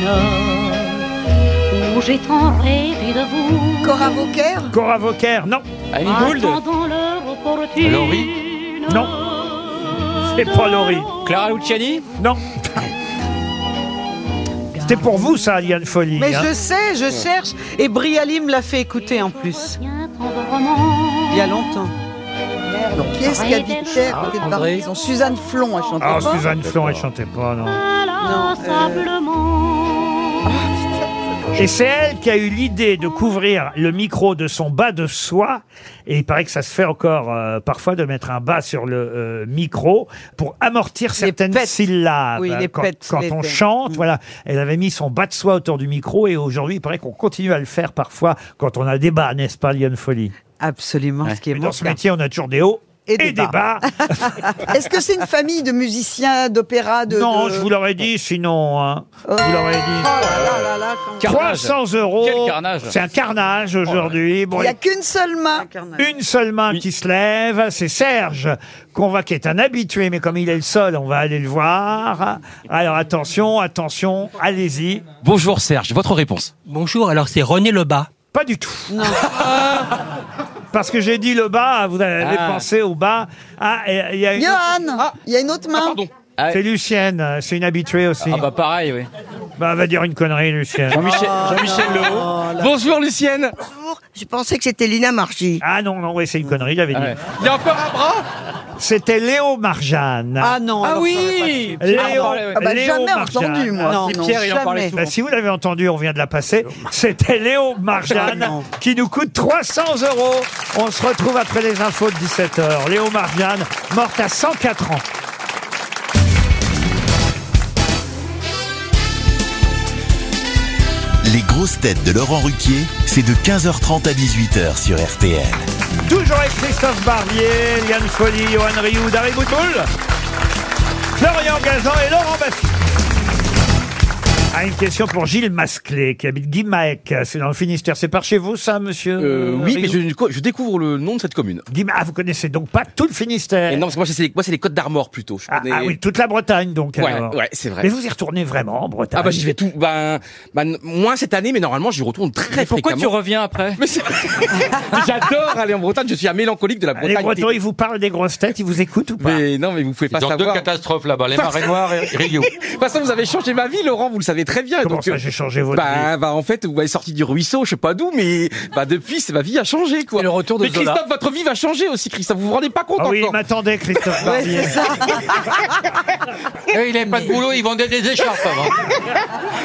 Speaker 15: où
Speaker 18: dont j'ai tant rêvé de vous.
Speaker 3: Cora Vauquer
Speaker 2: Cora Vauquer, non.
Speaker 18: Attendant l'heure opportune.
Speaker 2: Non. C'est pas Laurie. Clara Luciani Non. C'était pour vous, ça, Liane Folie.
Speaker 8: Mais
Speaker 2: hein.
Speaker 8: je sais, je cherche. Et Brialy me l'a fait écouter en plus. Il y a longtemps.
Speaker 3: Merde, qui est-ce qui a dit Cher à côté de Paris Ils ont Suzanne Flon, elle chantait
Speaker 2: Ah,
Speaker 3: pas.
Speaker 2: Suzanne Flon, elle chantait pas, non.
Speaker 3: Non, euh,
Speaker 2: Et c'est elle qui a eu l'idée de couvrir le micro de son bas de soie. Et il paraît que ça se fait encore euh, parfois de mettre un bas sur le euh, micro pour amortir certaines syllabes. euh,
Speaker 8: Oui, les
Speaker 2: quand
Speaker 8: pets,
Speaker 2: quand
Speaker 8: les
Speaker 2: on
Speaker 8: pets. Mm.
Speaker 2: chante, voilà. Elle avait mis son bas de soie autour du micro et aujourd'hui, il paraît qu'on continue à le faire parfois quand on a des bas, n'est-ce pas, Liane Folie
Speaker 8: Absolument, ce qui est
Speaker 2: Dans ce métier, on a toujours des hauts. Et des, bas.
Speaker 3: Est-ce que c'est une famille de musiciens, d'opéra, de.
Speaker 2: Non,
Speaker 3: de- Oh.
Speaker 2: je vous l'aurais dit, sinon. hein. Je vous l'aurais dit.
Speaker 3: Carnage.
Speaker 2: 300 euros.
Speaker 7: Quel carnage.
Speaker 2: C'est un carnage aujourd'hui.
Speaker 3: Oh Il
Speaker 2: Bon,
Speaker 3: n'y a qu'une seule main.
Speaker 2: Une seule main qui se lève, c'est Serge, qu'on va, qui est un habitué, mais comme il est le seul, on va aller le voir. Alors attention, attention, allez-y.
Speaker 19: Bonjour Serge, votre réponse. Bonjour, alors c'est René Lebas.
Speaker 2: Pas du tout. Parce que j'ai dit le bas, vous avez
Speaker 19: Ah.
Speaker 2: pensé au bas. Ah, et- et il y a une...
Speaker 3: Johan Il y a une autre main.
Speaker 2: C'est Lucienne, euh, c'est une habituée aussi. Ah bah pareil, oui. Bah va dire une connerie, Lucienne.
Speaker 7: Jean-Michel-
Speaker 20: Oh,
Speaker 7: Jean-Michel
Speaker 2: Bonjour, Lucienne.
Speaker 20: Bonjour, je pensais que c'était Lina Marchi.
Speaker 2: Ah non, non, oui, c'est une connerie, j'avais dit.
Speaker 20: Il y a encore un bras
Speaker 2: C'était Léo Marjane.
Speaker 20: Ah non, Ah alors oui ça aurait pas été.
Speaker 2: Léo,
Speaker 20: Ah, ouais, ouais. Ah bah,
Speaker 2: Léo
Speaker 20: jamais
Speaker 2: Marjane. Ah,
Speaker 20: entendu, moi. Non, Si non, Pierre, il en jamais. parlait souvent.
Speaker 2: Bah, si vous l'avez entendu, on vient de la passer. C'était Léo Marjane
Speaker 20: Ah non.
Speaker 2: qui nous coûte 300 euros. On se retrouve après les infos de 17h. Léo Marjane, morte à 104 ans.
Speaker 1: Les grosses têtes de Laurent Ruquier, c'est de 15h30 à 18h sur RTL.
Speaker 2: Toujours avec Christophe Barbier, Liane Folly, Johan Rioux, Darry Boutoul, Florian Gazan et Laurent Baffy. Ah, une question pour Gilles Masclé, qui habite Guimaec, c'est dans le Finistère. C'est par chez vous, ça, monsieur
Speaker 4: Euh, oui, mais je
Speaker 2: découvre le nom de cette commune. Ah, vous connaissez donc pas tout le Finistère
Speaker 4: Et non, parce que moi, c'est les, moi, c'est les Côtes d'Armor plutôt. Je
Speaker 2: ah,
Speaker 4: connais-
Speaker 2: ah oui, toute la Bretagne, donc.
Speaker 4: Ouais,
Speaker 2: alors.
Speaker 4: ouais, c'est vrai.
Speaker 2: Mais vous y retournez vraiment en Bretagne
Speaker 4: Ah bah j'y vais tout. Ben, ben, moins cette année, mais normalement j'y retourne très
Speaker 7: Mais pourquoi
Speaker 4: fréquemment.
Speaker 7: tu reviens après
Speaker 4: Mais c'est- J'adore aller en Bretagne. Je suis un mélancolique de la Bretagne.
Speaker 2: Les Bretons, ils vous parlent des grosses têtes, ils vous écoutent ou pas
Speaker 4: Mais non, mais vous pouvez pas
Speaker 6: Ils ont
Speaker 4: savoir.
Speaker 6: deux catastrophes là-bas, les marées noires et Rio.
Speaker 4: De toute façon, vous avez changé ma vie, Laurent, vous le savez très bien.
Speaker 6: Comment
Speaker 4: donc,
Speaker 6: ça,
Speaker 4: euh,
Speaker 6: j'ai changé votre
Speaker 4: bah, Bah, en fait, vous m'avez sorti du ruisseau, je sais pas d'où, mais bah, depuis, c'est- ma vie a changé, quoi. le retour
Speaker 6: de
Speaker 4: Mais
Speaker 6: Zola.
Speaker 4: Christophe, votre vie va changer aussi, Christophe. Vous vous rendez pas compte
Speaker 2: Ah oui,
Speaker 4: encore.
Speaker 2: il m'attendait, Christophe
Speaker 4: Ouais,
Speaker 2: Barbier.
Speaker 4: c'est ça. Eh,
Speaker 6: il avait pas de boulot, il vendait des écharpes avant.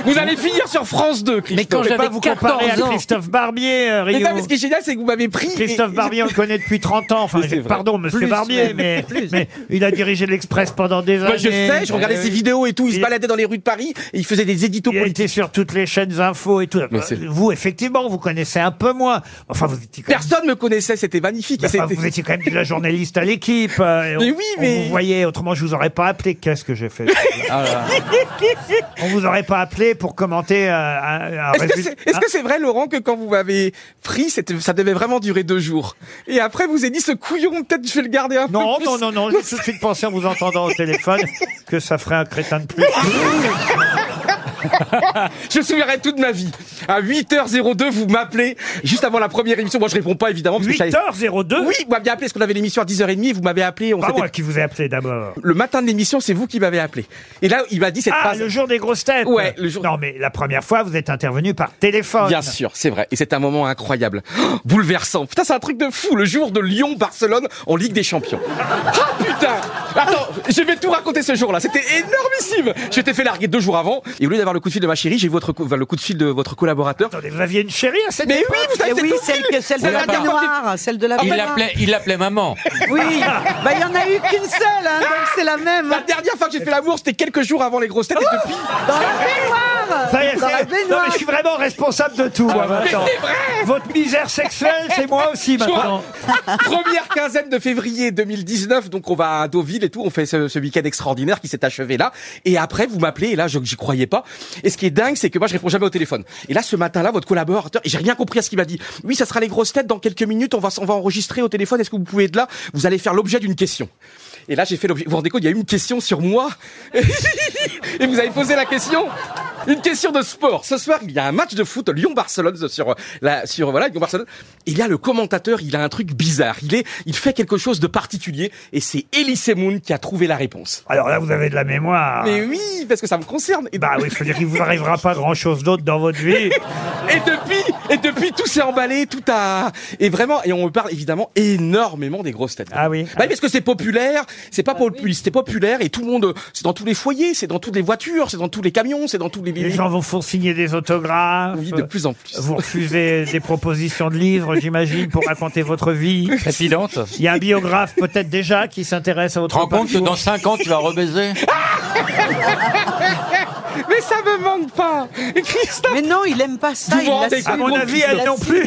Speaker 4: Vous allez finir sur France 2, Christophe.
Speaker 2: Mais quand j'avais 14 ans. Barbier, euh,
Speaker 4: Mais
Speaker 2: Rio.
Speaker 4: non, mais ce qui est génial, c'est que vous m'avez pris.
Speaker 2: Christophe
Speaker 4: et-
Speaker 2: Barbier, on le connaît depuis 30 ans. Enfin,
Speaker 4: Oui, c'est vrai.
Speaker 2: pardon, monsieur
Speaker 4: Plus, Eh
Speaker 2: Barbier, mais,
Speaker 4: mais-
Speaker 2: mais il a dirigé l'Express pendant des
Speaker 4: Moi,
Speaker 2: années.
Speaker 4: Bah, je sais, je regardais
Speaker 2: Euh,
Speaker 4: ses vidéos et tout. Il se baladait dans les rues de Paris et il faisait des éditos
Speaker 2: Il était sur toutes les chaînes info et tout. Euh,
Speaker 4: c'est-
Speaker 2: Vous, effectivement, vous connaissez un peu moins. Enfin, vous étiez quand même-
Speaker 4: Personne me connaissait, c'était magnifique. Et
Speaker 2: Enfin,
Speaker 4: c'était-
Speaker 2: vous étiez quand même la journaliste à l'équipe. euh,
Speaker 4: Mais
Speaker 2: et on-
Speaker 4: oui,
Speaker 2: on
Speaker 4: mais-
Speaker 2: Vous voyez, autrement, je vous aurais pas appelé. Qu'est-ce que j'ai fait
Speaker 4: Ah
Speaker 2: On vous aurait pas appelé pour commenter euh, un, un
Speaker 4: Est-ce que
Speaker 2: résultat.
Speaker 4: c'est est-ce que c'est vrai, Laurent, que quand vous m'avez pris, c'était- ça devait vraiment durer deux jours Et après, vous avez dit, ce couillon, peut-être je vais le garder un
Speaker 2: Non,
Speaker 4: peu
Speaker 2: non, non, non, j'ai tout de suite pensé en vous entendant au téléphone que ça ferait un crétin de plus.
Speaker 4: Je me souviendrai toute ma vie. À 8h02, vous m'appelez juste avant la première émission. Moi, je réponds pas, évidemment. parce que je savais-
Speaker 2: 8h02?
Speaker 4: Oui, vous m'aviez appelé parce qu'on avait l'émission à 10h30 et vous m'avez appelé. On
Speaker 2: Pas
Speaker 4: s'était-
Speaker 2: moi qui vous ai appelé d'abord.
Speaker 4: Le matin de l'émission, c'est vous qui m'avez appelé. Et là, il m'a dit cette
Speaker 2: Ah,
Speaker 4: phrase.
Speaker 2: le jour des grosses têtes.
Speaker 4: Ouais, le jour.
Speaker 2: Non, mais la première fois, vous êtes intervenu par téléphone.
Speaker 4: Bien sûr, c'est vrai. Et c'est un moment incroyable. Oh, bouleversant. Putain, c'est un truc de fou. Le jour de Lyon-Barcelone en Ligue des Champions. Ah putain Attends, je vais tout raconter ce jour-là. C'était énormissime. Je t'ai fait larguer deux jours avant. Et au lieu d'avoir le coup de fil de ma chérie, j'ai eu votre, co- enfin, le coup de fil de votre collaborateur.
Speaker 2: Attendez, vous aviez une chérie à cette
Speaker 4: Mais
Speaker 2: époque
Speaker 4: oui, vous savez,
Speaker 8: Eh oui,
Speaker 4: c'est
Speaker 8: celle, que, celle de la baignoire, celle
Speaker 3: Ah,
Speaker 8: de la
Speaker 6: Il
Speaker 8: baignoire.
Speaker 6: l'appelait, il l'appelait maman.
Speaker 8: Oui, bah, il y en a eu qu'une seule, hein, donc c'est la même. Oh
Speaker 4: La dernière fois que j'ai fait l'amour, c'était quelques jours avant les grosses têtes. Et depuis...
Speaker 8: Dans la baignoire
Speaker 2: Ça y est,
Speaker 8: Dans la
Speaker 2: c'est- non,
Speaker 8: baignoire
Speaker 2: mais je suis vraiment responsable de tout. moi,
Speaker 4: Ah, mais
Speaker 2: maintenant.
Speaker 4: c'est vrai
Speaker 2: Votre misère sexuelle, c'est moi aussi maintenant.
Speaker 4: Première quinzaine de février 2019, donc on va à Deauville et tout, on fait ce, ce week-end extraordinaire qui s'est achevé là. Et après, vous m'appelez et là, je j'y croyais pas. Et ce qui est dingue, c'est que moi, je réponds jamais au téléphone. Et là, ce matin-là, votre collaborateur, et j'ai rien compris à ce qu'il m'a dit. Oui, ça sera les grosses têtes dans quelques minutes. On va, s- on va enregistrer au téléphone. Est-ce que vous pouvez être là Vous allez faire l'objet d'une question. Et là, j'ai fait l'objet. Vous vous rendez compte, il y a eu une question sur moi. et vous avez posé la question. Une question de sport. Ce soir, il y a un match de foot Lyon-Barcelone sur euh, la sur voilà Lyon-Barcelone. Il y a le commentateur, il a un truc bizarre. Il est, il fait quelque chose de particulier et c'est Elie Semoun qui a trouvé la réponse.
Speaker 2: Alors là, vous avez de la mémoire.
Speaker 4: Mais oui, parce que ça me concerne. Et
Speaker 2: bah oui, faut dire qu'il vous arrivera pas grand-chose d'autre dans votre vie.
Speaker 4: et depuis, et depuis, tout s'est emballé, tout a et vraiment et on me parle évidemment énormément des grosses têtes.
Speaker 2: Ah oui.
Speaker 4: Bah oui, parce que c'est populaire, c'est pas populiste, c'est populaire et tout le monde, c'est dans tous les foyers, c'est dans toutes les voitures, c'est dans tous les camions, c'est dans tous les
Speaker 2: Les gens vont font signer des autographes.
Speaker 4: Oui, de plus en plus.
Speaker 2: Vous refusez des propositions de livres, j'imagine, pour raconter votre vie. Présidente. Il y a un biographe peut-être déjà qui s'intéresse à votre
Speaker 6: te rends compte que
Speaker 2: parcours.
Speaker 6: dans 5 ans, tu vas rebaiser
Speaker 4: Mais ça me manque pas. Christophe.
Speaker 8: Mais non, il aime pas ça.
Speaker 4: Vous
Speaker 8: il
Speaker 4: vous rendez
Speaker 8: l'assume.
Speaker 4: compte,
Speaker 8: Il l'assume.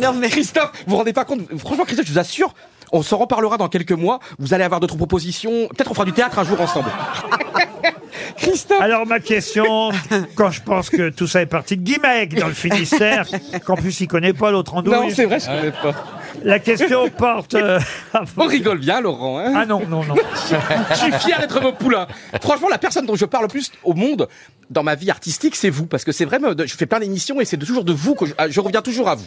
Speaker 4: non mais Christophe, vous vous rendez pas compte. Franchement, Christophe, je vous assure, on s'en reparlera dans quelques mois. Vous allez avoir d'autres propositions. Peut-être on fera du théâtre un jour ensemble.
Speaker 2: Ah Alors ma question, quand je pense que tout ça est parti de Guimec dans le Finistère, qu'en plus il connaît pas l'autre andouille.
Speaker 4: Non, c'est vrai, je connais pas.
Speaker 2: La question porte. euh,
Speaker 4: On rigole bien, Laurent. Hein
Speaker 2: ah non, non, non.
Speaker 4: je suis fier d'être vos poulains. Franchement, la personne dont je parle le plus au monde dans ma vie artistique, c'est vous. Parce que c'est vrai, je fais plein d'émissions et c'est toujours de vous que je, ah, je reviens toujours à vous.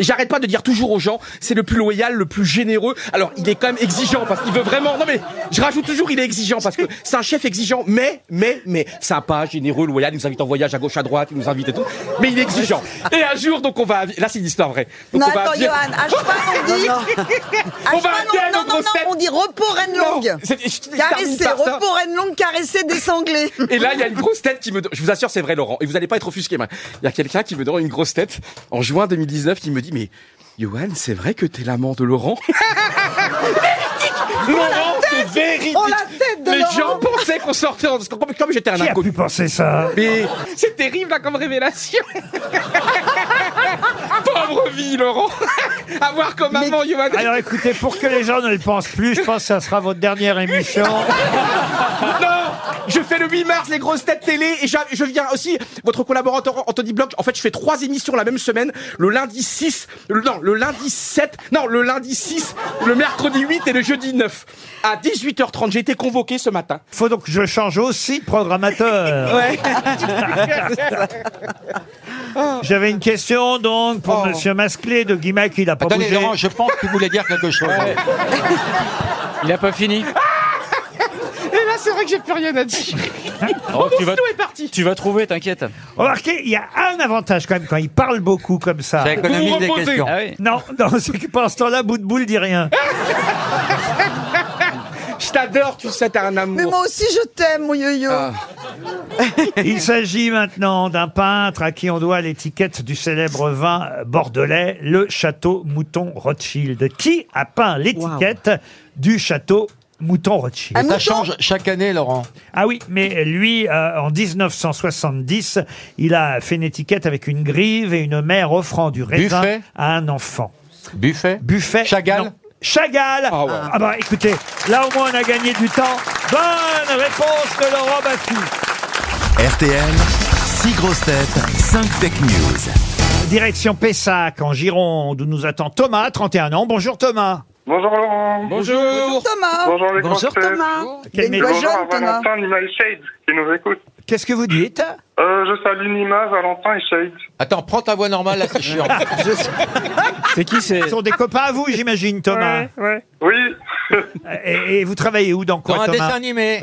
Speaker 4: Et j'arrête pas de dire toujours aux gens, c'est le plus loyal, le plus généreux. Alors, il est quand même exigeant parce qu'il veut vraiment. Non mais, je rajoute toujours, il est exigeant parce que c'est un chef exigeant, mais, mais, mais, sympa, généreux, loyal. Il nous invite en voyage à gauche, à droite, il nous invite et tout. Mais il est exigeant. Et un jour, donc on va. à- Là, c'est une histoire vraie. Donc,
Speaker 3: Non,
Speaker 4: on va à
Speaker 3: attends,
Speaker 4: Vienne-
Speaker 3: Johan, à cheval, on dit. À
Speaker 4: On va
Speaker 3: cheval,
Speaker 4: à Vienne,
Speaker 3: non,
Speaker 4: aux
Speaker 3: non, non,
Speaker 4: grosses têtes.
Speaker 3: on dit repos reine longue.
Speaker 4: c'est- je- je termine
Speaker 3: Caresser,
Speaker 4: par ça.
Speaker 3: repos reine longue, caresser des sanglés.
Speaker 4: Et là, il y a une grosse tête qui me. Je vous assure, c'est vrai, Laurent. Et vous allez pas être offusqué. mais Il y a quelqu'un qui me donne une grosse tête en juin 2019 qui me dit Mais, Johan, c'est vrai que t'es l'amant de Laurent Laurent, c'est véridique
Speaker 15: Oh, la tête de
Speaker 4: Les
Speaker 15: Laurent
Speaker 4: gens pensaient qu'on sortait. en- Parce que comme, comme j'étais un
Speaker 2: Qui a
Speaker 4: inconnu.
Speaker 2: pu penser ça
Speaker 4: Mais c'est terrible, là, comme révélation Pauvre vie, Laurent Avoir comme amant, Johan
Speaker 2: Alors écoutez, pour que les gens ne le pensent plus, je pense que ça sera votre dernière émission.
Speaker 4: Non Je fais le 8 mars les grosses têtes télé et j'a- je viens aussi votre collaborateur Anthony Bloch. En fait, je fais trois émissions la même semaine, le lundi 6, le- non, le lundi 7, non, le lundi 6, le mercredi 8 et le jeudi 9 à 18h30. J'ai été convoqué ce matin.
Speaker 2: Faut donc que je change aussi de programmateur.
Speaker 4: Ouais.
Speaker 2: J'avais une question donc
Speaker 4: Oh.
Speaker 2: pour Monsieur Masclé de Guimac, il a pas
Speaker 6: Attendez,
Speaker 2: bougé.
Speaker 6: Laurent, je pense que vous voulez dire quelque chose.
Speaker 2: Il a pas fini.
Speaker 4: Et là, c'est vrai que j'ai plus rien à dire.
Speaker 7: Oh, tu vas-
Speaker 4: Tout est parti.
Speaker 7: Tu vas trouver, t'inquiète.
Speaker 2: Remarquez, il y a un avantage quand même quand il parle beaucoup comme ça.
Speaker 7: Ça économise Vous des reposez. questions. Ah oui.
Speaker 2: Non, non, c'est que pendant ce temps-là, bout de boule dit rien.
Speaker 4: Je t'adore, tu sais, t'es un amour.
Speaker 3: Mais moi aussi, je t'aime, mon yo-yo.
Speaker 4: Ah.
Speaker 2: Ah. Il s'agit maintenant d'un peintre à qui on doit l'étiquette du célèbre vin bordelais, le Château Mouton Rothschild. Qui a peint l'étiquette du Château Mouton Rothschild
Speaker 6: Ça change chaque année, Laurent.
Speaker 2: Ah oui, mais lui, euh, en 1970, il a fait une étiquette avec une grive et une mère offrant du raisin
Speaker 6: Buffet
Speaker 2: à un enfant.
Speaker 6: Buffet
Speaker 2: Buffet
Speaker 6: Chagall
Speaker 2: non. Chagall
Speaker 6: Ah ouais.
Speaker 2: Ah bah écoutez, là au moins on a gagné du temps. Bonne réponse de Laurent Baffie.
Speaker 1: RTL, 6 grosses têtes, 5 fake news.
Speaker 2: Direction Pessac, en Gironde, où nous attend Thomas, 31 ans. Bonjour Thomas.
Speaker 10: Bonjour Laurent.
Speaker 4: Bonjour.
Speaker 3: Thomas.
Speaker 10: Bonjour les
Speaker 2: Bonjour,
Speaker 10: grosses têtes.
Speaker 2: Thomas.
Speaker 10: Et
Speaker 2: Quel
Speaker 10: bonjour
Speaker 2: message,
Speaker 10: à Valentin, Nima et Shade qui nous écoute.
Speaker 2: Qu'est-ce que vous dites
Speaker 10: Euh, je salue Nima, Valentin et Shade.
Speaker 6: Attends, prends ta voix normale, là, c'est chiant.
Speaker 2: C'est qui c'est Ce sont des copains à vous, j'imagine, Thomas.
Speaker 10: Oui.
Speaker 2: Et, et vous travaillez où dans quoi,
Speaker 6: Dans un
Speaker 2: Thomas
Speaker 6: dessin animé.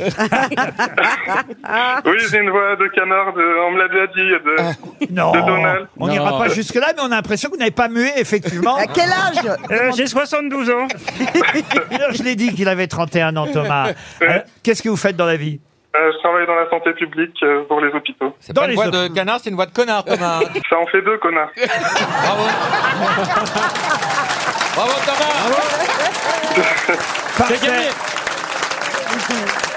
Speaker 10: Oui, j'ai une voix de canard, de... on me l'a déjà dit, de,
Speaker 2: Ah. Non,
Speaker 10: de Donald.
Speaker 2: on n'ira pas jusque-là, mais on a l'impression que vous n'avez pas mué, effectivement.
Speaker 3: À quel âge
Speaker 2: Euh, J'ai 72 ans. Je l'ai dit qu'il avait 31 ans, Thomas. Euh, Qu'est-ce que vous faites dans la vie
Speaker 10: Euh, je travaille dans la santé publique euh, pour les hôpitaux.
Speaker 6: C'est
Speaker 2: Dans
Speaker 6: pas une
Speaker 2: les
Speaker 6: voix de
Speaker 2: autres.
Speaker 6: canard, c'est une voix de connard, Thomas.
Speaker 10: Ça en fait deux, connard.
Speaker 6: Bravo, Thomas.
Speaker 2: Parfait.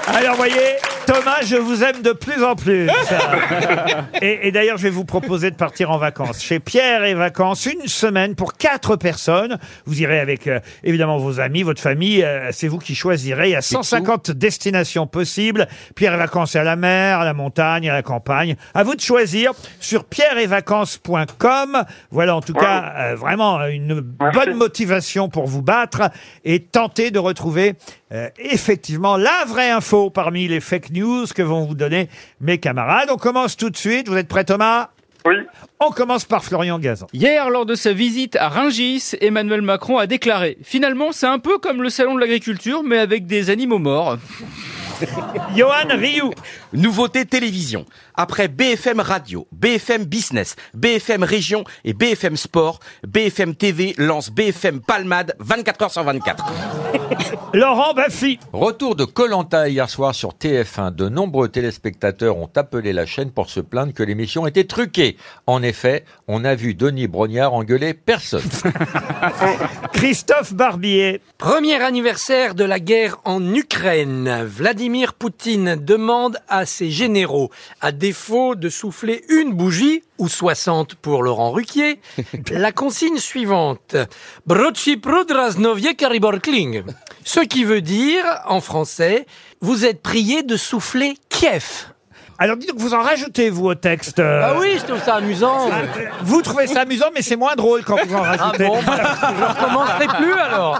Speaker 2: Alors, voyez, Thomas, je vous aime de plus en plus. et et d'ailleurs, je vais vous proposer de partir en vacances chez Pierre et Vacances, une semaine pour quatre personnes. Vous irez avec, euh, évidemment, vos amis, votre famille. euh, c'est vous qui choisirez. Il y a 150 destinations possibles. Pierre et Vacances est à la mer, à la montagne, à la campagne. À vous de choisir sur pierreetvacances.com. Voilà, en tout cas, euh, vraiment, une bonne motivation pour vous battre et tenter de retrouver euh, effectivement la vraie info parmi les fake news que vont vous donner mes camarades. On commence tout de suite. Vous êtes prêt, Thomas
Speaker 11: Oui.
Speaker 2: On commence par Florian Gazan.
Speaker 7: Hier, lors de sa visite à Ringis, Emmanuel Macron a déclaré Finalement, c'est un peu comme le salon de l'agriculture, mais avec des animaux morts.
Speaker 2: Johan Rioux.
Speaker 4: Nouveauté télévision. Après BFM Radio, BFM Business, BFM Région et BFM Sport, BFM TV lance BFM Palmade 24h sur 24.
Speaker 2: Laurent Baffy.
Speaker 6: Retour de Colanta hier soir sur TF1. De nombreux téléspectateurs ont appelé la chaîne pour se plaindre que l'émission était truquée. En effet, on a vu Denis Brognard engueuler personne.
Speaker 2: Christophe Barbier.
Speaker 5: Premier anniversaire de la guerre en Ukraine. Vladimir Poutine demande à ses généraux, à défaut de souffler une bougie, ou 60 pour Laurent Ruquier, la consigne suivante. Brochiprodrasnovie Kling. Ce qui veut dire, en français, vous êtes prié de souffler Kiev.
Speaker 2: Alors dis donc, vous en rajoutez, vous, au texte euh,
Speaker 5: Ah oui, je trouve ça amusant.
Speaker 2: Ah, euh, Vous trouvez ça amusant, mais c'est moins drôle quand vous en rajoutez.
Speaker 5: bon, bah, je recommencerai plus, alors.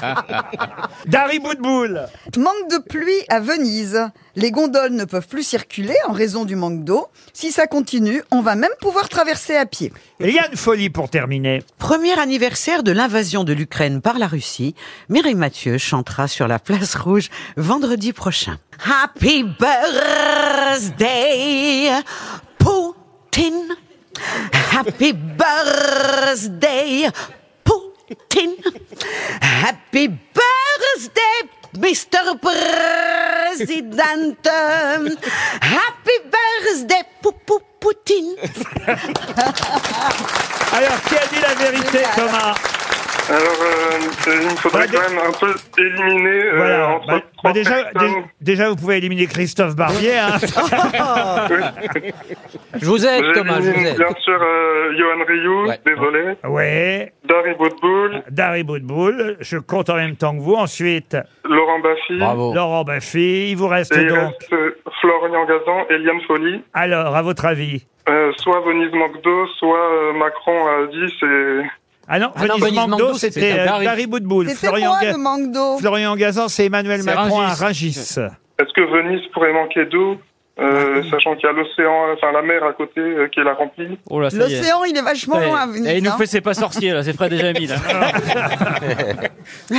Speaker 2: Dari Boudboul.
Speaker 3: Manque de pluie à Venise. Les gondoles ne peuvent plus circuler en raison du manque d'eau. Si ça continue, on va même pouvoir traverser à pied.
Speaker 2: Il y a une folie pour terminer.
Speaker 8: Premier anniversaire de l'invasion de l'Ukraine par la Russie, Mireille Mathieu chantera sur la place rouge vendredi prochain.
Speaker 15: Happy birthday, Poutine. Happy birthday, Poutine. Happy birthday, Mr. President. Happy birthday, pou- pou- Poutine.
Speaker 2: Alors, qui a dit la vérité, Thomas
Speaker 11: Alors, euh, il me faudrait quand même un peu éliminer euh,
Speaker 2: Voilà.
Speaker 11: entre
Speaker 2: Bah, bah,
Speaker 11: trois
Speaker 2: déjà,
Speaker 11: personnes.
Speaker 2: dé- déjà, vous pouvez éliminer Christophe Barbier. hein.
Speaker 5: Je vous aide,
Speaker 11: J'élimine
Speaker 5: Thomas, je vous aide.
Speaker 11: Bien sûr, euh, Johan Rioux, désolé.
Speaker 2: ouais.
Speaker 11: Dari Boudboul,
Speaker 2: Dari Boudboul. Je compte en même temps que vous. Ensuite,
Speaker 11: Laurent Baffy.
Speaker 2: Laurent Baffy. Il vous reste
Speaker 11: Et il
Speaker 2: donc.
Speaker 11: reste euh, Florian Gazan et Liane Folly.
Speaker 2: Alors, à votre avis
Speaker 11: Euh, soit Venise manque d'eau, soit euh, Macron a dit c'est...
Speaker 2: Ah non,
Speaker 5: Ah non,
Speaker 2: Venise
Speaker 5: Venise
Speaker 2: Mando,
Speaker 5: Mando,
Speaker 2: c'était
Speaker 5: c'était
Speaker 2: euh,
Speaker 5: Dari.
Speaker 2: Dari Boudboul.
Speaker 3: C'était moi le manque d'eau.
Speaker 2: Florian Gazan, c'est Emmanuel
Speaker 7: C'est
Speaker 2: Macron à
Speaker 7: Rungis.
Speaker 2: Rungis.
Speaker 11: Est-ce que Venise pourrait manquer d'eau euh, sachant qu'il y a l'océan, enfin la mer à côté euh, qui est la remplie.
Speaker 7: Oh là, ça y est.
Speaker 3: L'océan, il est vachement
Speaker 7: Ça y est.
Speaker 3: loin à Venise.
Speaker 7: Et il nous
Speaker 3: hein.
Speaker 7: fait c'est pas sorcier là, c'est Fred et Jamie là.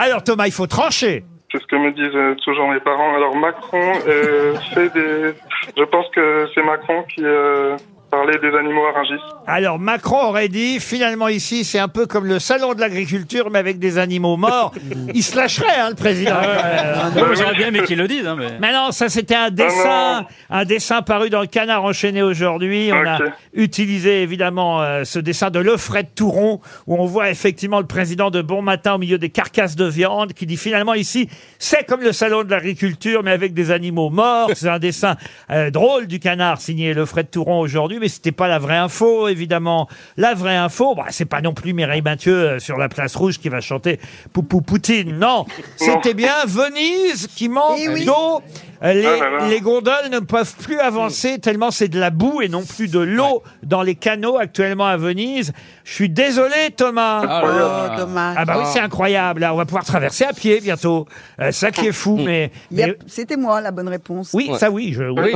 Speaker 2: Alors, Thomas, il faut trancher.
Speaker 11: C'est ce que me disent euh, toujours mes parents. Alors Macron euh, fait des... Je pense que c'est Macron qui euh, parlait des animaux à Rungis.
Speaker 2: Alors Macron aurait dit finalement ici c'est un peu comme le salon de l'agriculture mais avec des animaux morts. Il se lâcherait hein, le président. Euh,
Speaker 7: Non, J'aurais bien aimé qu'ils le disent. Hein, mais...
Speaker 2: Mais non, ça c'était un dessin, un dessin paru dans le Canard enchaîné aujourd'hui. On a
Speaker 11: Ok.
Speaker 2: utilisé euh, évidemment euh, ce dessin de Lefred Touron où on voit effectivement le président de Bon Matin au milieu des carcasses de viande qui dit finalement ici c'est comme le salon de l'agriculture mais avec des animaux morts. C'est un dessin euh, drôle du Canard signé Lefred Touron aujourd'hui, mais c'était pas la vraie info évidemment. La vraie info, bah, c'est pas non plus Mireille Mathieu euh, sur la place rouge qui va chanter Poupou Poutine. Non, c'était bien Venise qui manque
Speaker 3: Eh oui.
Speaker 2: d'eau. Euh, Les,
Speaker 11: Ah là là.
Speaker 2: les gondoles ne peuvent plus avancer tellement c'est de la boue et non plus de l'eau dans les canaux actuellement à Venise. Je suis désolé, Thomas. Ah,
Speaker 8: Oh, dommage.
Speaker 2: bah oui, c'est incroyable. Là, on va pouvoir traverser à pied bientôt. Euh, ça qui est fou, mais,
Speaker 3: Il y a-
Speaker 2: mais-
Speaker 3: C'était moi la bonne réponse.
Speaker 2: oui, ça oui, je, oui.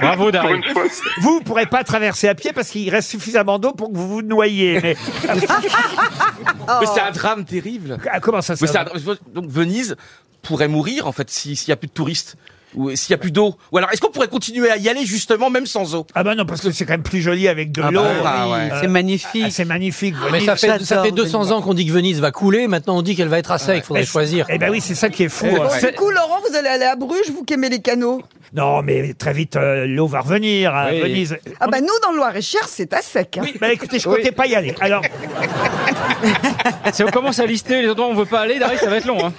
Speaker 7: Bravo
Speaker 11: Pour
Speaker 7: Dari.
Speaker 11: une fois,
Speaker 2: Vous ne pourrez pas traverser à pied parce qu'il reste suffisamment d'eau pour que vous vous noyiez. Mais
Speaker 3: Oh.
Speaker 4: Mais c'est un drame terrible.
Speaker 2: Ah, comment ça se
Speaker 4: Mais c'est un drame. Donc Venise pourrait mourir en fait si- s'il n'y a plus de touristes ou s'il n'y a plus d'eau. Ou alors est-ce qu'on pourrait continuer à y aller justement même sans eau
Speaker 2: Ah bah non, parce que c'est quand même plus joli avec de
Speaker 4: Ah bah
Speaker 2: l'eau.
Speaker 4: ouais. Ah ouais.
Speaker 8: C'est
Speaker 2: Ah,
Speaker 8: magnifique.
Speaker 2: c'est magnifique.
Speaker 5: Mais
Speaker 2: Venise.
Speaker 5: ça fait, ça
Speaker 8: J'adore
Speaker 5: fait 200
Speaker 8: Venise.
Speaker 5: ans qu'on dit que Venise va couler, maintenant on dit qu'elle va être à sec, il faudrait choisir.
Speaker 2: Eh ben oui, c'est ça qui est fou.
Speaker 3: Bon,
Speaker 2: hein.
Speaker 3: du coup, Laurent, vous allez aller à Bruges, vous qui aimez les canaux.
Speaker 2: Non, mais très vite, euh, l'eau va revenir à
Speaker 7: Oui.
Speaker 2: Venise.
Speaker 3: Ah bah nous, dans le Loir-et-Cher, c'est à sec. hein.
Speaker 2: Oui, bah écoutez, je comptais pas y aller. Alors,
Speaker 7: Si on commence à lister les endroits où on veut pas aller, Dari, ça va être long. Hein.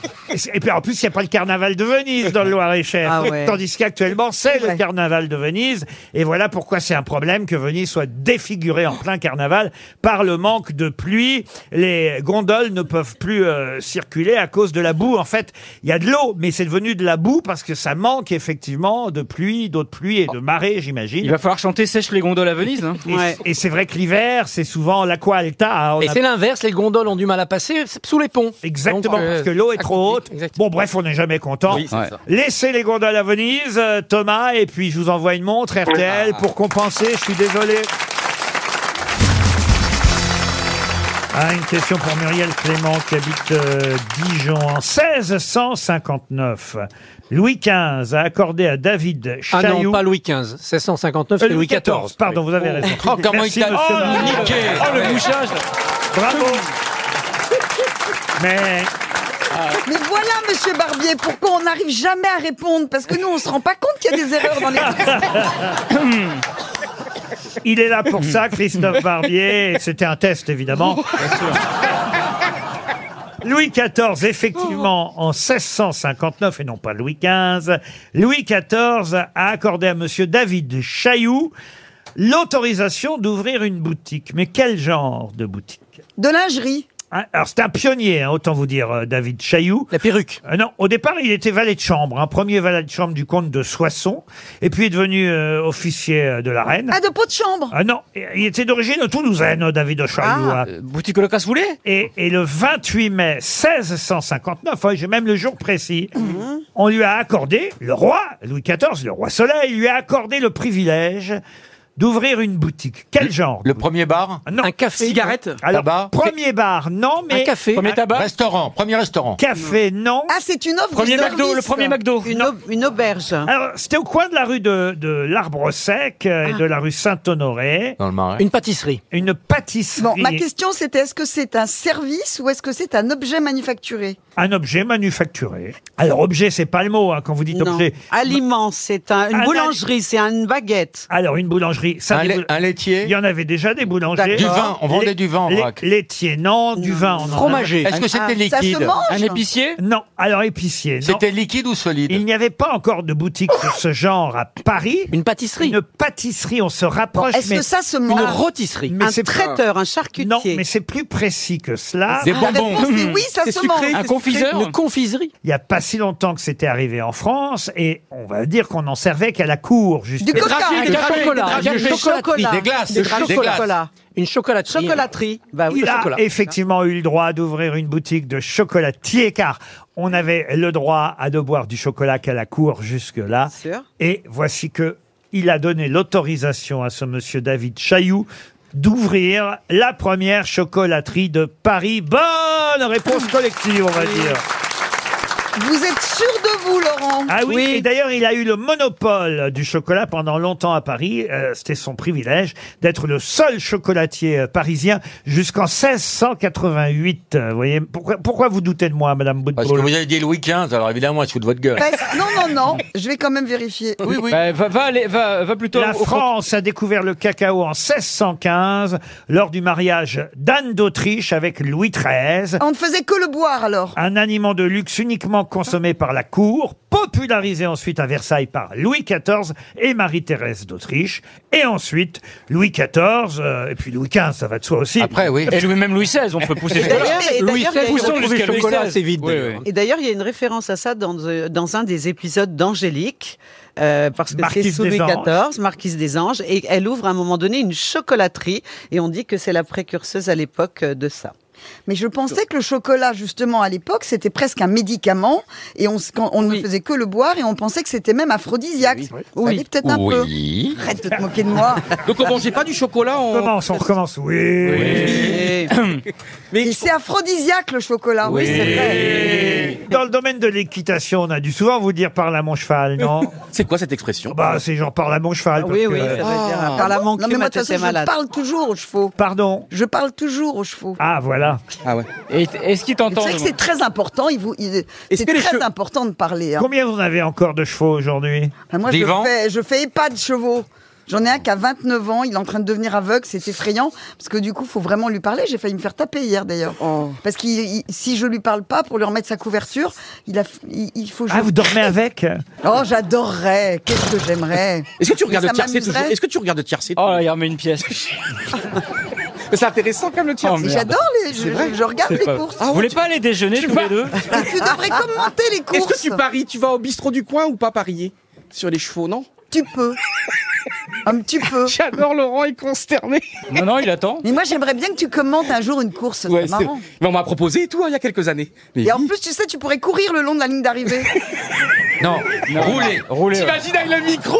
Speaker 2: et puis en plus, il n'y a pas le carnaval de Venise dans le Loir-et-Cher.
Speaker 8: Ah
Speaker 2: Et Tandis qu'actuellement, c'est le carnaval de Venise. Et voilà pourquoi c'est un problème que Venise soit défigurée en plein carnaval par le manque de pluie. Les gondoles ne peuvent plus euh, circuler à cause de la boue. En fait, il y a de l'eau, mais c'est devenu de la boue parce que ça manque effectivement de pluie, d'autres pluies et de marées, j'imagine.
Speaker 7: Il va falloir chanter Sèche les gondoles à Venise. hein.
Speaker 2: Et, et c'est vrai que l'hiver, c'est souvent l'aqua alta. hein. On
Speaker 5: Et
Speaker 2: a-
Speaker 5: c'est l'inverse, les gondoles ont du mal à passer sous les ponts.
Speaker 2: Exactement,
Speaker 5: Donc, euh,
Speaker 2: parce que l'eau est trop haute. Bon, bref, on n'est jamais content.
Speaker 5: Oui, c'est Ouais. ça.
Speaker 2: Laissez les gondoles à Venise, euh, Thomas, et puis je vous envoie une montre RTL
Speaker 5: Ah.
Speaker 2: pour compenser. Je suis désolé. Ah, une question pour Muriel Clément qui habite euh, Dijon. En 1659, Louis XV a accordé à David
Speaker 5: Ah
Speaker 2: Chaillou...
Speaker 5: non, pas Louis XV. 1659,
Speaker 2: Euh,
Speaker 5: c'est Louis XIV.
Speaker 2: Pardon, vous avez
Speaker 5: Oh.
Speaker 2: raison.
Speaker 5: Oh, comment il
Speaker 2: monsieur
Speaker 5: t'a- Oh,
Speaker 2: Martin.
Speaker 5: niqué. Oh, le
Speaker 2: Ouais.
Speaker 5: bouchage.
Speaker 2: Bravo. Mais...
Speaker 5: Ah.
Speaker 3: Mais voilà, monsieur Barbier, pourquoi on n'arrive jamais à répondre Parce que nous, on se rend pas compte qu'il y a des erreurs dans les
Speaker 2: Il est là pour ça, Christophe Barbier. Et C'était un test, évidemment. Louis XIV, effectivement, en 1659, et non pas Louis XV, Louis XIV a accordé à Monsieur David Chailloux l'autorisation d'ouvrir une boutique. Mais quel genre de boutique Ah,
Speaker 3: De lingerie.
Speaker 2: Alors, c'est un pionnier, hein, autant vous dire, euh, David Chailloux. La perruque. non, au départ, il était valet de chambre, un premier valet de chambre du comte de Soissons, et puis est devenu euh, officier euh, de la reine.
Speaker 3: Ah, de pot de chambre
Speaker 2: Ah non, il était d'origine toulousaine, euh, David Chailloux.
Speaker 3: Ah.
Speaker 2: boutique le casse et, et le 28 mai 1659, hein, j'ai même le jour précis,
Speaker 3: Mhm.
Speaker 2: on lui a accordé, le roi, Louis XIV, le roi soleil, lui a accordé le privilège d'ouvrir une boutique. Quel genre Ah,
Speaker 6: Le premier bar
Speaker 2: Non. Un café
Speaker 6: Cigarette
Speaker 2: Alors,
Speaker 6: Tabac
Speaker 2: premier bar, non, mais...
Speaker 6: Premier tabac Restaurant, premier restaurant.
Speaker 2: Café, non.
Speaker 3: Ah, c'est une offre
Speaker 6: Premier
Speaker 3: de
Speaker 6: McDo,
Speaker 3: service.
Speaker 6: le premier McDo.
Speaker 8: Une, au- une auberge.
Speaker 2: Alors, c'était au coin de la rue de, de l'Arbre Sec euh, et
Speaker 3: Ah.
Speaker 2: de la rue Saint-Honoré.
Speaker 6: Dans le marais.
Speaker 5: Une pâtisserie.
Speaker 2: Une pâtisserie.
Speaker 3: Bon, ma question, c'était est-ce que c'est un service ou est-ce que c'est un objet manufacturé
Speaker 2: Un objet manufacturé. Alors, objet, c'est pas le mot, hein, quand vous dites
Speaker 8: Non.
Speaker 2: objet.
Speaker 8: Aliment, c'est un- une
Speaker 2: Un
Speaker 8: boulangerie, c'est un- une baguette.
Speaker 2: Alors, une boulangerie. Ça,
Speaker 6: Un
Speaker 2: des
Speaker 6: lait-
Speaker 2: boul-
Speaker 6: un laitier
Speaker 2: Il y en avait déjà des boulangers.
Speaker 6: Du vin, on vendait du vin en
Speaker 2: lait-
Speaker 6: vrac.
Speaker 2: Laitier, non. Du vin, on en
Speaker 6: Fromager.
Speaker 2: avait.
Speaker 6: Est-ce que c'était Ah, ça liquide se mange Un épicier
Speaker 2: Non. Alors, épicier, non.
Speaker 6: C'était liquide ou solide
Speaker 2: Il n'y avait pas encore de boutique de ce genre à Paris. Une pâtisserie. Une pâtisserie, on se rapproche.
Speaker 8: Est-ce
Speaker 2: mais-
Speaker 8: que ça se mange
Speaker 2: Une
Speaker 8: rôtisserie. Un
Speaker 2: c'est-
Speaker 8: traiteur, un charcutier.
Speaker 2: Non, mais c'est plus précis que cela.
Speaker 8: Des Ah, la bonbons. réponse est oui, ça
Speaker 2: C'est
Speaker 8: se mange. Un
Speaker 2: c'est
Speaker 8: confiseur
Speaker 2: sucré. Une confiserie. Il n'y a pas si longtemps que c'était arrivé en France, et on va dire qu'on n'en servait qu'à la cour, justement.
Speaker 8: Du coca.
Speaker 5: Des drapés, des drapés, des chocolats. Des glaces,
Speaker 2: Des
Speaker 5: des glaces.
Speaker 2: chocolats.
Speaker 5: Une chocolaterie.
Speaker 8: Chocolaterie. Bah oui,
Speaker 2: Il
Speaker 8: le
Speaker 2: a
Speaker 8: chocolat.
Speaker 2: effectivement eu le droit d'ouvrir une boutique de chocolatier, car on avait le droit à ne boire du chocolat qu'à la cour jusque-là.
Speaker 8: sûr.
Speaker 2: Et voici que il a donné l'autorisation à ce monsieur David Chailloux d'ouvrir la première chocolaterie de Paris. Bonne réponse collective, on va dire.
Speaker 3: Vous êtes sûr de vous, Laurent
Speaker 2: Ah oui, et d'ailleurs, il a eu le monopole du chocolat pendant longtemps à Paris. Euh, C'était son privilège d'être le seul chocolatier euh, parisien jusqu'en 1688. Euh, Vous voyez, pourquoi, pourquoi vous doutez de moi, Madame Boutboul
Speaker 6: Parce que vous avez dit Louis XV, alors évidemment, elle se fout de votre gueule.
Speaker 3: Parce- Non, non, non, je vais quand même vérifier.
Speaker 7: Bah, va, va, aller- va, va plutôt.
Speaker 2: La
Speaker 7: au- au-
Speaker 2: France a découvert le cacao en 1615 lors du mariage d'Anne d'Autriche avec Louis XIII.
Speaker 3: On ne faisait que le boire alors.
Speaker 2: Un aliment de luxe uniquement consommé par la cour, popularisé ensuite à Versailles par Louis XIV et Marie-Thérèse d'Autriche. Et ensuite, Louis XIV, euh, et puis Louis XV, ça va de soi aussi.
Speaker 6: Après, oui.
Speaker 7: Et Louis- même Louis XVI, on peut pousser
Speaker 8: Et
Speaker 7: jusque-là.
Speaker 8: d'ailleurs- et
Speaker 7: Louis
Speaker 8: d'ailleurs, il y a-
Speaker 7: XVI, poussons jusqu'à Louis XVI. Oui, oui.
Speaker 8: Et d'ailleurs, il y a une référence à ça dans, euh, dans un des épisodes d'Angélique, euh, parce que c'est
Speaker 2: Marquise
Speaker 8: sous
Speaker 2: des
Speaker 8: Louis
Speaker 2: Anges.
Speaker 8: XIV, marquise des Anges, et elle ouvre à un moment donné une chocolaterie, et on dit que c'est la précurseuse à l'époque euh, de ça.
Speaker 3: Mais je pensais que le chocolat, justement, à l'époque, c'était presque un médicament et on, se- quand on ne faisait que le boire et on pensait que c'était même aphrodisiaque. Oui, peut-être un peu.
Speaker 6: Oui.
Speaker 3: Arrête de te moquer de moi.
Speaker 4: Donc on mangeait pas du chocolat
Speaker 2: On
Speaker 4: en.
Speaker 2: recommence, on recommence. Oui.
Speaker 3: Et c'est aphrodisiaque le chocolat, oui, c'est vrai.
Speaker 2: Dans le domaine de l'équitation, on a dû souvent vous dire parle à mon cheval, non
Speaker 4: C'est quoi cette expression
Speaker 2: Bah, c'est genre parle à mon cheval.
Speaker 8: Ah
Speaker 2: parce que- Ah.
Speaker 8: Par la
Speaker 3: Ah. Non, mais moi, de toute façon, je
Speaker 8: malade.
Speaker 3: parle toujours aux chevaux.
Speaker 2: Pardon
Speaker 3: Je parle toujours aux chevaux.
Speaker 2: Ah, voilà.
Speaker 4: Ah ouais.
Speaker 7: Et t- Est-ce qu'il t'entend
Speaker 3: C'est vrai que c'est très important. Il vous, il-
Speaker 4: Est-ce
Speaker 3: c'est
Speaker 4: que les
Speaker 3: très
Speaker 4: cheveux-
Speaker 3: important de parler. hein.
Speaker 8: Ah,
Speaker 2: Combien vous en avez encore de chevaux aujourd'hui
Speaker 3: Bah, moi, je
Speaker 6: Vivants
Speaker 3: fais, je fais pas de chevaux. J'en ai un qui a 29 ans, il est en train de devenir aveugle, c'est effrayant, parce que du coup, faut vraiment lui parler. J'ai failli me faire taper hier d'ailleurs.
Speaker 4: Oh.
Speaker 3: Parce que si je lui parle pas pour lui remettre sa couverture, il, a, il, il faut. que je-
Speaker 2: Ah, vous dormez avec
Speaker 3: Oh, j'adorerais, qu'est-ce que j'aimerais.
Speaker 4: Est-ce que tu regardes
Speaker 3: Mais
Speaker 4: le
Speaker 3: ça
Speaker 4: tiercé toujours
Speaker 3: m'amuserait.
Speaker 4: Est-ce que tu regardes le tiercé Oh là, il remet une pièce. Mais c'est intéressant quand même le tiercé. Ah
Speaker 3: Mais J'adore les. Je, je regarde les courses.
Speaker 4: vous voulez pas aller déjeuner tous les deux
Speaker 3: Bah, Tu devrais commenter les courses.
Speaker 4: Est-ce que tu paries Tu vas au bistrot du coin ou pas parier Sur les chevaux, non
Speaker 3: Tu peux. Un petit peu.
Speaker 4: J'adore Laurent est consterné.
Speaker 7: Non, non, il attend.
Speaker 3: Mais moi, j'aimerais bien que tu commentes un jour une course. c'est
Speaker 4: Ouais, c'est-
Speaker 3: marrant.
Speaker 4: Mais on m'a proposé et tout hein, il y a quelques années. Mais
Speaker 3: Et en plus, tu sais, tu pourrais courir le long de la ligne d'arrivée.
Speaker 6: Non, roulez, roulez.
Speaker 4: T'imagines avec le micro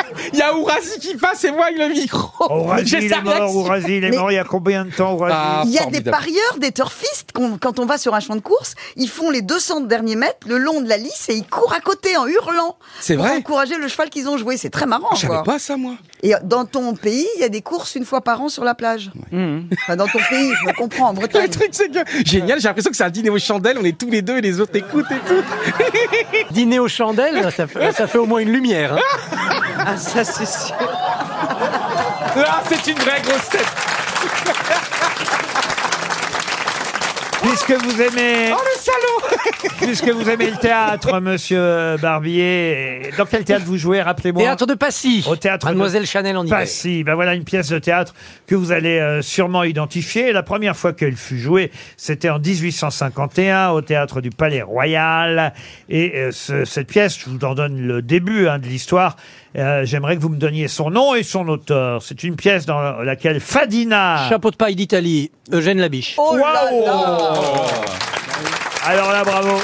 Speaker 4: Il y a Ourasi qui passe et moi avec le micro.
Speaker 2: Ourasi,
Speaker 4: J'ai
Speaker 2: il
Speaker 4: sa
Speaker 2: est mort,
Speaker 4: réaction.
Speaker 2: Ourasi, il est mort il y a combien de temps, Ourasi
Speaker 4: Ah,
Speaker 3: il y a des parieurs, des turfistes, qu'on- quand on va sur un champ de course, ils font les 200 derniers mètres le long de la lice et ils courent à côté en hurlant.
Speaker 4: C'est
Speaker 3: pour
Speaker 4: vrai
Speaker 3: encourager le cheval qu'ils ont joué. C'est très marrant.
Speaker 4: Je savais
Speaker 3: quoi.
Speaker 4: pas ça, moi.
Speaker 3: Et euh, dans ton pays, il y a des courses une fois par an sur la plage. Enfin, dans ton pays, je me comprends, en Bretagne.
Speaker 4: Le truc, c'est que génial, j'ai l'impression que c'est un dîner aux chandelles, on est tous les deux et les autres écoutent et tout.
Speaker 5: dîner aux chandelles, ça fait, ça fait au moins une lumière. hein.
Speaker 4: Ah, ça, c'est sûr. Ah, c'est une vraie grosse tête.
Speaker 2: Puisque vous aimez.
Speaker 4: Oh, le salaud
Speaker 2: Puisque vous aimez le théâtre, monsieur Barbier, dans quel théâtre vous jouez, rappelez-moi
Speaker 5: Théâtre de Passy.
Speaker 2: Au théâtre
Speaker 5: Mademoiselle
Speaker 2: de
Speaker 5: Chanel en y va.
Speaker 2: Passy. Ben voilà une pièce de théâtre que vous allez euh, sûrement identifier. La première fois qu'elle fut jouée, c'était en 1851 au théâtre du Palais Royal. Et euh, ce- cette pièce, je vous en donne le début hein, de l'histoire. Euh, J'aimerais que vous me donniez son nom et son auteur. C'est une pièce dans laquelle Fadina.
Speaker 5: Chapeau de paille d'Italie, Eugène Labiche.
Speaker 8: Oh
Speaker 2: Waouh Alors là, bravo.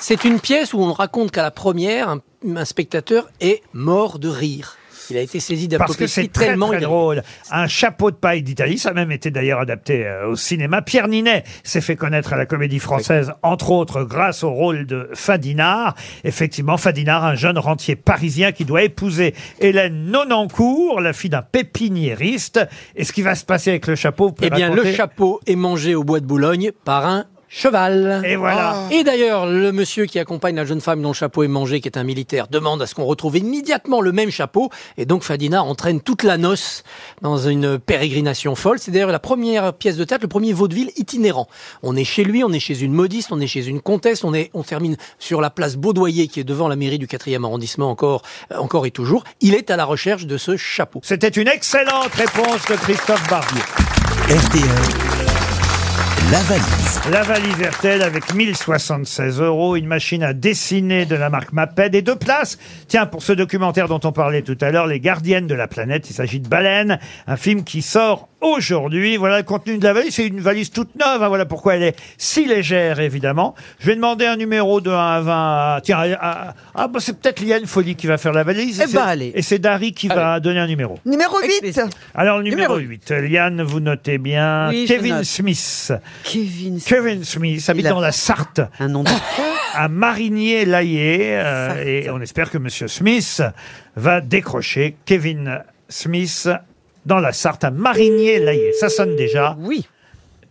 Speaker 5: C'est une pièce où on raconte qu'à la première, un, un spectateur est mort de rire. Il a été saisi
Speaker 2: Parce que
Speaker 5: d'apoplexie
Speaker 2: c'est très,
Speaker 5: tellement
Speaker 2: très
Speaker 5: il a-
Speaker 2: drôle. Un chapeau de paille d'Italie, ça a même été d'ailleurs adapté euh, au cinéma. Pierre Ninet s'est fait connaître à la comédie française, entre autres grâce au rôle de Fadinard. Effectivement, Fadinard, un jeune rentier parisien qui doit épouser Hélène Nonancourt, la fille d'un pépiniériste. Et ce qui va se passer avec le chapeau, vous pouvez
Speaker 5: Eh bien, le
Speaker 2: raconter
Speaker 5: chapeau est mangé au bois de Boulogne par un cheval.
Speaker 2: Et voilà.
Speaker 5: Ah. Et d'ailleurs, le monsieur qui accompagne la jeune femme dont le chapeau est mangé, qui est un militaire, demande à ce qu'on retrouve immédiatement le même chapeau. Et donc, Fadina entraîne toute la noce dans une pérégrination folle. C'est d'ailleurs la première pièce de théâtre, le premier vaudeville itinérant. On est chez lui, on est chez une modiste, on est chez une comtesse, on est, on termine sur la place Baudoyer, qui est devant la mairie du 4e arrondissement encore, euh, encore et toujours. Il est à la recherche de ce chapeau.
Speaker 2: C'était une excellente réponse de Christophe Barbier.
Speaker 1: La valise.
Speaker 2: La valise RTL avec 1076 euros, une machine à dessiner de la marque Maped et deux places. Tiens, pour ce documentaire dont on parlait tout à l'heure, Les Gardiennes de la Planète, il s'agit de Baleine, un film qui sort aujourd'hui. Voilà le contenu de la valise, c'est une valise toute neuve, hein, voilà pourquoi elle est si légère évidemment. Je vais demander un numéro de 1 à 20. à- Tiens, à- à- ah bah c'est peut-être Liane Folie qui va faire la valise.
Speaker 3: Eh
Speaker 2: Et c'est-
Speaker 3: ben, allez.
Speaker 2: Et c'est Dari qui va donner un numéro.
Speaker 3: Numéro 8.
Speaker 2: Alors le numéro,
Speaker 3: Numéro
Speaker 2: 8, Liane, vous notez bien
Speaker 3: Oui, je
Speaker 2: Kevin
Speaker 3: note.
Speaker 2: Smith.
Speaker 8: Kevin Smith.
Speaker 2: Kevin Smith habite
Speaker 8: Il a-
Speaker 2: dans la Sarthe.
Speaker 8: Un nom de...
Speaker 2: À Marigné-Laillé. euh, et on espère que Monsieur Smith va décrocher Kevin Smith dans la Sarthe à Marigné-Laillé. Ça sonne déjà.
Speaker 8: Oui.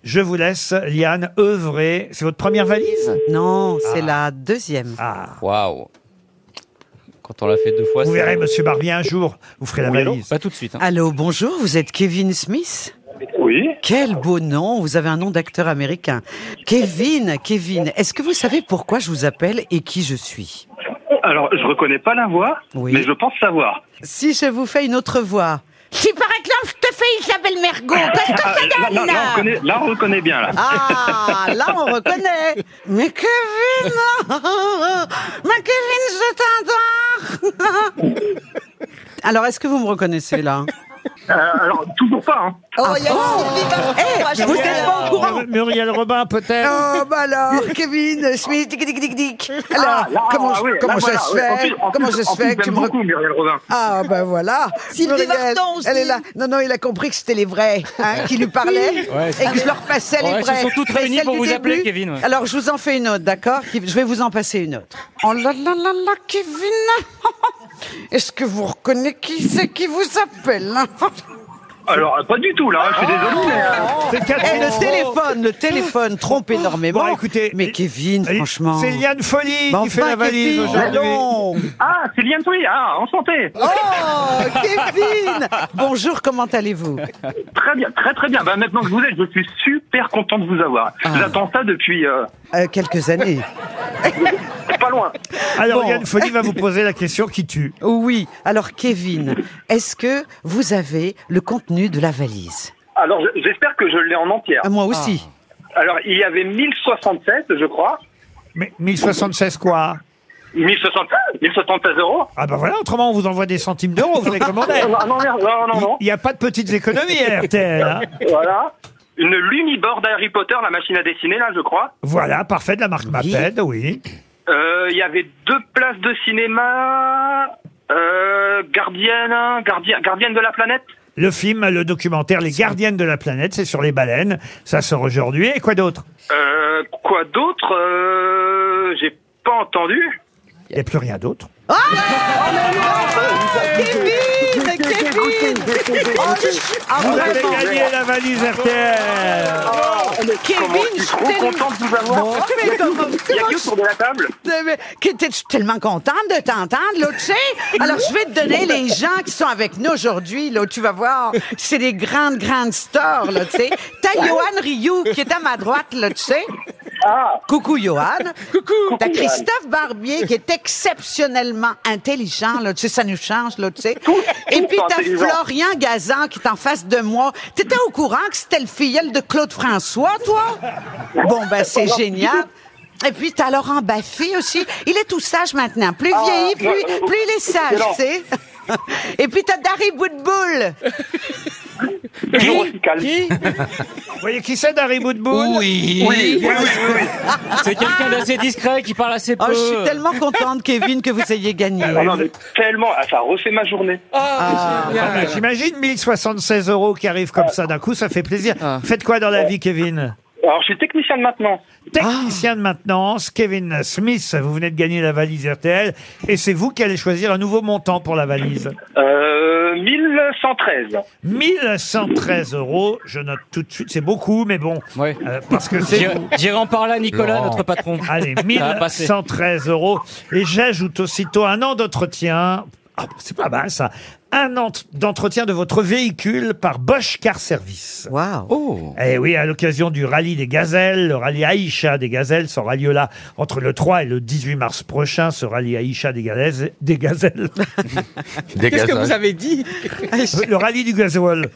Speaker 2: Je vous laisse, Liane, œuvrer. C'est votre première valise
Speaker 8: Non, c'est la deuxième.
Speaker 2: Ah.
Speaker 21: Waouh. Quand on l'a fait deux fois.
Speaker 2: Vous
Speaker 21: c'est-
Speaker 2: verrez, Monsieur Barbier, un jour, vous ferez la
Speaker 21: Oui, allô
Speaker 2: valise.
Speaker 21: Pas tout de suite. hein.
Speaker 8: Allô, bonjour, vous êtes Kevin Smith
Speaker 10: Oui.
Speaker 8: Quel beau nom, vous avez un nom d'acteur américain. Kevin, Kevin, est-ce que vous savez pourquoi je vous appelle et qui je suis
Speaker 10: Alors, je reconnais pas la voix, mais je pense savoir.
Speaker 8: Si je vous fais une autre voix.
Speaker 16: Si par exemple je te fais Isabelle Mergo, qu'est-ce que ça
Speaker 10: Là,
Speaker 16: donne
Speaker 10: là, on reconnaît, là, on reconnaît bien, là.
Speaker 8: Ah, là on reconnaît. Mais Kevin, mais Kevin, je t'adore. Alors, est-ce que vous me reconnaissez là
Speaker 10: Euh, alors, toujours pas, hein.
Speaker 3: Oh, il y a
Speaker 8: Ah
Speaker 3: une Sylvie Vartan,
Speaker 8: Eh,
Speaker 3: moi, je
Speaker 8: vous
Speaker 3: sais.
Speaker 8: êtes pas au courant
Speaker 2: Muriel Robin, peut-être
Speaker 8: Oh, bah alors, Kevin Smith, tic, tic, tic, tic. Alors,
Speaker 10: Ah, là,
Speaker 8: comment,
Speaker 10: ah, oui, là,
Speaker 8: comment ça
Speaker 10: voilà,
Speaker 8: se
Speaker 10: oui. En
Speaker 8: fait
Speaker 10: plus- en
Speaker 8: Comment
Speaker 10: plus-
Speaker 8: ça
Speaker 10: en
Speaker 8: se
Speaker 10: plus,
Speaker 8: fait que
Speaker 10: j'aime
Speaker 8: tu me rec-
Speaker 10: beaucoup Muriel Robin.
Speaker 8: Ah, ben voilà.
Speaker 3: Sylvie
Speaker 8: Muriel,
Speaker 3: Vartan aussi.
Speaker 8: Elle est là. Non, non, il a compris que c'était les vrais hein, qui lui parlaient
Speaker 7: Ouais,
Speaker 8: et que je leur passais les
Speaker 7: Ouais, elles
Speaker 8: vrais.
Speaker 7: se sont toutes
Speaker 8: Mais
Speaker 7: réunies
Speaker 8: celle
Speaker 7: pour
Speaker 8: du
Speaker 7: vous
Speaker 8: début-
Speaker 7: appeler, Kevin, ouais.
Speaker 8: Alors, je vous en fais une autre, d'accord Qui- Je vais vous en passer une autre. Oh là là là là, Kevin Est-ce que vous reconnaissez qui c'est qui vous appelle hein
Speaker 10: Alors, euh, pas du tout, là, je suis
Speaker 8: Oh.
Speaker 10: désolé. mais, euh,
Speaker 2: C'est
Speaker 8: Eh,
Speaker 2: Catherine
Speaker 8: le
Speaker 2: Fro.
Speaker 8: téléphone, le téléphone trompe énormément. écoutez, mais Kevin, franchement.
Speaker 2: C'est Liane Folie
Speaker 8: Mais enfin,
Speaker 2: qui fait la valise
Speaker 8: Kevin,
Speaker 2: aujourd'hui.
Speaker 10: Ah, c'est Liane Folie, ah, enchanté.
Speaker 8: Oh, Kevin Bonjour, comment allez-vous
Speaker 10: Très bien, très très bien. Bah, maintenant que vous êtes, je suis super content de vous avoir.
Speaker 2: Ah.
Speaker 10: J'attends ça depuis euh,
Speaker 8: Euh, Quelques années.
Speaker 10: pas loin.
Speaker 2: Alors,
Speaker 8: Bon.
Speaker 2: Yann Folie va vous poser la question qui tue.
Speaker 8: Oui, alors Kevin, est-ce que vous avez le contenu de la valise
Speaker 10: Alors, je- j'espère que je l'ai en entière. Ah.
Speaker 8: Ah, Moi aussi.
Speaker 10: Alors, il y avait 1067, je crois.
Speaker 2: Mais 1076 quoi
Speaker 10: 1076 1076 euros
Speaker 2: Ah bah voilà, autrement on vous envoie des centimes d'euros, vous les commandez.
Speaker 10: Non, non, merde, non, non, non.
Speaker 2: Il n'y a pas de petites économies à RTL. hein.
Speaker 10: Voilà. Une Lumibord d'Harry Potter, la machine à dessiner, là, je crois.
Speaker 2: Voilà, parfait de la marque Maped, oui.
Speaker 10: Euh, Il y avait deux places de cinéma. Euh, gardienne, gardienne, gardienne de la planète.
Speaker 2: Le film, le documentaire Les Gardiennes de la planète, c'est sur les baleines. Ça sort aujourd'hui. Et quoi d'autre
Speaker 10: Euh, quoi d'autre Euh, J'ai pas entendu.
Speaker 2: Il n'y a plus rien d'autre.
Speaker 8: Ah, Kevin Kevin Oh, je suis- ah,
Speaker 2: Vous avez
Speaker 8: vraiment.
Speaker 2: gagné la valise RTL.
Speaker 10: Comment je
Speaker 8: Oh, Kevin,
Speaker 10: suis trop content de vous avoir.
Speaker 8: Bon, mais comment-
Speaker 10: Il y a
Speaker 8: comment
Speaker 10: qui autour de la table
Speaker 8: Euh, mais que t'es- Je suis tellement contente de t'entendre, là, tu sais. Alors, je vais te donner les gens qui sont avec nous aujourd'hui, là, tu vas voir. C'est des grandes, grandes stars, là, tu sais. T'as Johan Rioux qui est à ma droite, là, tu sais.
Speaker 10: Ah!
Speaker 8: Coucou Johan. Coucou. T'as Christophe Barbier qui est exceptionnellement intelligent, là, tu sais, ça nous change, là, tu sais. Et
Speaker 10: tout
Speaker 8: puis t'as
Speaker 10: intelligent.
Speaker 8: Florian Gazan qui est en face de moi. T'étais au courant que c'était le filleul de Claude François, toi? Bon, ben, c'est génial. Et puis, t'as Laurent Baffy aussi. Il est tout sage maintenant. Plus
Speaker 10: Ah,
Speaker 8: vieilli, plus,
Speaker 10: ouais,
Speaker 8: plus il est sage,
Speaker 10: excellent.
Speaker 8: tu sais. Et puis, t'as Darry Woodbull.
Speaker 10: Toujours aussi calme.
Speaker 2: Vous voyez qui c'est Darry Boudboul
Speaker 21: Oui. Oui, oui, oui, oui. C'est quelqu'un d'assez discret qui parle assez peu.
Speaker 8: Oh, je suis tellement contente, Kevin, que vous ayez gagné.
Speaker 10: Ah non, mais tellement, ah, ça refait ma journée.
Speaker 2: Ah, J'imagine 1076 euros qui arrivent comme ça d'un coup, ça fait plaisir. Faites quoi dans la vie, Kevin
Speaker 10: Alors, je suis technicien de maintenance.
Speaker 2: Technicien de maintenance, Kevin Smith, vous venez de gagner la valise RTL et c'est vous qui allez choisir un nouveau montant pour la valise.
Speaker 10: Euh, 1113.
Speaker 2: 1113 euros, je note tout de suite, c'est beaucoup, mais bon, euh, parce que c'est...
Speaker 21: J'irai- J'irai en parler à Nicolas,
Speaker 2: Non.
Speaker 21: notre patron.
Speaker 2: Allez,
Speaker 21: Ça va passer.
Speaker 2: 1113 euros. Et j'ajoute aussitôt un an d'entretien. Ah, c'est pas mal ça. Un an d'entretien de votre véhicule par Bosch Car Service.
Speaker 8: Wow.
Speaker 21: Oh.
Speaker 2: Eh oui, à l'occasion du rallye des gazelles, le rallye Aïcha des gazelles sera lieu là entre le 3 et le 18 mars prochain. Ce rallye Aïcha des gazelles. Des gazelles.
Speaker 6: Qu'est-ce que vous
Speaker 4: avez dit
Speaker 2: le rallye du gasoil.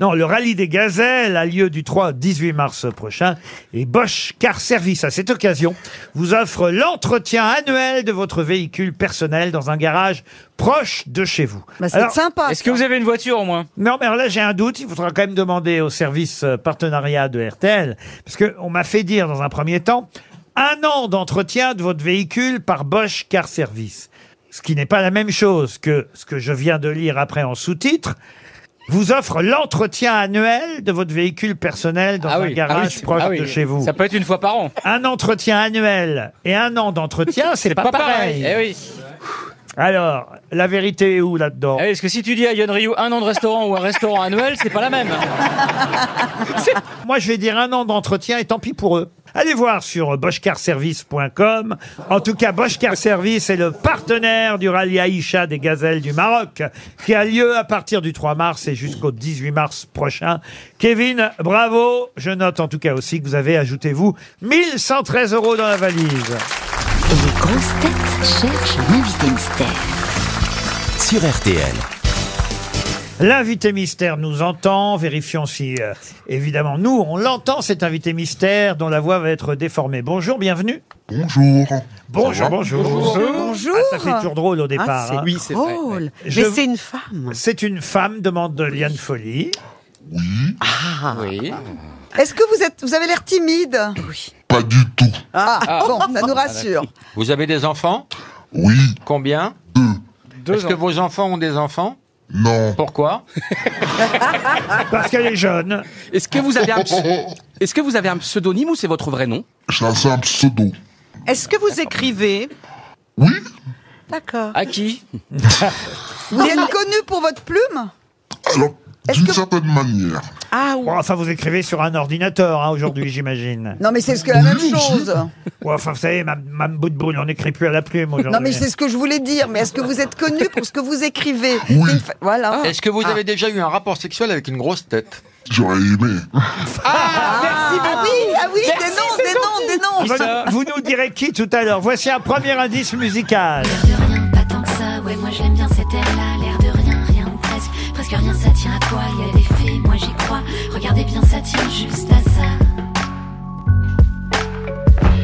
Speaker 2: non, le rallye des gazelles a lieu du 3 au 18 mars prochain et Bosch Car Service, à cette occasion, vous offre l'entretien annuel de votre véhicule personnel dans un garage proche de chez vous. Alors-
Speaker 7: Est-ce que vous avez une voiture au moins
Speaker 2: non, mais alors là, j'ai un doute. Il faudra quand même demander au service euh, partenariat de RTL. Parce que on m'a fait dire dans un premier temps un an d'entretien de votre véhicule par Bosch Car Service. Ce qui n'est pas la même chose que ce que je viens de lire après en sous-titre. Vous offre l'entretien annuel de votre véhicule personnel dans
Speaker 7: Ah
Speaker 2: un garage proche de chez vous.
Speaker 7: Ça peut être une fois par an.
Speaker 2: Un entretien annuel et un an d'entretien, c'est pas, pareil.
Speaker 7: Eh oui.
Speaker 2: Alors, la vérité est où là-dedans
Speaker 7: Eh oui, parce que si tu dis à Yon Ryu un an de restaurant ou un restaurant annuel, c'est pas la même.
Speaker 2: Moi, je vais dire un an d'entretien et tant pis pour eux. Allez voir sur boschcarservice.com. En tout cas, Bosch Car Service est le partenaire du rallye Aïcha des gazelles du Maroc qui a lieu à partir du 3 mars et jusqu'au 18 mars prochain. Kevin, bravo. Je note en tout cas aussi que vous avez, ajoutez-vous, 1113 euros dans la valise.
Speaker 9: Et les grosses têtes cherchent l'invité mystère.
Speaker 1: sur RTL.
Speaker 2: L'invité mystère nous entend. Vérifions si, euh, évidemment, nous, on l'entend, cet invité mystère dont la voix va être déformée. Bonjour, bienvenue.
Speaker 13: Bonjour.
Speaker 2: Bonjour, bonjour.
Speaker 8: Bonjour.
Speaker 2: Ah, ça fait toujours drôle au départ.
Speaker 8: Ah,
Speaker 2: hein.
Speaker 8: c'est drôle. Mais
Speaker 2: Je-
Speaker 8: c'est une femme.
Speaker 2: C'est une femme, demande de Liane Folie.
Speaker 8: Ah.
Speaker 21: Oui.
Speaker 3: Est-ce que vous, êtes, vous avez l'air timide
Speaker 6: Pas du tout.
Speaker 3: ah, bon, ça nous rassure.
Speaker 6: Vous avez des enfants Oui. Combien Deux. Est-ce que vos enfants ont des enfants Non. Pourquoi
Speaker 2: Parce qu'elle est jeune.
Speaker 4: Est-ce que vous avez un ps- Est-ce que vous avez un pseudonyme ou c'est votre vrai nom
Speaker 13: C'est un pseudo.
Speaker 8: Est-ce que vous écrivez Oui. D'accord.
Speaker 4: À qui
Speaker 3: Vous êtes connu pour votre plume
Speaker 1: Alors, d'une certaine manière.
Speaker 2: Ah oui. enfin, vous écrivez sur un ordinateur hein, aujourd'hui, j'imagine.
Speaker 3: Non, mais c'est ce que la même chose.
Speaker 2: Ouais, enfin, vous savez, Mme Boutboul, on n'écrit plus à la plume aujourd'hui.
Speaker 3: Non, mais c'est ce que je voulais dire. Mais est-ce que vous êtes connu pour ce que vous écrivez C'est une fa-
Speaker 8: Ah.
Speaker 3: Voilà. Ah.
Speaker 6: Est-ce que vous avez déjà eu un rapport sexuel avec une grosse tête
Speaker 1: J'aurais aimé.
Speaker 3: Ah,
Speaker 8: bah
Speaker 3: oui, ah oui, des noms, des noms, des noms.
Speaker 2: Vous, nous- vous nous direz qui tout à l'heure. Voici un premier indice musical.
Speaker 15: Pas tant que ça, ouais, moi je l'aime bien cet air-là. L'air de rien, rien ou presque. Presque rien, ça tient à quoi Il y a des faits, moi j'y crois. Regardez bien, ça tient juste à ça.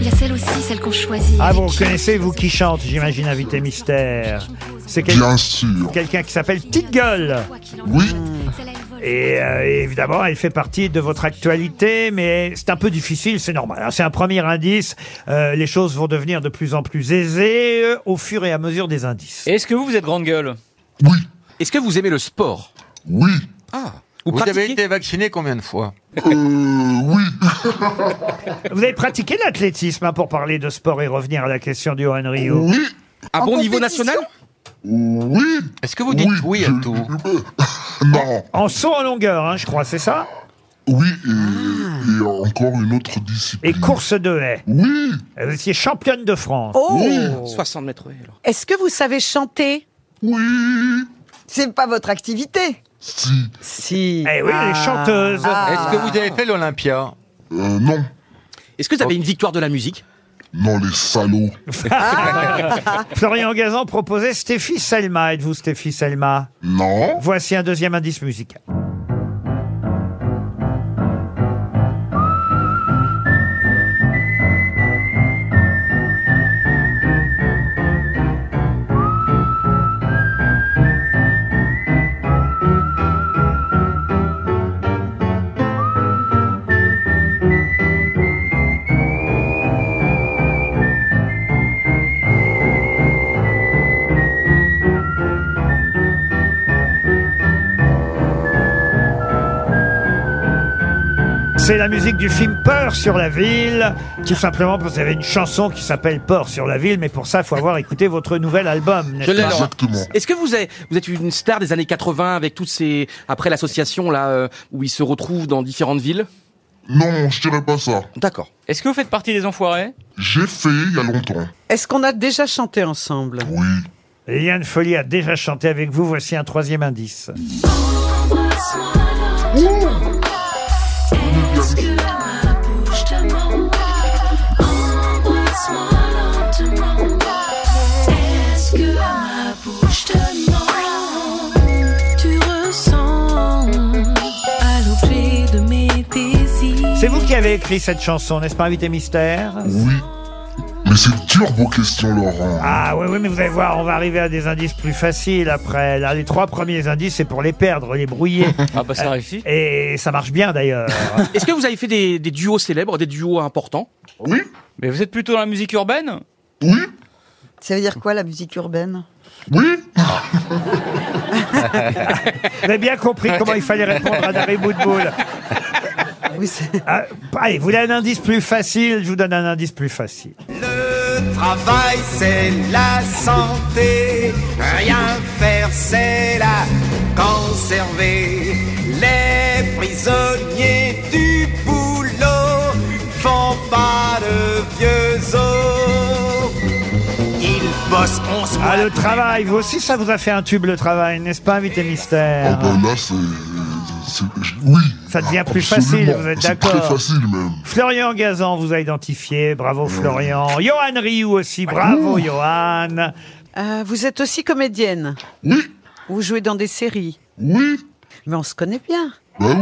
Speaker 15: Il y a celle aussi, celle qu'on choisit.
Speaker 2: Ah,
Speaker 15: avec
Speaker 2: vous
Speaker 15: qui-
Speaker 2: connaissez, vous qui chante, j'imagine, invité mystère. C'est quel-
Speaker 1: Bien sûr.
Speaker 2: quelqu'un qui s'appelle Tite Gueule.
Speaker 1: Oui.
Speaker 2: Et euh, évidemment, elle fait partie de votre actualité, mais c'est un peu difficile, c'est normal. hein. C'est un premier indice. Euh, les choses vont devenir de plus en plus aisées euh, au fur et à mesure des indices.
Speaker 22: Est-ce que vous, vous êtes grande gueule
Speaker 1: Oui.
Speaker 4: Est-ce que vous aimez le sport
Speaker 1: Oui.
Speaker 4: Ah.
Speaker 6: Vous avez été vacciné combien de fois
Speaker 1: oui.
Speaker 2: Vous avez pratiqué l'athlétisme hein, pour parler de sport et revenir à la question du Johan Rio.
Speaker 1: Oui.
Speaker 6: Ah
Speaker 4: À bon niveau national
Speaker 1: Oui.
Speaker 6: Est-ce que vous dites oui,
Speaker 1: hein
Speaker 6: à tout
Speaker 1: Non.
Speaker 2: En saut en longueur, hein, je crois, c'est ça
Speaker 1: Oui, et, et encore une autre discipline.
Speaker 2: Et course de haie.
Speaker 1: Oui.
Speaker 2: Vous étiez championne de France.
Speaker 3: Oh.
Speaker 1: Oui.
Speaker 4: 60 mètres, oui. alors.
Speaker 3: Est-ce que vous savez chanter
Speaker 1: Oui.
Speaker 3: C'est pas votre activité.
Speaker 1: Si.
Speaker 3: Si. Ah.
Speaker 2: Eh oui,
Speaker 4: Ah.
Speaker 2: les chanteuses.
Speaker 6: Est-ce que vous avez fait l'Olympia
Speaker 1: Euh, non. Oh.
Speaker 4: Est-ce que vous avez une victoire de la musique
Speaker 1: Non, les salauds.
Speaker 2: Florian Gazan proposait Stéphie Selma. Êtes-vous Stéphie Selma
Speaker 1: Non.
Speaker 2: Voici un deuxième indice musical. C'est la musique du film Peur sur la ville. Tout simplement parce que vous avez une chanson qui s'appelle Peur sur la ville, mais pour ça, il faut avoir écouté votre nouvel album. n'est-ce
Speaker 4: Je l'ai,
Speaker 2: pas
Speaker 4: Laurent. Est-ce que vous, avez- vous êtes une star des années 80 avec toutes ces après l'association là euh, où ils se retrouvent dans différentes villes
Speaker 1: Non, je dirais pas ça.
Speaker 4: D'accord.
Speaker 22: Est-ce que vous faites partie des enfoirés
Speaker 1: J'ai fait il y a longtemps.
Speaker 8: Est-ce qu'on a déjà chanté ensemble
Speaker 1: Oui.
Speaker 2: Liane Folie a déjà chanté avec vous. Voici un troisième indice.
Speaker 12: Est-ce que ma bouche te ment Embrasse-moi lentement. Est-ce que ma bouche te ment Tu ressens à l'objet de mes désirs.
Speaker 2: C'est vous qui avez écrit cette chanson, n'est-ce pas, Invité Mystère
Speaker 1: Oui. Mais c'est dur vos questions, Laurent.
Speaker 2: Ah oui, oui, mais vous allez voir, on va arriver à des indices plus faciles après. Là, les trois premiers indices, c'est pour les perdre, les brouiller.
Speaker 22: Ah bah ça réussit.
Speaker 2: Et ça marche bien d'ailleurs.
Speaker 4: Ah. Est-ce que vous avez fait des, des duos célèbres, des duos importants
Speaker 1: Oui.
Speaker 22: Mais vous êtes plutôt dans la musique urbaine
Speaker 1: Oui.
Speaker 3: Ça veut dire quoi la musique urbaine
Speaker 1: Oui.
Speaker 2: Vous avez bien compris comment il fallait répondre à Darry Boudboul.
Speaker 3: Oui, c'est-
Speaker 2: Ah, allez, vous voulez un indice plus facile Je vous donne un indice plus facile.
Speaker 12: Le travail, c'est la santé. Rien faire, c'est la conserver. Les prisonniers du boulot font pas de vieux os. Ils bossent, on se
Speaker 2: Ah, le travail, vous aussi, ça vous a fait un tube, le travail, n'est-ce pas, Invité
Speaker 1: Ah
Speaker 2: Mystère
Speaker 1: ben là, c'est... c'est- Oui.
Speaker 2: Ça devient plus
Speaker 1: Absolument.
Speaker 2: facile, vous êtes
Speaker 1: C'est
Speaker 2: d'accord
Speaker 1: très facile, même.
Speaker 2: Florian Gazan vous a identifié, bravo Florian. Johan Rioux aussi, bravo Johan.
Speaker 8: Euh, Vous êtes aussi comédienne
Speaker 1: Oui.
Speaker 8: Vous jouez dans des séries
Speaker 1: Oui.
Speaker 8: Mais on se connaît bien.
Speaker 1: Bah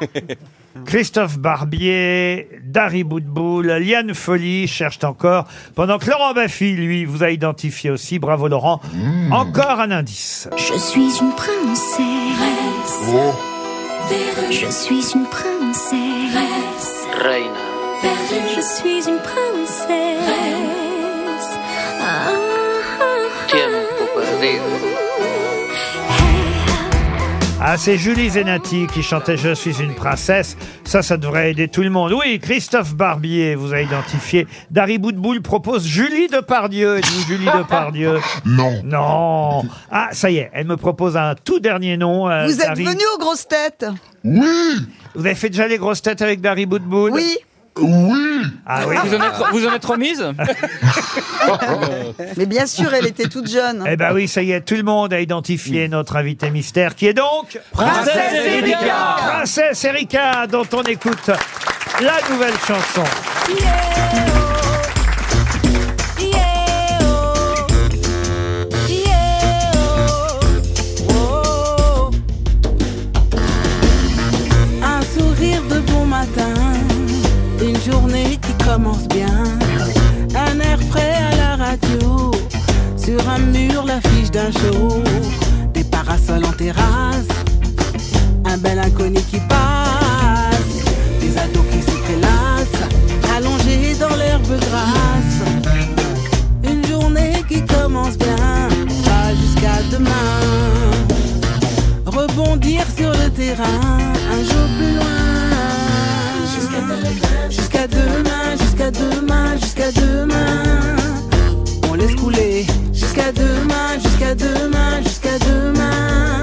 Speaker 1: oui.
Speaker 2: Christophe Barbier, Dari Boudboul, Liane Folly cherchent encore, pendant que Laurent Baffy, lui, vous a identifié aussi, bravo Laurent.
Speaker 13: Mmh.
Speaker 2: Encore un indice.
Speaker 12: Je suis une princesse.
Speaker 1: Oh.
Speaker 12: Je suis une princesse. Reine. Je suis une princesse. Ah, ah, ah.
Speaker 2: Ah, c'est Julie Zenati qui chantait Je suis une princesse. Ça, ça devrait aider tout le monde. Oui, Christophe Barbier vous a identifié. Dari Boudboul propose Julie Depardieu. Êtes-vous Julie Depardieu
Speaker 13: Non.
Speaker 2: Non. Ah, ça y est, elle me propose un tout dernier nom. euh,
Speaker 3: Vous êtes
Speaker 2: Dari.
Speaker 3: venu aux grosses têtes
Speaker 13: Oui
Speaker 2: Vous avez fait déjà les grosses têtes avec Dari Boudboul
Speaker 3: Oui.
Speaker 13: Oui
Speaker 2: Ah oui.
Speaker 7: Vous en êtes, vous en êtes remise
Speaker 3: Mais bien sûr, elle était toute jeune. hein.
Speaker 2: Eh ben oui, ça y est, tout le monde a identifié notre invité mystère, qui est donc
Speaker 15: Princesse Erika.
Speaker 2: Princesse Erika, dont on écoute la nouvelle chanson.
Speaker 12: oh, Un sourire de bon matin, une journée qui commence bien. Un air frais à la radio, sur un mur l'affiche d'un show. Des parasols en terrasse, un bel inconnu qui passe. Des ados qui se prélassent, allongés dans l'herbe grasse. Une journée qui commence bien, pas jusqu'à demain rebondir sur le terrain, un jour plus loin. Jusqu'à demain, jusqu'à demain, jusqu'à demain. On laisse couler. Jusqu'à demain, jusqu'à demain, jusqu'à demain.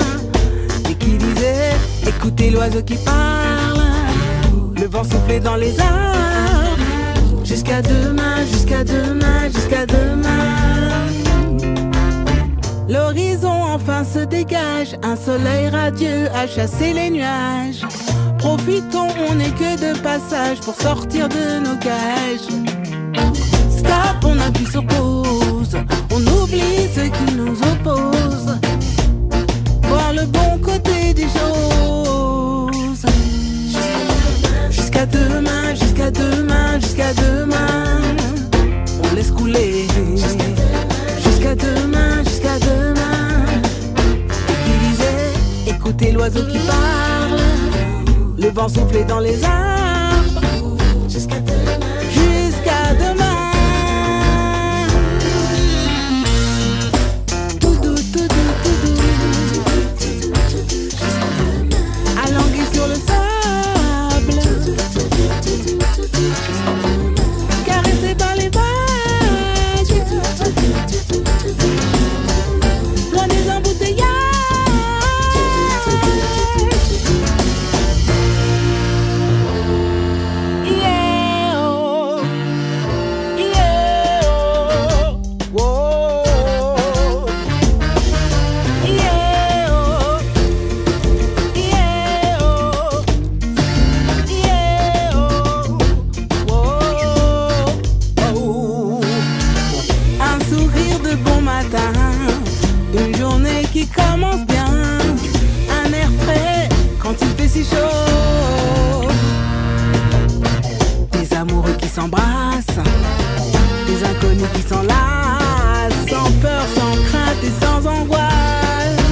Speaker 12: Et qui disait, écoutez l'oiseau qui parle. Le vent soufflait dans les arbres. Jusqu'à demain, jusqu'à demain, jusqu'à demain. L'horizon enfin se dégage, un soleil radieux a chassé les nuages. Profitons, on n'est que de passage pour sortir de nos cages. Stop, on appuie sur pause, on oublie ce qui nous oppose. Voir le bon côté des choses. Jusqu'à demain, jusqu'à demain, jusqu'à demain. On laisse couler. Jusqu'à demain, jusqu'à demain. Et qui disait, écoutez l'oiseau qui parle. Le vent soufflait dans les arbres. Jusqu'à demain. Jusqu'à demain. Tout doux, tout doux, tout doux. Alangué sur le sable. Caressé par les vagues. Loin des embouteillages. Yeah, oh. Yeah, oh. Wow. Yeah, oh. Yeah, oh. Yeah, oh. Wow. Oh. Un sourire de bon matin, une journée qui commence bien, un air frais quand il fait si chaud. Des amoureux qui s'embrassent, des inconnus qui s'enlacent, sans peur, sans crainte et sans angoisse.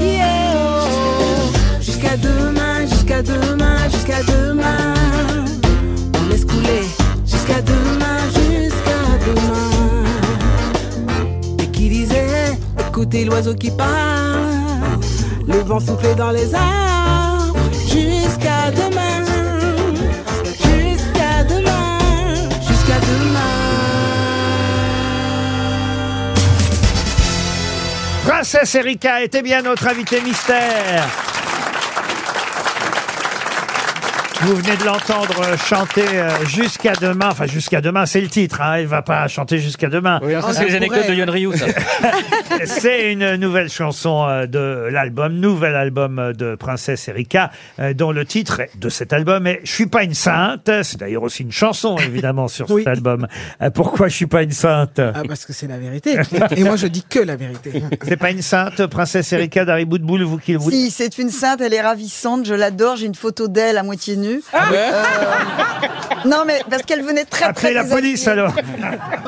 Speaker 12: Yeah, oh. Jusqu'à demain, jusqu'à demain, jusqu'à demain. On laisse couler jusqu'à demain, jusqu'à demain. Et qui disait, écoutez l'oiseau qui parle, le vent soufflait dans les arbres, jusqu'à demain, jusqu'à demain, jusqu'à demain.
Speaker 2: Princesse Erika était bien notre invité mystère. Vous venez de l'entendre euh, chanter euh, jusqu'à demain. Enfin, jusqu'à demain, c'est le titre. Hein. Elle va pas chanter jusqu'à demain.
Speaker 7: Ça, c'est les anecdotes de Yon Ryu, ça.
Speaker 2: C'est une nouvelle chanson euh, de l'album, nouvel album euh, de Princesse Erika, euh, dont le titre est- de cet album est Je suis pas une sainte. C'est d'ailleurs aussi une chanson, évidemment, sur cet album. Euh, Pourquoi je suis pas une sainte
Speaker 23: Ah, parce que c'est la vérité. Et moi, je dis que la vérité.
Speaker 2: C'est pas une sainte, Princesse Erika d'Harry Boudboul, vous qui le vous.
Speaker 3: Si, c'est une sainte, elle est ravissante, je l'adore, j'ai une photo d'elle à moitié nue. Euh, Non, mais parce qu'elle venait très
Speaker 2: Ah
Speaker 3: très
Speaker 2: Appelez la
Speaker 3: déshabillée. Euh,
Speaker 2: police alors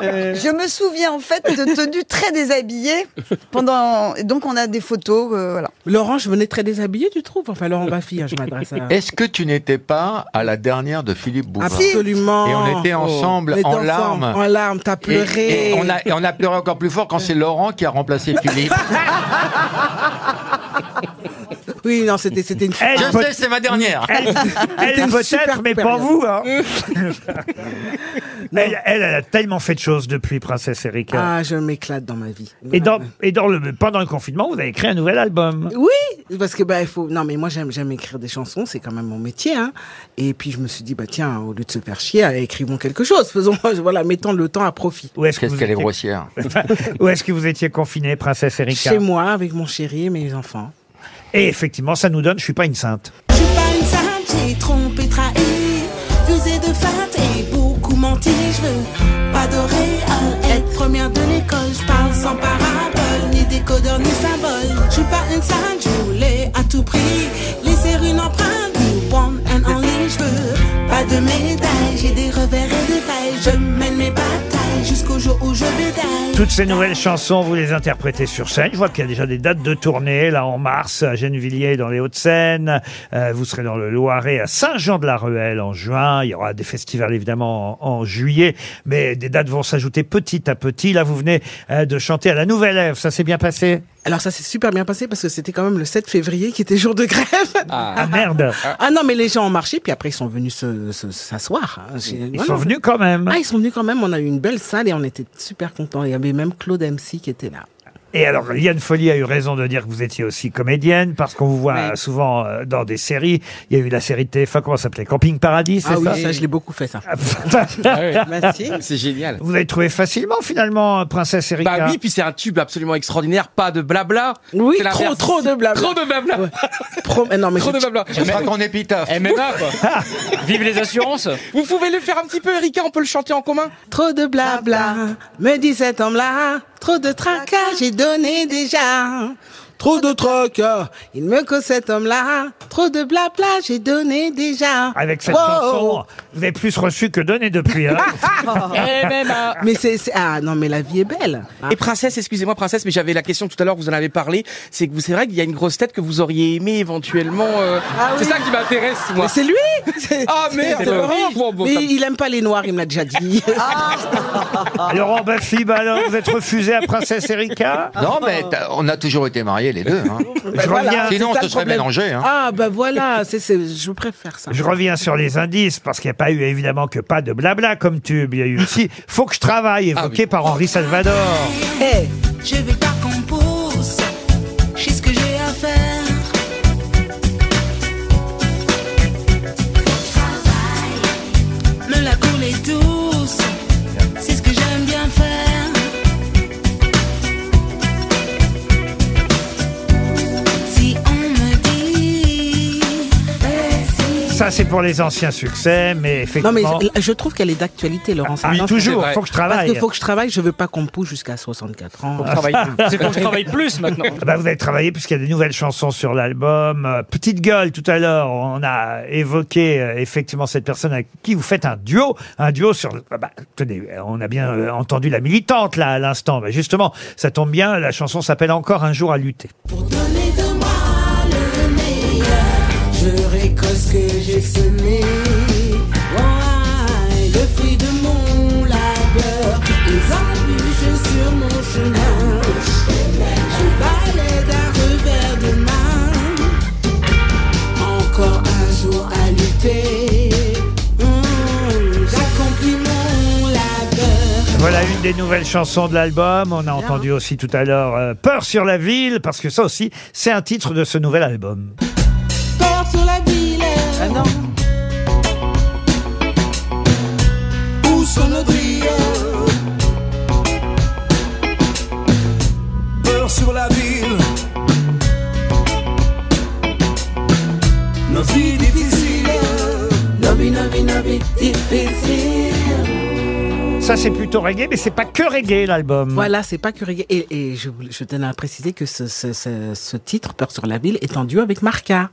Speaker 3: Je me souviens en fait de tenues très déshabillées pendant. et Donc on a des photos, euh, voilà.
Speaker 23: Laurent, je venais très déshabillé, tu trouves Enfin, Laurent Baffy, hein, je m'adresse à.
Speaker 6: Est-ce que tu n'étais pas à la dernière de Philippe Bouvard
Speaker 23: Absolument.
Speaker 6: Et on était
Speaker 23: Oh.
Speaker 6: ensemble
Speaker 23: On était
Speaker 6: en
Speaker 23: ensemble,
Speaker 6: larmes.
Speaker 23: en larmes, t'as
Speaker 6: Et-
Speaker 23: pleuré.
Speaker 6: Et, on a, et on a pleuré encore plus fort quand c'est Laurent qui a remplacé Philippe.
Speaker 23: Oui, non, c'était c'était une.
Speaker 2: Elle Je peut- sais, c'est ma dernière. Elle- elle peut-être, mais pas vous, hein. Elle, elle, elle a tellement fait de choses depuis Princesse Erika.
Speaker 23: Ah, je m'éclate dans ma vie.
Speaker 2: Et, dans, et dans le, pendant le confinement, vous avez créé un nouvel album.
Speaker 23: Oui, parce que bah il faut. Non, mais moi j'aime j'aime écrire des chansons, c'est quand même mon métier. Hein. Et puis je me suis dit bah tiens, au lieu de se faire chier, allez, écrivons quelque chose. Faisons voilà, mettons le temps à profit.
Speaker 2: Où est-ce que
Speaker 23: Qu'est-ce
Speaker 2: vous
Speaker 23: qu'elle est
Speaker 2: étiez-
Speaker 23: grossière.
Speaker 2: Où est-ce que vous étiez confinée, Princesse Erika
Speaker 23: Chez moi, avec mon chéri et mes enfants.
Speaker 2: Et effectivement, ça nous donne Je suis pas une sainte.
Speaker 12: Je suis pas une sainte, j'ai trompé, trahi, usé de feinte et beaucoup menti. Je veux pas de réel, être première de l'école. Je parle sans parabole, ni décodeur, ni symbole. Je suis pas une sainte, je voulais à tout prix laisser une empreinte, du one and only. Je veux pas de médaille, j'ai des revers et des failles. Je mène mes batailles jusqu'au jour où je bédaille.
Speaker 2: Toutes ces nouvelles chansons, vous les interprétez sur scène. Je vois qu'il y a déjà des dates de tournée, là en mars, à Gennevilliers dans les Hauts-de-Seine. Euh, vous serez dans le Loiret à Saint-Jean-de-la-Ruelle en juin. Il y aura des festivals évidemment en, en juillet, mais des dates vont s'ajouter petit à petit. Là, vous venez euh, de chanter à la Nouvelle Ève. Ça s'est bien passé
Speaker 23: Alors ça s'est super bien passé parce que c'était quand même le 7 février qui était jour de grève.
Speaker 2: Ah, merde
Speaker 23: Ah non mais les gens ont marché puis après ils sont venus se- se- s'asseoir. hein. J'ai-
Speaker 2: Ils
Speaker 23: voilà.
Speaker 2: sont venus quand même.
Speaker 23: Ah ils sont venus quand même. On a eu une belle salle et on était super contents. Il y avait même Claude MC qui était là.
Speaker 2: Et alors, Liane Folly a eu raison de dire que vous étiez aussi comédienne, parce qu'on vous voit euh, souvent euh, dans des séries. Il y a eu la série de TF1, comment ça s'appelait Camping Paradis, c'est
Speaker 23: Ah oui,
Speaker 2: ça Ah,
Speaker 23: ça, je l'ai beaucoup fait ça.
Speaker 4: Ah C'est génial.
Speaker 2: Vous avez trouvé facilement finalement euh, Princesse Erika.
Speaker 4: Bah oui, puis c'est un tube absolument extraordinaire, pas de blabla.
Speaker 23: Oui,
Speaker 4: C'est
Speaker 23: trop,
Speaker 4: l'inverse.
Speaker 23: trop de blabla.
Speaker 4: Trop de blabla.
Speaker 23: Pro- eh non, mais
Speaker 4: trop
Speaker 23: je-
Speaker 4: de blabla.
Speaker 23: je ferai ton
Speaker 4: épitaphe. MMA, Eh,
Speaker 23: Ah.
Speaker 4: quoi. Vive les assurances. Vous pouvez le faire un petit peu, Erika, on peut le chanter en commun
Speaker 23: Trop de blabla, me dit cet homme-là. Trop de tracas, j'ai donné déjà. Trop de tracas, il me cause cet homme-là. Trop de blabla, j'ai donné déjà.
Speaker 2: Avec cette
Speaker 23: Oh,
Speaker 2: chanson, vous avez plus reçu que donné depuis. hein.
Speaker 5: Eh,
Speaker 23: Eh Mais c'est, c'est- ah non, mais la vie est belle. hein.
Speaker 4: Et princesse, excusez-moi princesse, mais j'avais la question tout à l'heure, vous en avez parlé, c'est que vous c'est vrai qu'il y a une grosse tête que vous auriez aimé éventuellement. euh, c'est ça qui m'intéresse moi.
Speaker 23: Ah Mais c'est lui. C'est-
Speaker 4: Ah
Speaker 23: c'est-
Speaker 4: merde.
Speaker 23: c'est Laurent.
Speaker 4: Oui, bon, bon,
Speaker 23: mais
Speaker 4: ça me-
Speaker 23: il aime pas les noirs, il me l'a déjà dit.
Speaker 2: Laurent Baffy, bah alors, vous êtes refusé à Princesse Erika
Speaker 6: Non, mais t'as- on a toujours été mariés les deux. hein.
Speaker 23: Ben voilà,
Speaker 6: Sinon, on
Speaker 23: c'est ça
Speaker 6: se
Speaker 23: le
Speaker 6: serait
Speaker 23: problème.
Speaker 6: mélangés. hein.
Speaker 23: Ah bah voilà, c'est, c'est- je préfère ça.
Speaker 2: Je reviens sur les indices, parce qu'il n'y a pas eu évidemment que pas de blabla comme tube. Il y a eu aussi Faut que je travaille,
Speaker 6: Ah
Speaker 2: évoqué par Henri Salvador.
Speaker 12: Hey, je vais pas qu'on pousse. Je sais ce que j'ai à faire. Me la couler douce. C'est ce que j'aime bien faire. Si on me dit.
Speaker 2: Ça, c'est pour les anciens succès, mais
Speaker 23: Non mais
Speaker 2: effectivement.
Speaker 23: je, je trouve qu'elle est d'actualité, Laurent.
Speaker 2: Ah, oui,
Speaker 23: Non,
Speaker 2: toujours,
Speaker 23: c'est vrai.
Speaker 2: faut que je travaille.
Speaker 23: Parce que faut que je travaille, je veux pas qu'on me pousse jusqu'à 64 ans.
Speaker 2: plus maintenant. Ah bah, vous allez travailler puisqu'il y a des nouvelles chansons sur l'album. Euh, Petite gueule, tout à l'heure, on a évoqué euh, effectivement cette personne avec qui vous faites un duo. Un duo sur... ah bah, tenez, euh, on a bien euh, entendu la militante là à l'instant. Mais justement, ça tombe bien, la chanson s'appelle Encore un jour à lutter.
Speaker 12: Donnez de moi le meilleur. Je récolte ce que j'ai semé. Ouais, le fruit de mon labeur. Les embûches sur mon chemin. Je balaie d'un revers de main. Encore un jour à lutter. Hum, J'accomplis mon labeur.
Speaker 2: Voilà une des nouvelles chansons de l'album. On a entendu aussi tout à l'heure euh, Peur sur la ville, parce que ça aussi, c'est un titre de ce nouvel album.
Speaker 12: Peur sur la ville. Où sont nos brillants
Speaker 17: Peur sur la ville.
Speaker 12: Nos vies difficiles. Nos vies, nos vies, nos vies difficiles.
Speaker 2: Ça, c'est plutôt reggae, mais c'est pas que reggae l'album.
Speaker 23: Voilà, c'est pas que reggae. Et, et je, voulais- je tenais à préciser que ce, ce- ce- ce titre, Peur sur la ville, est en duo avec Marca.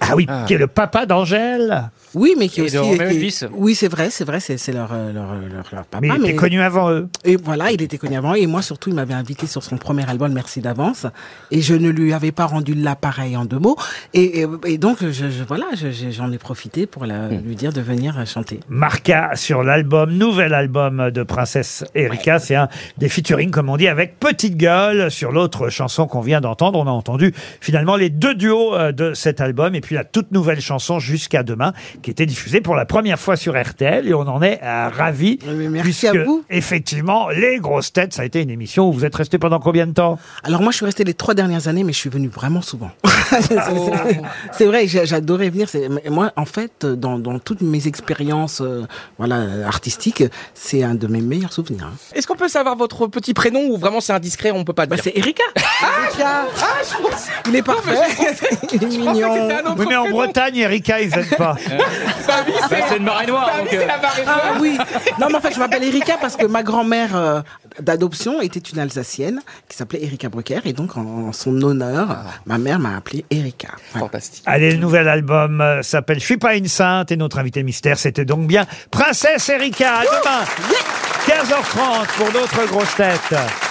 Speaker 2: Ah oui, qui est le papa d'Angèle.
Speaker 23: Oui, mais qui
Speaker 7: Ah. Et
Speaker 23: aussi.
Speaker 7: de Roméo et
Speaker 23: qui-
Speaker 7: Elvis.
Speaker 23: Oui, c'est vrai, c'est vrai, c'est c'est leur, euh, leur, leur, leur papa.
Speaker 2: Mais il était connu avant eux.
Speaker 23: Et voilà, il était connu avant eux. Et moi, surtout, il m'avait invité sur son premier album, Merci d'avance. Et je ne lui avais pas rendu l'appareil en deux mots. Et, et- et donc, je, je- voilà, je- je- j'en ai profité pour la-
Speaker 7: Hmm.
Speaker 23: lui dire de venir euh, chanter.
Speaker 2: Marca sur l'album, nouvel album de Princesse Erika. C'est un des featuring, comme on dit, avec Petite Gueule sur l'autre chanson qu'on vient d'entendre. On a entendu finalement les deux duos euh, de cet album et puis la toute nouvelle chanson Jusqu'à demain qui était diffusée pour la première fois sur RTL et on en est euh, ravis. Merci
Speaker 23: à vous.
Speaker 2: Effectivement, les grosses têtes, ça a été une émission où vous êtes resté pendant combien de temps
Speaker 23: Alors moi, je suis resté les trois dernières années, mais je suis venu vraiment souvent. c'est vrai, j'ai- j'adorais venir. C'est- mais Moi, en fait, dans, dans toutes mes expériences euh, voilà, artistiques, c'est un de mes meilleurs souvenirs. hein.
Speaker 4: Est-ce qu'on peut savoir votre petit prénom ou vraiment c'est indiscret, on peut pas le dire
Speaker 23: Bah, c'est Erika.
Speaker 4: Ah, ah, je pensais. Il est parfait.
Speaker 23: Il est
Speaker 4: mignon.
Speaker 2: Oui, mais en Bretagne, Erika, ils aiment pas.
Speaker 4: Euh,
Speaker 23: Bah,
Speaker 7: c'est une marée noire. donc, euh,
Speaker 23: Ah oui. Non, mais en fait, je m'appelle Erika parce que ma grand-mère euh, d'adoption était une Alsacienne qui s'appelait Erika Brucker. Et donc, en, en son honneur, ma mère m'a appelée Erika.
Speaker 4: Fantastique.
Speaker 2: Allez, le nouvel album euh, s'appelle Je suis pas une sainte et notre invité mystère, c'était donc bien Princesse Erika. À demain, 15h30 pour d'autres grosses têtes.